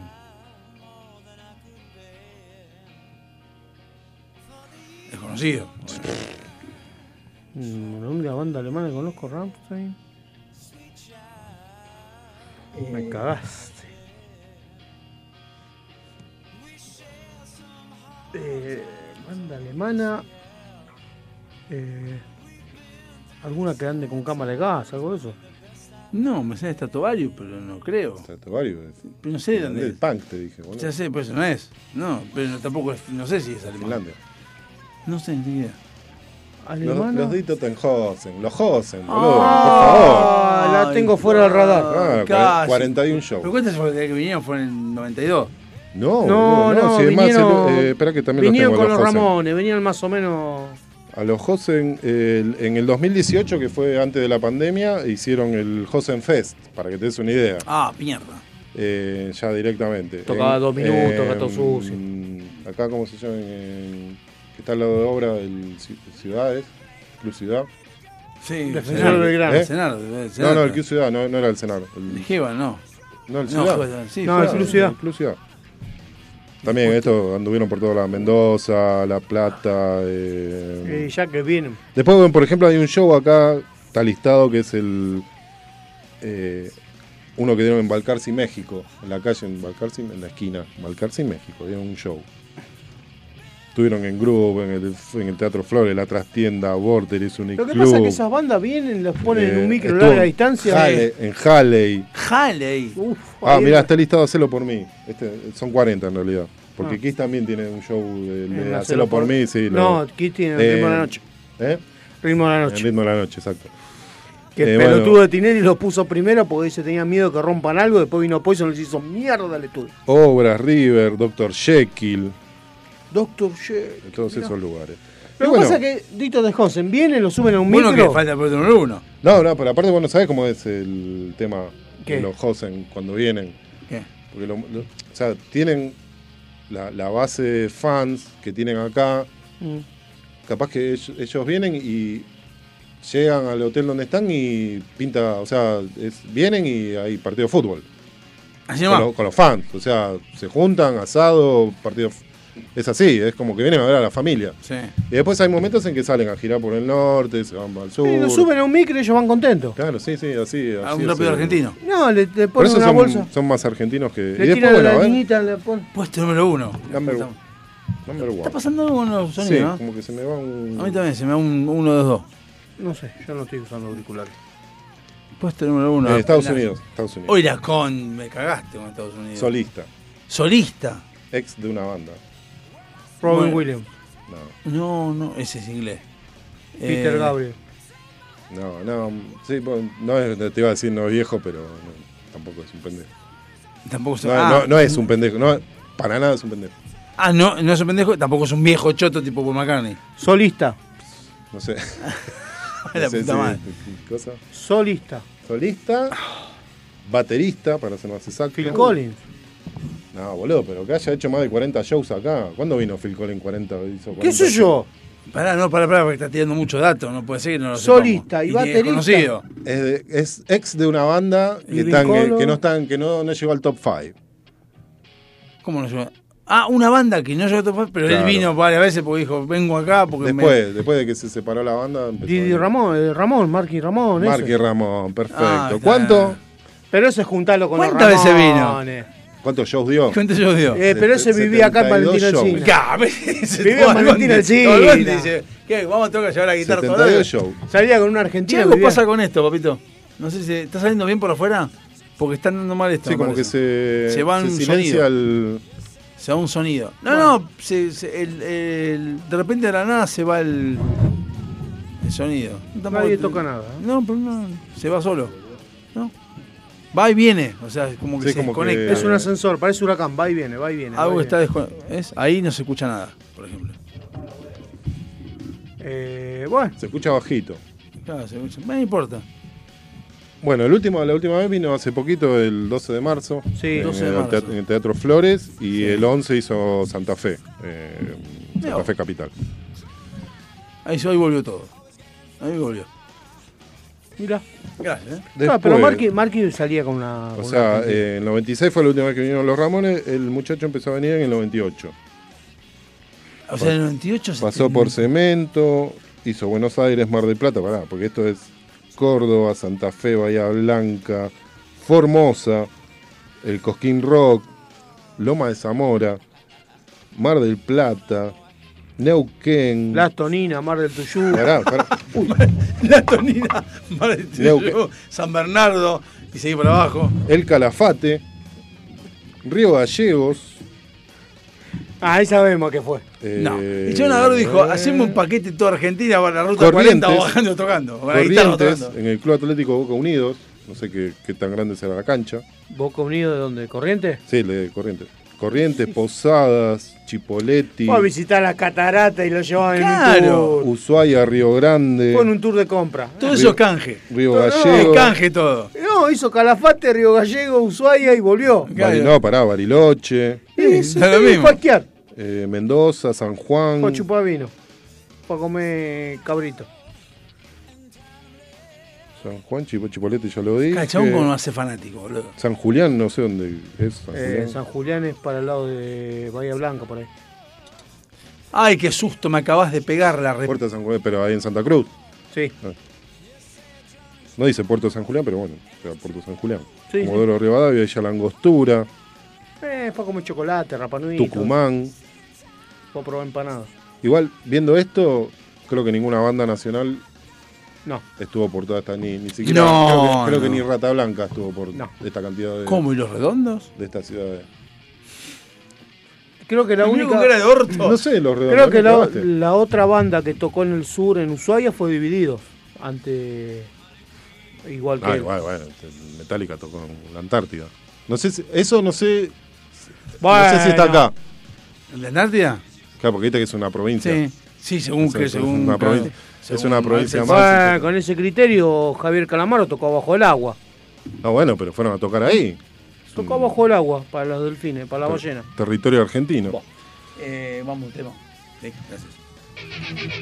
S3: Desconocido.
S5: Mm, La única banda alemana que conozco, Ramstein.
S2: eh,
S5: Me cagaste. Eh, banda alemana. Eh, ¿Alguna que ande con cámara de gas, algo de eso?
S12: No, me sé de Statuario, pero no creo.
S2: Statuario.
S12: Pero no sé de dónde
S2: Del
S12: es.
S2: punk, te dije, boludo.
S12: Ya sé, pues no es. No, pero no- tampoco es. No sé si es alemán.
S2: Finlandia.
S12: No sé ni idea.
S2: Los, los de Tottenhausen, los Hosen, boludo.
S12: Ah,
S2: por favor.
S12: la tengo fuera del radar.
S2: Ah,
S12: Casi. Pero
S2: 41 shows.
S12: cuántas fue desde que vinieron fue en el 92.
S2: Oh, No,
S5: No,
S2: boludo,
S5: no,
S2: si es más,
S5: vinieron-
S2: el- eh, espera que también
S5: Vinieron
S2: los
S5: con
S2: tengo
S5: los
S2: a los Hosen.
S5: Ramones, venían más o menos.
S2: A los Hosen, eh, el- en el 2018, que fue antes de la pandemia, hicieron el Hosen Fest, para que te des una idea.
S12: Ah, mierda.
S2: Eh, ya directamente.
S5: Tocaba
S2: En-
S5: dos minutos, gato
S2: en-
S5: sucio.
S2: Mm, Acá, ¿cómo se llama? En- que está al lado de obra, el Ci- Ciudades, Club Ciudad.
S12: Sí,
S2: ¿Eh?
S12: Senado Belgrano. Senado,
S2: No,
S12: el Senado.
S2: no, el Club Ciudad, no, no era el Senado. El,
S12: Jeva, no.
S2: No, el
S12: No,
S2: Ciudad.
S12: Jeva, sí, No, el Club
S5: Ciudad.
S2: el Club Ciudad. También estos anduvieron por toda la Mendoza, La Plata. eh,
S5: Y ya que vienen.
S2: Después, bueno, por ejemplo, hay un show acá, está listado, que es el. eh, uno que dieron en Balcarce, México. En la calle, en Balcarce, en la esquina. Balcarce, México, dieron un show. Estuvieron en Grupo, en el, en el Teatro Flores, La Trastienda, Vortex, Uniclub.
S5: Lo que pasa es que esas bandas vienen, los ponen en
S2: Eh,
S5: un micro a
S2: estuvo
S5: larga
S2: en
S5: distancia. eh.
S2: Halle- en Halley.
S12: Halley.
S5: Uf,
S2: Ah,
S5: ahí-
S2: mirá, está listado Hacelo por mí. Este, son 40 en realidad. Porque
S5: Ah.
S2: Kiss también tiene un show de, de
S5: En
S2: Hacelo,
S5: Hacelo
S2: por,
S5: por-
S2: mí, sí.
S5: No, Kiss tiene el Ritmo de la Noche.
S2: ¿Eh?
S5: Ritmo de la Noche.
S2: El ritmo de la noche, exacto.
S5: Que el
S2: Eh, bueno,
S5: pelotudo de Tinelli los puso primero porque se tenía miedo que rompan algo. Después vino Poison y les hizo mierda al estudio.
S2: Obras, River, Doctor Jekyll,
S5: Doctor Shea.
S2: de todos esos lugares.
S5: Lo que
S2: bueno.
S5: pasa es que Dito de Hosen vienen, lo suben a un micro.
S12: por el uno.
S2: No, no, pero aparte vos no sabés cómo es el tema
S5: ¿Qué?
S2: de los Hosen cuando vienen.
S12: ¿Qué?
S2: Porque lo- lo- o sea, tienen la, la base de fans que tienen acá.
S5: Mm.
S2: Capaz que ellos, ellos vienen y llegan al hotel donde están y pinta, o sea, es- vienen y hay partido de fútbol.
S12: Así
S2: con,
S12: nomás.
S2: lo- con los fans, o sea, se juntan, asado, partido. de f- Es así, es como que vienen a ver a la familia.
S12: Sí.
S2: Y después hay momentos en que salen a girar por el norte, se van al sur.
S5: Y lo suben a un micro y ellos van contentos.
S2: Claro, sí, sí, así.
S12: A
S2: así
S12: un rápido
S2: es,
S12: argentino.
S5: No, le, le
S2: Por
S5: ponen
S2: eso
S5: una
S2: son,
S5: bolsa.
S2: son más argentinos que.
S5: Le tiran
S2: bueno,
S5: la
S2: a ver,
S5: niñita, le ponen.
S3: Pues,
S12: Puesto número uno.
S2: Number, number one.
S12: Está pasando algo con los
S2: Sí,
S12: sonidos, ¿no?
S2: como que se me va un.
S12: A mí también se me da un 1, 2, 2.
S5: No sé, yo no estoy usando auriculares.
S12: Puesto número 1.
S2: Eh, Estados Unidos, Estados Unidos.
S12: Hoy la con. Me cagaste con Estados Unidos.
S2: Solista.
S12: Solista.
S2: Ex de una banda.
S5: Robin
S12: Bueno.
S5: Williams.
S12: No, no, ese es inglés.
S5: Peter
S12: Eh,
S5: Gabriel.
S2: No, no. Sí, bueno, no es, te iba a decir no es viejo, pero no, tampoco es un pendejo.
S12: Tampoco se-
S2: no,
S12: ah.
S2: no, no es un pendejo. No, para nada es un pendejo.
S12: Ah, no, no es un pendejo, tampoco es un viejo choto tipo Paul McCartney.
S5: Solista.
S2: No sé.
S12: La
S2: No sé
S12: puta
S2: si-
S12: madre.
S2: qué cosa.
S5: Solista.
S2: Solista. Baterista, para ser más exacto.
S5: Phil Collins.
S2: No, boludo, pero que haya hecho más de 40 shows acá. ¿Cuándo vino Phil Collins 40? Hizo 40
S12: ¿Qué sé
S2: shows?
S12: yo? Pará, no, pará, pará, porque estás tirando mucho dato, no puede ser que no lo
S2: Solista
S12: sepamos.
S2: y
S12: ni
S2: baterista.
S12: desconocido.
S2: Es, de- es ex de una banda que,
S12: Living
S2: están- que,
S12: Color.
S2: que no están, que no, no llegó al top 5.
S12: ¿Cómo no llegó? Ah, una banda que no llegó a topar, pero
S2: Claro.
S12: él vino varias veces porque dijo, vengo acá porque me-
S2: Después, después de que se separó la banda, empezó
S5: Didi Ramón, eh, Ramón, Marky Ramón. ese.
S2: Marky Ramón, perfecto.
S5: Ah, está.
S2: ¿Cuánto?
S5: Pero eso es juntarlo con los
S12: ¿Cuántas veces vino?
S5: Ramones.
S2: ¿Cuántos shows dio?
S3: ¿Cuántos shows dio?
S5: Eh, pero ese vivía acá en Valentina
S2: 72
S5: Alsina.
S2: shows.
S3: Ah, ese
S5: Vivía en
S3: Tolón
S5: Valentina
S3: dice,
S5: Alsina.
S3: Tolón dice, ¿Qué? Vamos a tocar llevar la guitarra todo
S2: 72 show.
S5: Salía con una
S3: ¿Qué
S5: argentina.
S3: algo
S5: vivía-
S3: pasa con esto, papito? No sé si. ¿Está saliendo bien por afuera? Porque están dando mal esto.
S2: Sí,
S3: me
S2: como que
S3: parece.
S2: se,
S3: Se va un
S2: silencia
S3: sonido.
S2: el.
S3: Se va un sonido. No, no, se- se- el- el- de repente de la nada se va el, el sonido. Tampoco-
S5: Nadie toca nada. ¿eh?
S3: No, pero no, se va solo. ¿no? Va y viene, o sea, como que se desconecta.
S5: Es un ascensor, parece huracán, va y viene, va y viene. va
S3: Algo
S5: y
S3: está
S5: viene.
S3: descone- ¿ves? Ahí no se escucha nada, por ejemplo.
S5: Eh, bueno.
S2: Se escucha bajito.
S3: Claro, se escucha. No importa.
S2: Bueno, el último, la última vez vino hace poquito, el 12 de marzo. en,
S3: 12 de
S2: el
S3: marzo.
S2: teatro- en el Teatro Flores. Y el 11 hizo Santa Fe. eh, Santa Fe Capital.
S3: Ahí, se- ahí volvió todo. Ahí volvió.
S5: Mirá.
S3: Gracias. ¿eh?
S5: Ah, pero
S2: Después-
S5: Marky, Marky salía con una.
S2: O
S5: con
S2: sea,
S5: una-
S2: eh, en el 96 fue la última vez que vinieron los Ramones. El muchacho empezó a venir en el 98.
S3: O sea, en el 98 se-
S2: Pasó por Cemento, hizo Buenos Aires, Mar del Plata, pará, porque esto es Córdoba, Santa Fe, Bahía Blanca, Formosa, el Cosquín Rock, Loma de Zamora, Mar del Plata, Neuquén.
S5: La Tonina, Mar del Tuyú.
S2: Pará, pará.
S3: La Tonina, Mar del
S2: Neuquén.
S3: Tuyú, San Bernardo y seguí para abajo.
S2: El Calafate, Río Gallegos.
S5: Ah, ahí sabemos que fue.
S3: Eh,
S5: eh.
S3: No.
S2: eh,
S3: Y John Adoro dijo, hacemos un paquete toda Argentina para la ruta 40
S2: Corrientes.
S3: bajando tocando. Con la guitarra
S2: Corrientes,
S3: tocando.
S2: en el Club Atlético Boca Unidos, no sé qué, qué tan grande será la cancha.
S5: ¿Boca Unido de dónde? ¿Corriente?
S2: Sí, le- Corrientes. Corrientes, Posadas, Chipoleti.
S5: Fue a visitar las cataratas y lo llevaban en un tour.
S2: Ushuaia, Río Grande.
S5: Fue en un tour de compra. Eh,
S3: Todo
S2: Río-
S3: eso es canje.
S2: Río
S5: No, no,
S2: Gallego.
S5: es
S3: Canje todo.
S5: No, hizo Calafate, Río Gallego, Ushuaia y volvió.
S2: Bari- no, pará, Bariloche.
S5: Y se fue a esquiar,
S2: Eh, Mendoza, San Juan.
S5: fue a chupar vino. Fue a comer cabrito.
S2: San Juan, Chipo- Chipolete, ya lo dije.
S3: El chabón como no hace fanático, boludo.
S2: San Julián, no sé dónde es. San
S5: Eh,
S2: Julián.
S5: San Julián es para el lado de Bahía Blanca, por ahí.
S3: Ay, qué susto, me acabas de pegar la re...
S2: Puerto de San Julián, pero ahí en Santa Cruz. Ah.
S5: Sí.
S2: No dice Puerto de San Julián, pero bueno, era Puerto de San Julián.
S5: Sí, sí.
S2: Comodoro Rivadavia, Villa Langostura,
S5: Eh, fue a comer chocolate, rapanui.
S2: Tucumán.
S5: Fue a probar empanadas.
S2: Igual, viendo esto, creo que ninguna banda nacional
S5: No.
S2: estuvo por toda esta, ni, ni siquiera.
S3: No,
S2: creo, que, creo
S3: no.
S2: que ni Rata Blanca estuvo por
S5: No.
S2: esta cantidad de.
S3: ¿Cómo? ¿Y los redondos?
S2: De esta ciudad.
S5: Creo que la
S3: El único
S5: única.
S3: que era de orto.
S2: No sé, los redondos.
S5: Creo que
S2: ¿no
S5: la,
S2: probaste?
S5: la otra banda que tocó en el sur, en Ushuaia, fue Divididos. Ante. Igual que.
S2: Ah, igual, bueno, Metallica tocó en la Antártida. No sé si, eso no sé. No sé si está
S3: Bueno.
S2: acá.
S3: ¿El de Antártida?
S2: Claro, porque viste que es una provincia.
S3: Sí. Sí, según
S2: Es
S3: que,
S2: es
S3: según cada-
S2: una provincia, es
S3: según
S2: una provincia
S5: Bueno,
S2: más.
S5: con ese criterio, Javier Calamaro tocó abajo del agua.
S2: No, bueno, pero fueron a tocar ahí.
S5: Tocó abajo del agua para los delfines, para la ballena.
S2: Territorio argentino.
S3: Eh, vamos a un tema. Sí, gracias.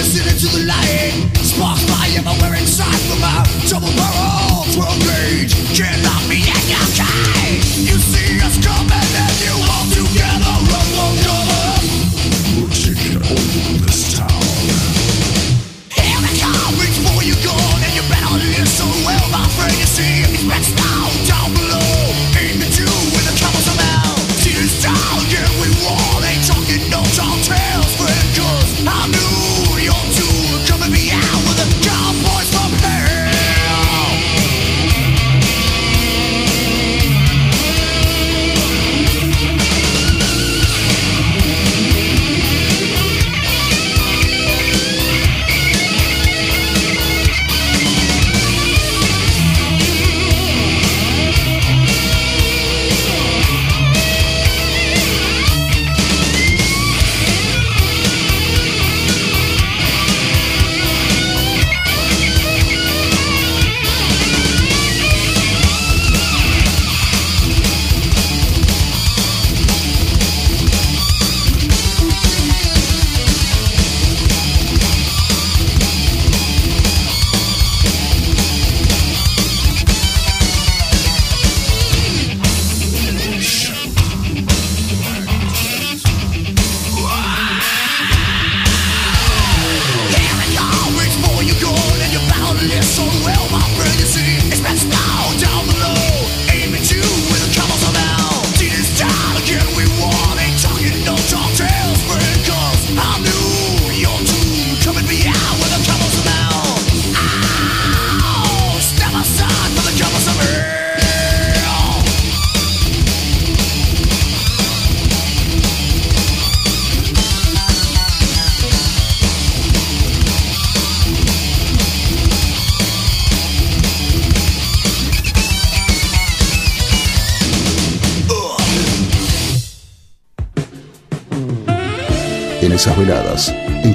S1: me. Sparks my everywhere inside from a double barrel through gauge. Cannot be in your cage. You see us coming and you all together run one another. We're taking over this town. Here we come, reach for your gun and you better listen well, my friend. You see, it's best now down below. Aim at you with a couple of L. See this town, yeah, we war. They talking no tall tales, friend, 'cause I knew your tool coming me out with a cowboy from hell. Step aside for the covers of hell.
S4: en esas veladas en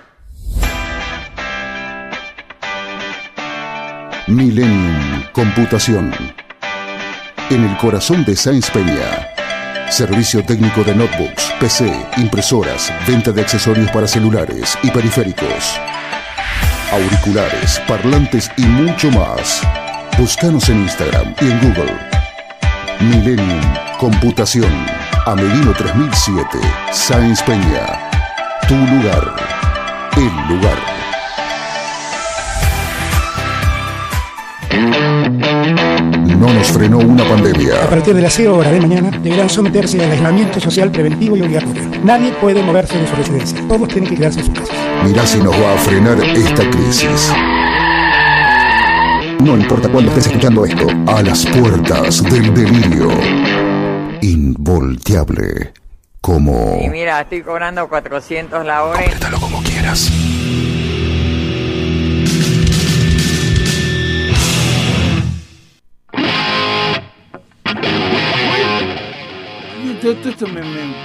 S4: Millennium Computación. En el corazón de Sáenz Peña. Servicio técnico de notebooks, PC, impresoras, venta de accesorios para celulares y periféricos. Auriculares, parlantes y mucho más. Búscanos en Instagram y en Google. Millennium Computación. Amelino 3007. Sáenz Peña. Tu lugar. El lugar. No nos frenó una pandemia.
S18: A partir de las 0 horas de mañana deberán someterse al aislamiento social preventivo y obligatorio. Nadie puede moverse de su residencia. Todos tienen que quedarse en su casa.
S4: Mirá si nos va a frenar esta crisis. No importa cuándo estés escuchando esto, a las puertas del delirio. Involteable. Como
S16: Y mira, estoy cobrando 400 la hora.
S4: como quieras.
S12: Esto, esto- esto me, me-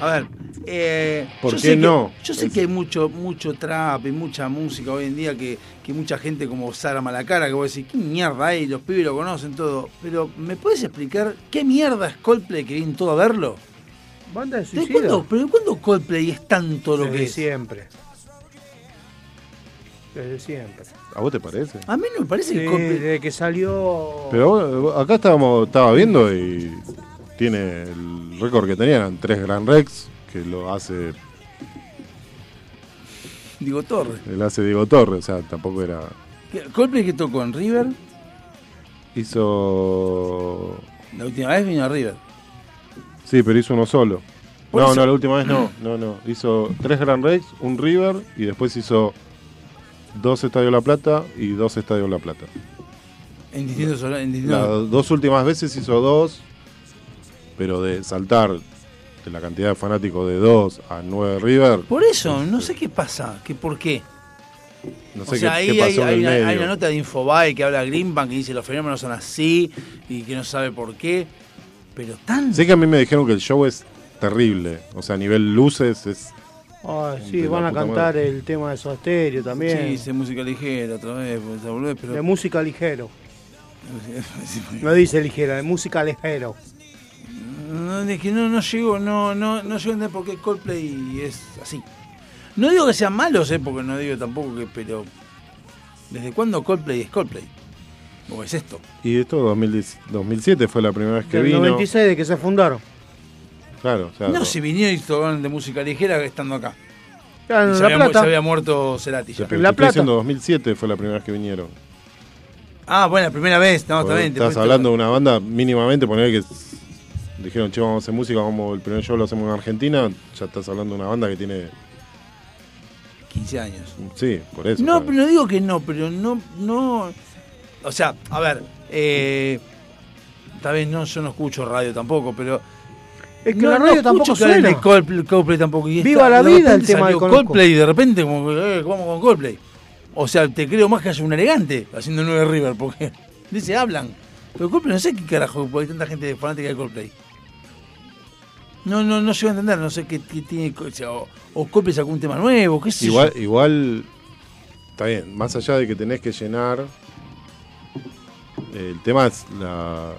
S12: A ver,
S3: Eh,
S2: ¿Por
S3: yo
S2: qué
S3: sé que-
S2: no?
S3: yo sé que hay mucho, mucho trap y mucha música hoy en día que, que mucha gente como Sara Malacara que vos decís, ¿qué mierda hay? Los pibes lo conocen todo. Pero, ¿me puedes explicar qué mierda es Coldplay que vienen todo a verlo?
S5: Banda de
S3: ¿De
S5: suicida.
S3: cuándo- ¿Pero de cuándo Coldplay es tanto lo
S5: Desde
S3: que es?
S5: siempre. Desde siempre.
S2: ¿A vos te parece?
S3: A mí no me parece
S5: Sí,
S3: que Coldplay...
S5: desde que salió.
S2: Pero vos- acá estábamos, estaba viendo y tiene el récord que tenía, eran tres Grand Rex, que lo hace,
S3: Digo, Torres.
S2: el hace Diego Torres, o sea, tampoco era.
S3: ¿Qué- ¿Coldplay que tocó en River?
S2: Hizo.
S3: La última vez vino a River.
S2: Sí, pero hizo uno solo.
S3: Por
S2: No,
S3: eso-
S2: no, la última vez no, no, no. Hizo tres Grand Rex, un River y después hizo dos Estadio La Plata y dos Estadio La Plata.
S3: En distintos... hora- En distintos
S2: Las dos últimas veces hizo dos, pero de saltar de la cantidad de fanáticos de dos a nueve River,
S3: Por eso, no sé qué pasa, que por qué.
S2: no
S3: o
S2: sé
S3: sea,
S2: qué, qué
S3: ahí hay,
S2: pasó en
S3: hay
S2: el
S3: una,
S2: medio.
S3: hay una nota de Infobae que habla Greenbank que dice los fenómenos son así y que no sabe por qué. Pero tan.
S2: Sé que a mí me dijeron que el show es terrible, o sea, a nivel luces es...
S3: Ah,
S5: Ay, ah, sí,
S2: De la
S5: van a
S2: puta
S5: cantar
S2: madre.
S5: el tema de Soda Stereo también.
S3: Sí, hice música ligera otra vez, pues, esa boludez, pero.
S5: De música ligero. No dice ligera, de música ligero.
S3: No, es que no, no llego, no, no, no llego a entender por qué Coldplay es así. No digo que sean malos, eh, porque no digo tampoco que, pero. ¿Desde cuándo Coldplay es Coldplay? ¿O es esto?
S2: Y esto 2010 2007 fue la primera vez que
S5: Del
S2: vino.
S5: 96 de que se fundaron.
S2: Claro, o sea,
S3: No, si vinieron y tocaron de música ligera estando acá.
S5: Ya,
S3: Y
S5: en
S3: se,
S5: La
S3: había, mu-
S5: Plata.
S3: se había muerto Cerati ya.
S2: pero te estoy diciendo 2007 fue la primera vez que vinieron.
S3: Ah, bueno, la primera vez, no,
S2: Porque
S3: está bien.
S2: Pues, Estás
S3: después-
S2: hablando de una banda mínimamente, poner que s- dijeron, che, vamos a hacer música, vamos, el primer show lo hacemos en Argentina, ya estás hablando de una banda que tiene...
S3: 15 años.
S2: Sí, por eso.
S3: No,
S2: claro.
S3: pero no digo que no, pero no, no. O sea, a ver, eh, tal vez no, yo no escucho radio tampoco, pero.
S5: Es que la radio tampoco
S3: escucho que hablen
S5: suena.
S3: de Coldplay, Coldplay tampoco. y
S5: Viva la
S3: de
S5: vida el
S3: repente
S5: tema que
S3: salió
S5: conozco.
S3: Coldplay y de repente como que, eh, vamos con Coldplay. O sea, te creo más que haya un elegante haciendo nueve River, porque dice hablan. Pero Coldplay no sé qué carajo, porque hay tanta gente fanática de Coldplay. No, no, no llego a entender, no sé qué, qué tiene. O, sea, o- o Coldplay sacó un tema nuevo, qué sé yo.
S2: Igual, igual, está bien, más allá de que tenés que llenar, eh, el tema es la-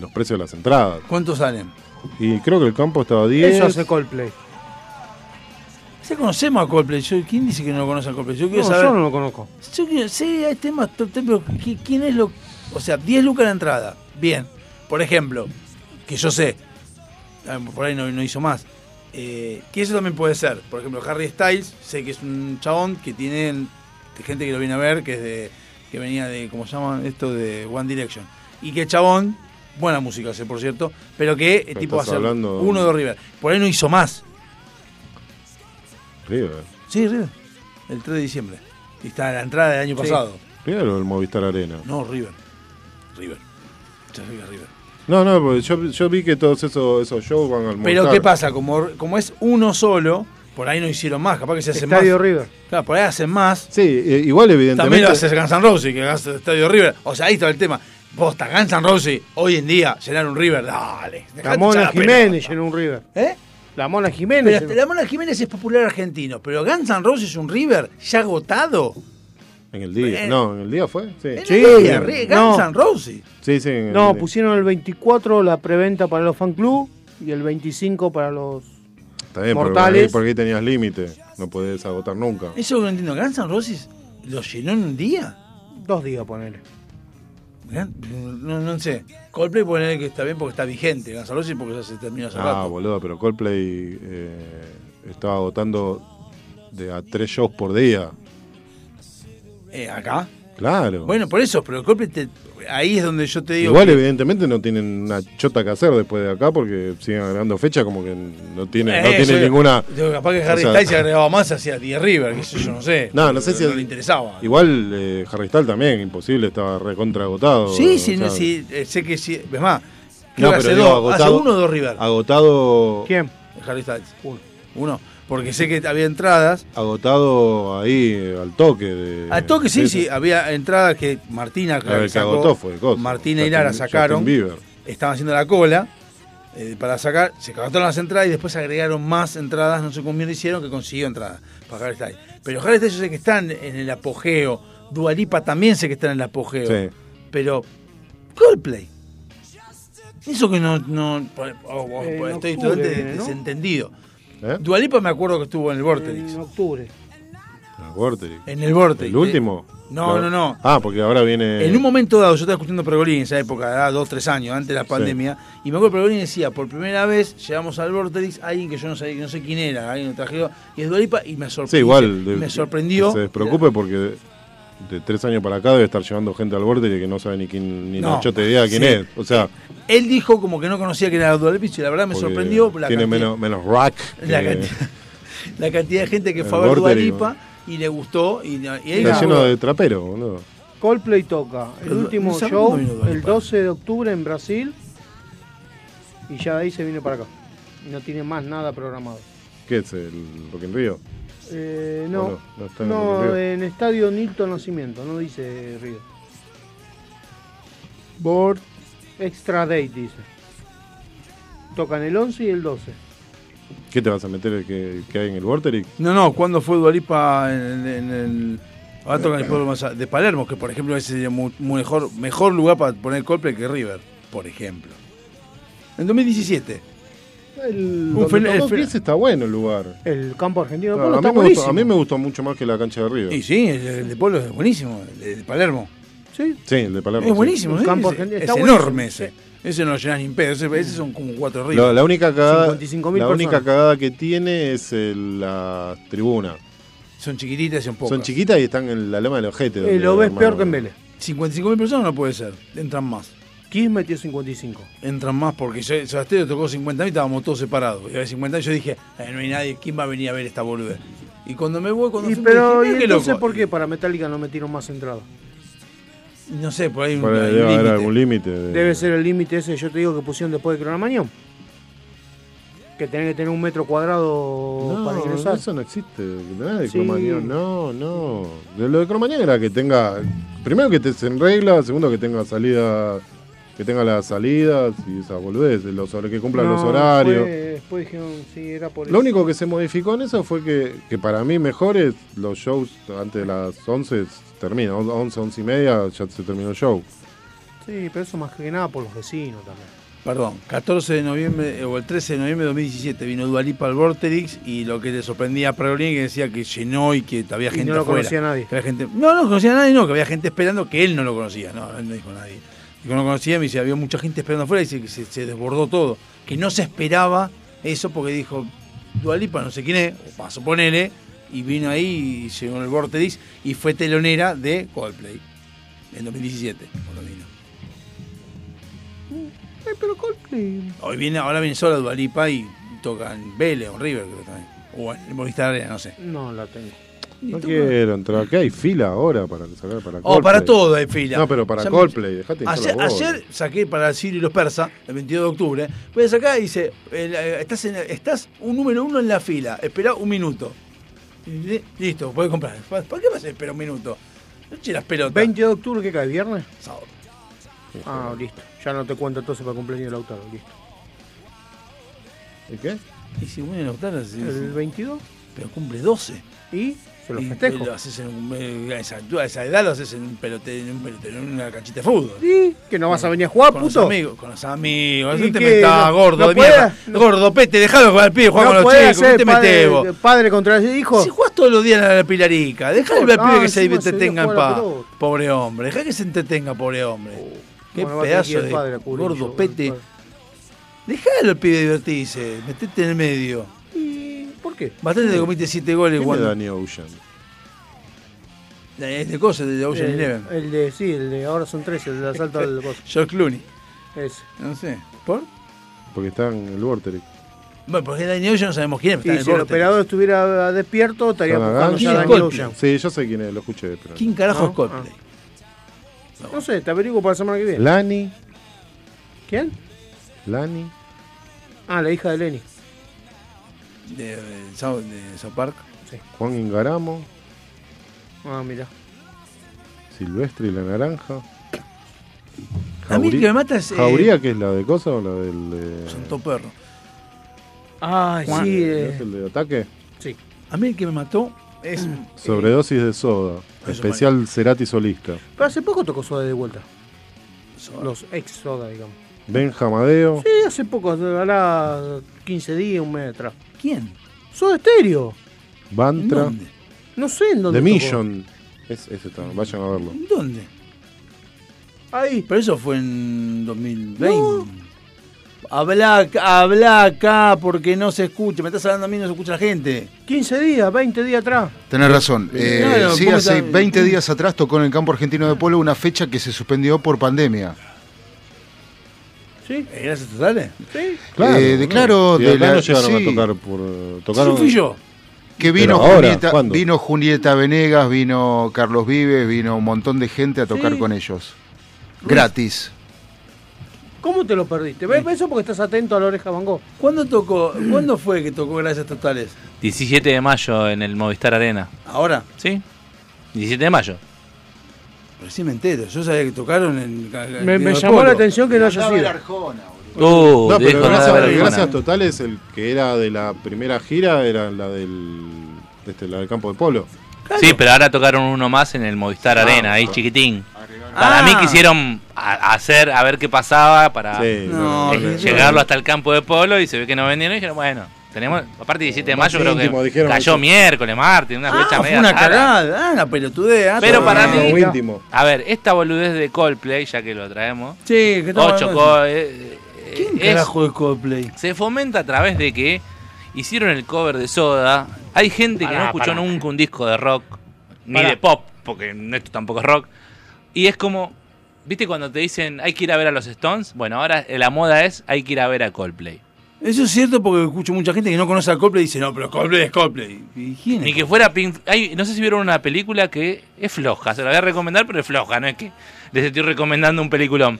S2: los precios de las entradas.
S3: ¿Cuántos salen?
S2: Y creo que el campo estaba 10.
S5: Eso hace Coldplay.
S3: Ya conocemos a Coldplay. Yo, ¿Quién dice que no lo conoce a Coldplay? Yo quiero
S5: No,
S3: saber.
S5: yo no lo conozco.
S3: Yo quiero- sí, hay temas top ten, pero ¿qui- ¿quién es lo.? O sea, 10 lucas la entrada. Bien. Por ejemplo, que yo sé. ah, Por ahí no, no hizo más. eh, que eso también puede ser. Por ejemplo, Harry Styles, sé que es un chabón que tiene gente que lo viene a ver, que es de. que venía de. ¿Cómo se llama esto? De One Direction. Y que el chabón. Buena música hace, por cierto. Pero que eh,
S2: Pero
S3: tipo va a
S2: estás
S3: ser
S2: hablando-
S3: uno de River. Por ahí no hizo más.
S2: River.
S3: Sí, River. El 3 de diciembre. Y está la entrada del año pasado.
S2: River o el Movistar Arena.
S3: No, River. River. Ya River, River.
S2: No, no, porque yo, yo vi que todos esos, esos shows van al Movistar.
S3: Pero ¿qué pasa? Como, como es uno solo, por ahí no hicieron más. Capaz que se hacen
S5: Estadio
S3: más.
S5: River.
S3: Claro, por ahí hacen más.
S2: Sí, eh, igual evidentemente.
S3: También lo hace Guns N' Roses, que gasta el Estadio River. O sea, ahí está el tema. Posta, Guns N' Roses, hoy en día, llenar un River, dale. dejate
S5: La Mona
S3: hinchar
S5: Jiménez llenó un River.
S3: ¿Eh?
S5: La Mona
S3: pelota.
S5: Jiménez.
S3: Pero hasta la Mona Jiménez es popular argentino, pero Guns N' Roses un River ya agotado.
S2: En el día.
S3: Eh,
S2: no, en el día fue. Sí,
S3: En el día, pues, Ri- Guns N' Roses.
S2: sí, sí, en el
S5: No,
S2: día.
S5: pusieron el 24 la preventa para los fan club y el 25 para los.
S2: Está bien, porque
S5: mortales.
S2: ahí- porque ahí tenías límite. No podés agotar nunca.
S3: Eso no entiendo. Guns N' Roses lo llenó en un día.
S5: Dos días, ponele.
S3: No, no sé. Coldplay ponele que está bien porque está vigente. Guns N' Roses porque ya se terminó hace
S2: Ah,
S3: rato.
S2: boludo, pero Coldplay eh, estaba agotando de a tres shows por día.
S3: Eh, acá.
S2: Claro.
S3: Bueno, por eso, pero Coldplay te- ahí es donde yo te digo.
S2: Igual,
S3: que-
S2: evidentemente, no tienen una chota que hacer después de acá porque siguen agregando fecha como que no tiene, no
S3: Eh,
S2: tiene
S3: yo-
S2: ninguna.
S3: yo capaz que
S2: o
S3: Harry
S2: sea,
S3: Styles se agregaba más hacia Die River, que eso yo no sé.
S2: No, no sé si-
S3: le interesaba.
S2: Igual eh, Harry Styles también, imposible, estaba recontra agotado.
S3: Sí,
S2: o
S3: sí, no,
S2: sea,
S3: sí, eh, sé que sí. Es más, creo
S2: No,
S3: que
S2: pero
S3: hace
S2: digo,
S3: dos. hace
S2: agotado-
S3: uno o dos River.
S2: Agotado.
S5: ¿Quién?
S3: Harry Styles. Uno. Porque sé que había entradas.
S2: Agotado ahí eh, al toque. De,
S3: Al toque sí,
S2: de-
S3: sí, había entradas que Martina
S2: A ver, que agotó fue, cosa.
S3: Martina
S2: Justin-
S3: y Lara
S2: Justin
S3: sacaron,
S2: Bieber.
S3: estaban haciendo la cola eh, para sacar, se cagaron las entradas y después agregaron más entradas, no sé cómo lo hicieron, que consiguió entradas para Harry Styles. Pero Harry Styles yo sé que están en el apogeo, Dualipa también sé que están en el apogeo,
S2: Sí.
S3: pero Coldplay. Eso que no... no oh, oh,
S5: Eh, En
S3: estoy
S5: octubre
S3: totalmente
S5: viene, ¿no?
S3: desentendido. Dualipa me acuerdo que estuvo en el Vortex.
S5: En octubre.
S2: El Vortex.
S3: En el Vortex.
S2: ¿El último?
S3: No,
S2: Claro.
S3: no, no.
S2: Ah, porque ahora viene.
S3: En un momento dado, yo estaba escuchando Pergolini en esa época, era dos, tres años, antes de la pandemia, y me acuerdo que Pergolini decía, por primera vez llegamos al Vortex, alguien que yo no sabía, que no sé quién era, alguien que trajeron, y es Dualipa, y me sorprendió.
S2: Sí, igual. de-
S3: me sorprendió.
S2: que Se despreocupe porque de, de tres años para acá debe estar llevando gente al Vortex que no sabe ni quién, ni
S3: No.
S2: Nacho te idea quién
S3: Sí.
S2: es. O sea,
S3: Él dijo como que no conocía que era Dualipa, y la verdad me
S2: porque
S3: sorprendió la
S2: tiene
S3: cantidad,
S2: menos, menos rack.
S3: La
S2: que-
S3: cantidad. la cantidad de gente que
S2: El
S3: fue a ver
S2: Vortex,
S3: Dualipa y le gustó. Y, y ahí
S2: Está
S3: la-
S2: lleno de trapero, boludo.
S5: Coldplay toca. El
S3: Pero,
S5: último
S3: ¿sabes
S5: show,
S3: cuándo vino Dua
S5: el 12 de octubre en Brasil. Y ya de ahí se viene para acá. No tiene más nada programado.
S2: ¿Qué es el Rock in Rio?
S5: Eh, no,
S2: Bueno, no está en
S5: no,
S2: Río.
S5: en Estadio Nilton Nacimiento, no dice Río.
S2: Board
S5: Extra Date dice. Tocan el 11 y el 12.
S2: ¿Qué te vas a meter el que, que hay en el Vortex?
S3: No, no, cuando fue Dualipa en, en el. Ahora
S2: Eh,
S3: toca en el pueblo más a- de Palermo, que por ejemplo ese sería mu- mu- mejor, mejor lugar para poner Coldplay que River, por ejemplo. En 2017.
S5: El,
S2: Un
S5: donde
S2: fel-
S5: tocó
S2: el fel-
S5: Kiss
S2: está bueno el lugar.
S5: El campo argentino. de
S2: Claro,
S5: Polo está
S2: a, mí me gustó,
S5: buenísimo.
S2: a mí me gustó mucho más que la cancha de Río.
S3: Y sí, el, el de Polo es buenísimo, el de Palermo.
S5: Sí.
S2: Sí, el de Palermo.
S3: es
S2: sí.
S3: buenísimo, ¿eh?
S5: campo
S3: es,
S5: argentino,
S3: es
S5: está
S3: enorme
S5: buenísimo,
S3: ese. Ese no lo llenas ni en pedo, ese, ese son como cuatro ríos.
S2: La, la única cagada, la única
S3: personas.
S2: cagada que tiene es el- las tribunas.
S3: Son chiquititas y un poco.
S2: Son chiquitas y están en la lema del
S5: Este,
S2: ojete.
S3: Eh, lo ves peor que en
S5: Vélez.
S3: 55.000 personas no puede ser, entran más.
S5: Kiss metió 55.
S3: Entran más porque yo- Sebastián tocó 50.000, estábamos todos separados. Y había 50 yo dije, "Eh, no hay nadie, ¿quién va a venir a ver esta boludez? Y cuando me voy, cuando
S5: Y,
S3: fui,
S5: pero,
S3: dije, "Mirá
S5: ¿y
S3: qué
S5: entonces
S3: loco".
S5: por qué para Metallica no metieron más entradas?
S3: No sé, pues, por ahí un-
S2: Por ahí
S3: hay un
S2: debe haber
S3: límite.
S2: algún límite. de-
S5: Debe ser el límite ese, yo te digo, que pusieron después de Cronomañón. Que tenés que tener un metro cuadrado para
S2: No,
S5: ingresar.
S2: eso no existe. nada de
S5: Sí.
S2: Cromañón, No, no. De lo de Cromañón era que tenga. Primero que te se en regla, segundo que tenga salida. Que tenga las salidas y esas boludeces, los, hor- que cumplan los
S5: No,
S2: horarios.
S5: Después, después dijeron, sí, era por
S2: Lo único que se modificó en eso fue que, que para mí mejores los shows antes de las 11 termina, 11, 11 y media ya se terminó el show.
S5: Sí, pero eso más que nada por los vecinos también.
S3: Perdón, 14 de noviembre eh, o el 13 de noviembre de 2017 vino Dualipa al Vorterix y lo que le sorprendía a Pergolini que decía que llenó y que
S5: Y
S3: había gente
S5: no lo
S3: afuera.
S5: conocía nadie.
S3: Que había gente, no, no conocía a nadie, no, que había gente esperando que él no lo conocía, no, él no dijo nadie. Y que no conocía, me dice, había mucha gente esperando afuera y dice que se, se desbordó todo, que no se esperaba eso porque dijo Dualipa no sé quién es, o paso ponele, y vino ahí y llegó en el Vorterix y fue telonera de Coldplay en 2017 cuando vino.
S5: Ay, pero Coldplay.
S3: Hoy viene, ahora viene sola Dualipa y toca en Vélez o en River, creo que también. O en el Movistar Arena, no sé.
S5: No la tengo.
S2: No quiero entrar. Acá hay fila ahora para sacar para
S3: Oh, para todo hay fila.
S2: No, pero para
S3: Ya me-
S2: Coldplay, dejate de hinchar
S3: Ayer,
S2: los huevos.
S3: ayer saqué para Sirio y los persas, el 22 de octubre. Voy a sacar y dice: el, eh, estás, en- estás un número uno en la fila, espera un minuto. Y li- Listo, puedes comprar. ¿Para para qué vas a esperar un minuto? No eches las pelotas.
S5: 20 de octubre, ¿qué cae? ¿Viernes?
S3: Sábado.
S5: Ah, listo. Ya no te cuento entonces para cumpleaños de Lautaro, listo.
S2: ¿Y qué?
S3: Y si bueno, Lautaro, sí,
S5: ¿El
S3: sí.
S5: 22?
S3: Pero cumple 12.
S5: ¿Y? Se lo
S3: Y
S5: festejo.
S3: lo haces en un- eh, a, esa, altura, a esa edad lo haces en un pelote, en, un pelote, en una canchita de fútbol.
S5: ¿Y? ¿Que no vas a venir a jugar,
S3: Con
S5: Ah, puto?
S3: los amigos, con los amigos.
S5: ¿Y
S3: No te
S5: qué?
S3: metas,
S5: No-
S3: gordo
S5: no
S3: de mierda.
S5: podés- no-
S3: Gordo, pete, dejalo jugar al pibe, jugar con los
S5: podés
S3: chicos. No
S5: ser
S3: te
S5: padre,
S3: metes vos.
S5: padre contra el hijo.
S3: Si jugás todos los días a la pilarica, dejale al
S5: No,
S3: pibe que se
S5: Ah, encima se viene
S3: entretenga
S5: a
S3: en
S5: jugar a la
S3: paz.
S5: pelota. Uh,
S3: Pobre hombre, dejá que se entretenga, pobre hombre. Qué
S5: Bueno, va a tener que ir
S3: pedazo
S5: el
S3: de
S5: padre a cubrir yo,
S3: gordo
S5: el
S3: pete. Dejalo al pibe divertirse, metete en el medio.
S5: ¿Y por qué?
S3: Bastante te comiste 7 goles
S2: ¿Quién es
S3: cuando.
S2: Danny Ocean?
S3: Eh, Es de cosas, de Ocean
S5: el,
S3: Eleven.
S5: Eh, el de, sí, el de ahora son 13, el de asalto al coso.
S3: George Clooney.
S5: Ese.
S3: No sé. ¿Por?
S2: Porque está en el Vortex.
S3: Bueno, porque Daniel Ocean no sabemos quién es,
S5: Y
S3: pero
S5: si
S3: está en
S5: el
S3: el bote.
S5: operador estuviera eh, despierto, estaría
S2: ¿Están
S5: buscando
S2: acá?
S5: ya a Daniel Ocean.
S2: Sí, yo sé quién es, lo escuché. Pero... Ah.
S3: ¿Quién carajo
S5: ¿No?
S3: es Coldplay?
S5: No sé, te averiguo para la semana que viene.
S2: Lani,
S5: ¿Quién?
S2: Lani.
S5: Ah, la hija de Lenny.
S3: De, de South, de South Park.
S2: Juan Ingaramo,
S5: Ah, mira.
S2: Silvestre y la Naranja.
S3: A mí lo que me mata es, eh,
S2: ¿Jauría que es la de cosa o la del. eh,
S3: Santo perro.
S5: Ay,
S2: Juan?
S5: sí. eh.
S2: ¿Es el de ataque?
S5: Sí.
S3: A mí el que me mató es.
S2: Sobredosis de soda. Especial Cerati solista.
S5: Pero hace poco tocó Soda de vuelta. Los ex Soda, digamos.
S19: Oh.
S2: Benjamadeo.
S5: Sí, hace poco, hará 15 días, un mes atrás.
S3: ¿Quién?
S5: Soda Stereo.
S2: Bantra.
S5: No sé en dónde.
S2: The
S5: tocó.
S2: Mission. Es, ese está, vayan a verlo.
S3: ¿Dónde? Ahí. Pero eso fue en 2020. Habla, acá- habla acá porque no se escucha. Me estás hablando a mí y no se escucha la gente.
S5: 15 días, 20 días atrás.
S6: Tenés razón. Eh,
S5: Claro,
S6: sí,
S5: ¿cómo
S6: hace
S5: está?
S6: 20
S2: Mm.
S6: días atrás tocó en el campo argentino de Polo una fecha que se suspendió por pandemia.
S3: ¿Sí? ¿Eh, ¿Gracias totales?
S5: Sí.
S6: Claro, Eh, de- claro,
S2: Y
S6: de
S2: acá
S6: la-
S2: no llegaron
S6: sí.
S2: a tocar por. Tocaron,
S6: Yo fui yo. Que vino
S2: Pero ahora,
S6: Julieta,
S2: ¿cuándo?
S6: vino Julieta Venegas, vino Carlos Vives, vino un montón de gente a tocar
S5: Sí.
S6: con ellos. Gratis.
S5: ¿Cómo te lo perdiste? ¿Ves eso porque estás atento a la oreja Van Gogh?
S3: ¿Cuándo tocó? Eh, ¿Cuándo fue que tocó Gracias Totales?
S19: 17 de mayo en el Movistar Arena.
S3: ¿Ahora?
S19: ¿Sí? 17 de mayo.
S3: Recién me entero. Yo sabía que tocaron en. en-
S5: Me,
S3: en
S5: me
S3: el
S5: llamó
S3: Polo.
S5: la atención que no haya
S3: Andaba
S5: sido.
S3: el
S19: Uh,
S2: no, pero
S19: dejo nada para
S2: gracias,
S19: el
S2: gracias
S19: Juana.
S2: totales, el que era de la primera gira era la del. Este, la del campo de polo.
S19: Sí, pero ahora tocaron uno más en el Movistar
S2: Ah,
S19: Arena, ahí
S2: ah.
S19: chiquitín. Para
S5: Ah.
S19: mí quisieron a- hacer, a ver qué pasaba, para
S2: Sí, no,
S19: eh,
S2: no,
S19: llegarlo
S2: no.
S19: hasta el campo de polo y se ve que no vendieron y dijeron, bueno, tenemos, aparte 17 de
S3: Más
S19: mayo creo que
S3: íntimo, dijeron
S19: cayó
S3: eso.
S19: miércoles, martes, una fecha
S3: Ah, fue
S19: media
S3: una
S19: rara.
S3: cagada. Ah, una pelotudea.
S19: Pero
S3: Ah,
S19: para mí,
S3: mira.
S19: a ver, esta boludez de Coldplay, ya que lo traemos,
S3: Sí, que estamos
S19: Ocho
S3: hablando
S19: co-
S3: de-
S19: eh, eh,
S3: ¿Quién
S19: es-
S3: carajo de Coldplay?
S19: se fomenta a través de que hicieron el cover de Soda. Hay gente que
S3: Pará,
S19: no escuchó
S3: pará.
S19: nunca un disco de rock, ni
S3: Pará.
S19: de pop, porque esto tampoco es rock. Y es como, ¿viste cuando te dicen hay que ir a ver a los Stones? Bueno, ahora eh, la moda es hay que ir a ver a Coldplay.
S3: Eso es cierto porque escucho mucha gente que no conoce a Coldplay y dice, no, pero Coldplay es Coldplay. ¿Y quién es?
S19: Ni que fuera Pink- hay- No sé si vieron una película que es floja, se la voy a recomendar, pero es floja, no es que les estoy recomendando un peliculón.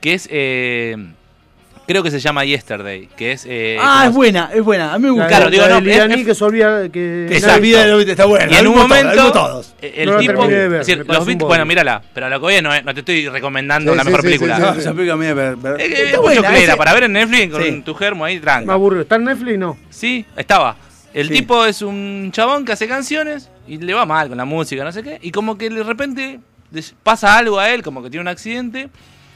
S19: Que es. eh, creo que se llama Yesterday. Que es. eh,
S3: Ah,
S19: como-
S3: es buena, es buena. A mí me gusta.
S19: Claro, digo, no,
S5: El
S19: es-
S5: iraní
S19: es-
S5: que se olvida que.
S19: Exacto.
S5: nadie-
S19: Y en un momento, eh, el
S5: No la
S19: tipo.
S5: terminé de ver,
S19: es decir,
S5: me parece
S19: los Beatles-
S5: un bodrio.
S19: bueno, mírala, pero a lo que voy es, no, es- no te estoy recomendando
S3: Sí,
S19: la
S3: sí,
S19: mejor
S3: sí,
S19: película.
S3: sí, sí, sí. Esa película media, pero- pero-
S19: Eh, eh,
S3: está
S19: mucho
S3: buena,
S19: clera,
S3: ese-
S19: para ver en Netflix con
S3: Sí.
S19: tu germo ahí, tranca.
S5: Me aburrió. ¿Está en Netflix? No.
S19: Sí, estaba. El
S5: Sí.
S19: tipo es un chabón que hace canciones y le va mal con la música, no sé qué. Y como que de repente les pasa algo a él, como que tiene un accidente.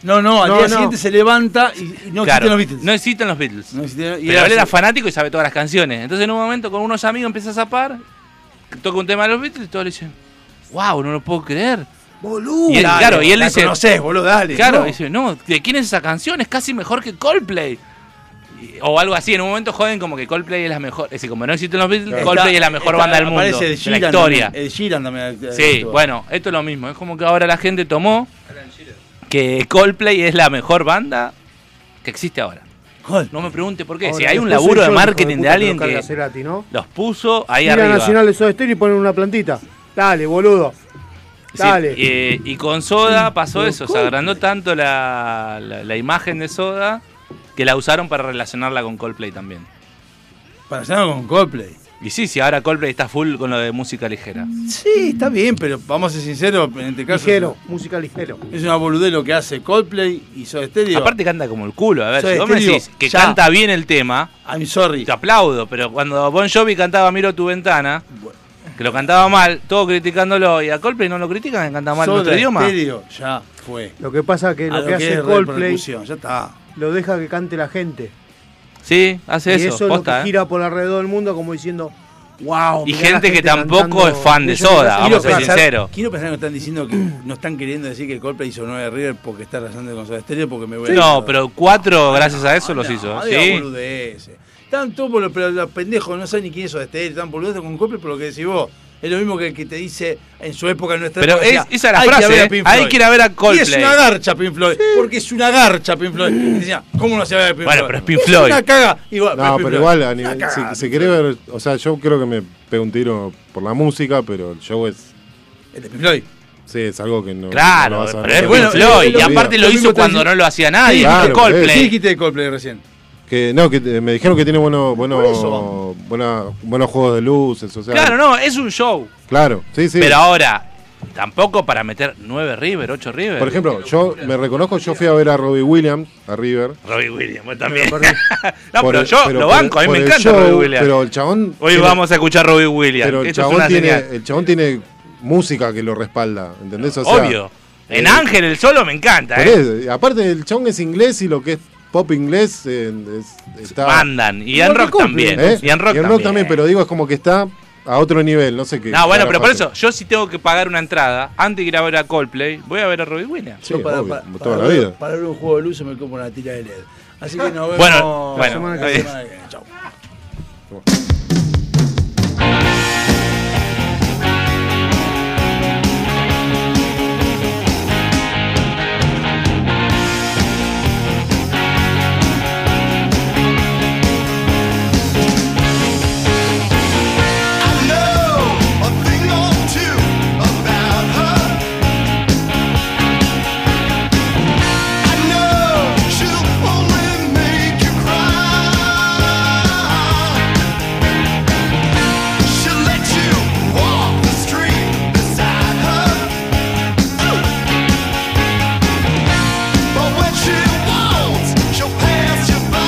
S3: No, no, al
S19: No,
S3: día
S19: no.
S3: siguiente se levanta y, y no
S19: Claro,
S3: existen los Beatles.
S19: No existen los Beatles.
S3: y
S19: Pero
S3: era
S19: él era
S3: así.
S19: fanático y sabe todas las canciones. Entonces en un momento con unos amigos empieza a zapar, toca un tema de los Beatles y todos le dicen, wow, no lo puedo creer.
S3: Boludo.
S19: y él,
S3: Dale,
S19: claro, y él
S3: la
S19: dice,
S3: conocés, boludo, dale.
S19: Claro,
S3: No.
S19: dice, no, ¿de quién es esa canción? Es casi mejor que Coldplay. Y- O algo así, en un momento joden como que Coldplay es la mejor. Es decir, como no existen los Beatles, Coldplay
S3: Está-
S19: es la mejor
S3: está-
S19: banda del mundo.
S3: aparece el
S19: De la
S3: Sheeran
S19: historia.
S3: también, el Sheeran también.
S19: Sí, bueno, esto es lo mismo. Es como que ahora la gente tomó que Coldplay es la mejor banda que existe ahora. No me pregunte por qué.
S5: Ahora,
S19: si hay un
S5: después soy
S19: laburo de
S5: yo, hijo
S19: marketing de,
S5: puta,
S19: alguien
S5: tocarle a
S19: que
S5: Cerati, ¿no?
S19: los puso ahí
S5: Ir a
S19: arriba.
S5: Nacional de Soda Stereo y ponen una plantita. Dale, boludo.
S19: Sí,
S5: Dale.
S19: eh, y con Soda pasó
S5: Pero
S19: eso, se agrandó tanto la, la- la imagen de Soda que la usaron para relacionarla con Coldplay también.
S3: Para hacer algo con Coldplay.
S19: Y sí, sí, ahora Coldplay está full con lo de música ligera.
S3: Sí, está bien, pero vamos a ser sinceros, en este caso.
S5: Ligero, música ligero.
S3: Es una boludez lo que hace Coldplay y Soda Stereo.
S19: Aparte canta como el culo, a ver,
S3: Soda
S19: si vos me
S3: Stereo,
S19: decís que
S3: ya.
S19: canta bien el tema,
S3: I'm sorry.
S19: te aplaudo, pero cuando Bon Jovi cantaba Miro tu ventana, que lo cantaba mal, todo criticándolo, y a Coldplay no lo critican, que canta mal
S3: Soda
S19: nuestro idioma.
S3: Stereo, ya fue.
S5: Lo que pasa que
S3: A
S5: lo
S3: lo
S5: que
S3: que
S5: hace
S3: es
S5: Coldplay
S3: repercusión, ya está.
S5: lo deja que cante la gente.
S19: Sí, hace
S5: y
S19: eso,
S5: es lo
S19: posta,
S5: que
S19: eh.
S5: gira por alrededor del mundo como diciendo,
S3: Oh,
S5: wow.
S19: Y gente que tampoco es fan de Soda, vamos a ser sinceros.
S3: Quiero pensar que están diciendo que no están queriendo decir que Coldplay hizo 9 River porque está arrasando con Soda Stereo porque me voy a-
S19: No, pero cuatro, gracias a eso, los hizo.
S3: Ah, diga
S19: Sí.
S3: boludeces. Están todos por los, pero los pendejos, no saben ni quién es Soda Stereo, están boludeces con Coldplay por lo que decís vos. Es lo mismo que el que te dice en su época nuestra
S19: Pero
S3: época,
S19: es-
S3: decía,
S19: esa es la
S3: "Hay
S19: frase,
S3: ir a ver a
S19: ¿eh?
S3: Pink
S19: Hay
S3: Floyd".
S19: que ir a ver a
S3: Y es
S19: Coldplay. Mm.
S3: una garcha Pink Floyd, porque es una garcha Pink Floyd. Y decía, ¿cómo no se va a ver Pink
S19: Bueno,
S3: Floyd?
S19: pero es Pink Floyd.
S3: Es una caga. Igual,
S2: No,
S3: es Pink
S2: pero
S3: Floyd.
S2: igual, a
S3: Una
S2: nivel-
S3: caga.
S2: si, si querés ver, o sea, yo creo que me pego un tiro por la música, pero el show es.
S3: ¿El de Pink Floyd?
S2: Sí, es algo que no. no
S19: Claro,
S2: vas a
S19: pero
S2: ver.
S19: es Pink Floy. Y aparte lo hizo cuando no lo hacía nadie.
S2: Claro, por eso.
S3: Sí, dijiste de Coldplay recién.
S2: Que, no, que te- me dijeron que tiene buenos
S3: Por
S2: buenos buena- buenos juegos de luces. O sea,
S19: Claro, no, es un show.
S2: Claro, sí, sí.
S19: Pero ahora, Tampoco para meter 9 River, 8 River.
S2: Por ejemplo, yo me reconozco, yo fui a ver a Robbie Williams, a River.
S19: Robbie Williams, vos también. no,
S2: Por
S19: pero
S2: el-
S19: yo
S2: pero
S19: lo
S2: por el-
S19: banco, a mí
S2: por
S19: me
S2: el
S19: encanta
S2: show,
S19: Robbie Williams.
S2: pero el chabón
S19: Hoy
S2: tiene-
S19: vamos a escuchar a Robbie Williams.
S2: Pero el
S19: Esto es
S2: chabón,
S19: una
S2: tiene,
S19: señal.
S2: el chabón tiene música que lo respalda, ¿entendés? O sea,
S19: Obvio. En
S2: eh,
S19: Ángel el solo me encanta,
S2: por
S19: ¿eh?
S2: eso, Aparte, el chabón es inglés y lo que es pop inglés eh, es- está...
S19: Mandan. Y en rock también.
S2: ¿Eh?
S19: Y en rock también.
S2: pero digo, es como que está a otro nivel, no sé qué.
S19: No, bueno,
S2: carajo
S19: pero por
S2: hace.
S19: eso, yo si tengo que pagar una entrada, antes de ir a ver a Coldplay, voy a ver a Robbie Williams.
S2: Sí, Yo para- obvio, para- como toda para la ver- vida.
S12: Para ver un juego de luz me compro una tira de LED. Así que nos vemos
S19: Bueno,
S12: la
S19: bueno,
S12: semana
S19: está
S12: que
S19: bien.
S12: semana que viene. Chau.
S1: I know a thing or two about her. I know she'll only make you cry. She'll let you walk the street beside her. But when she wants, she'll pass you by.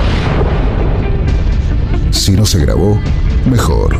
S4: Si no se grabó, mejor.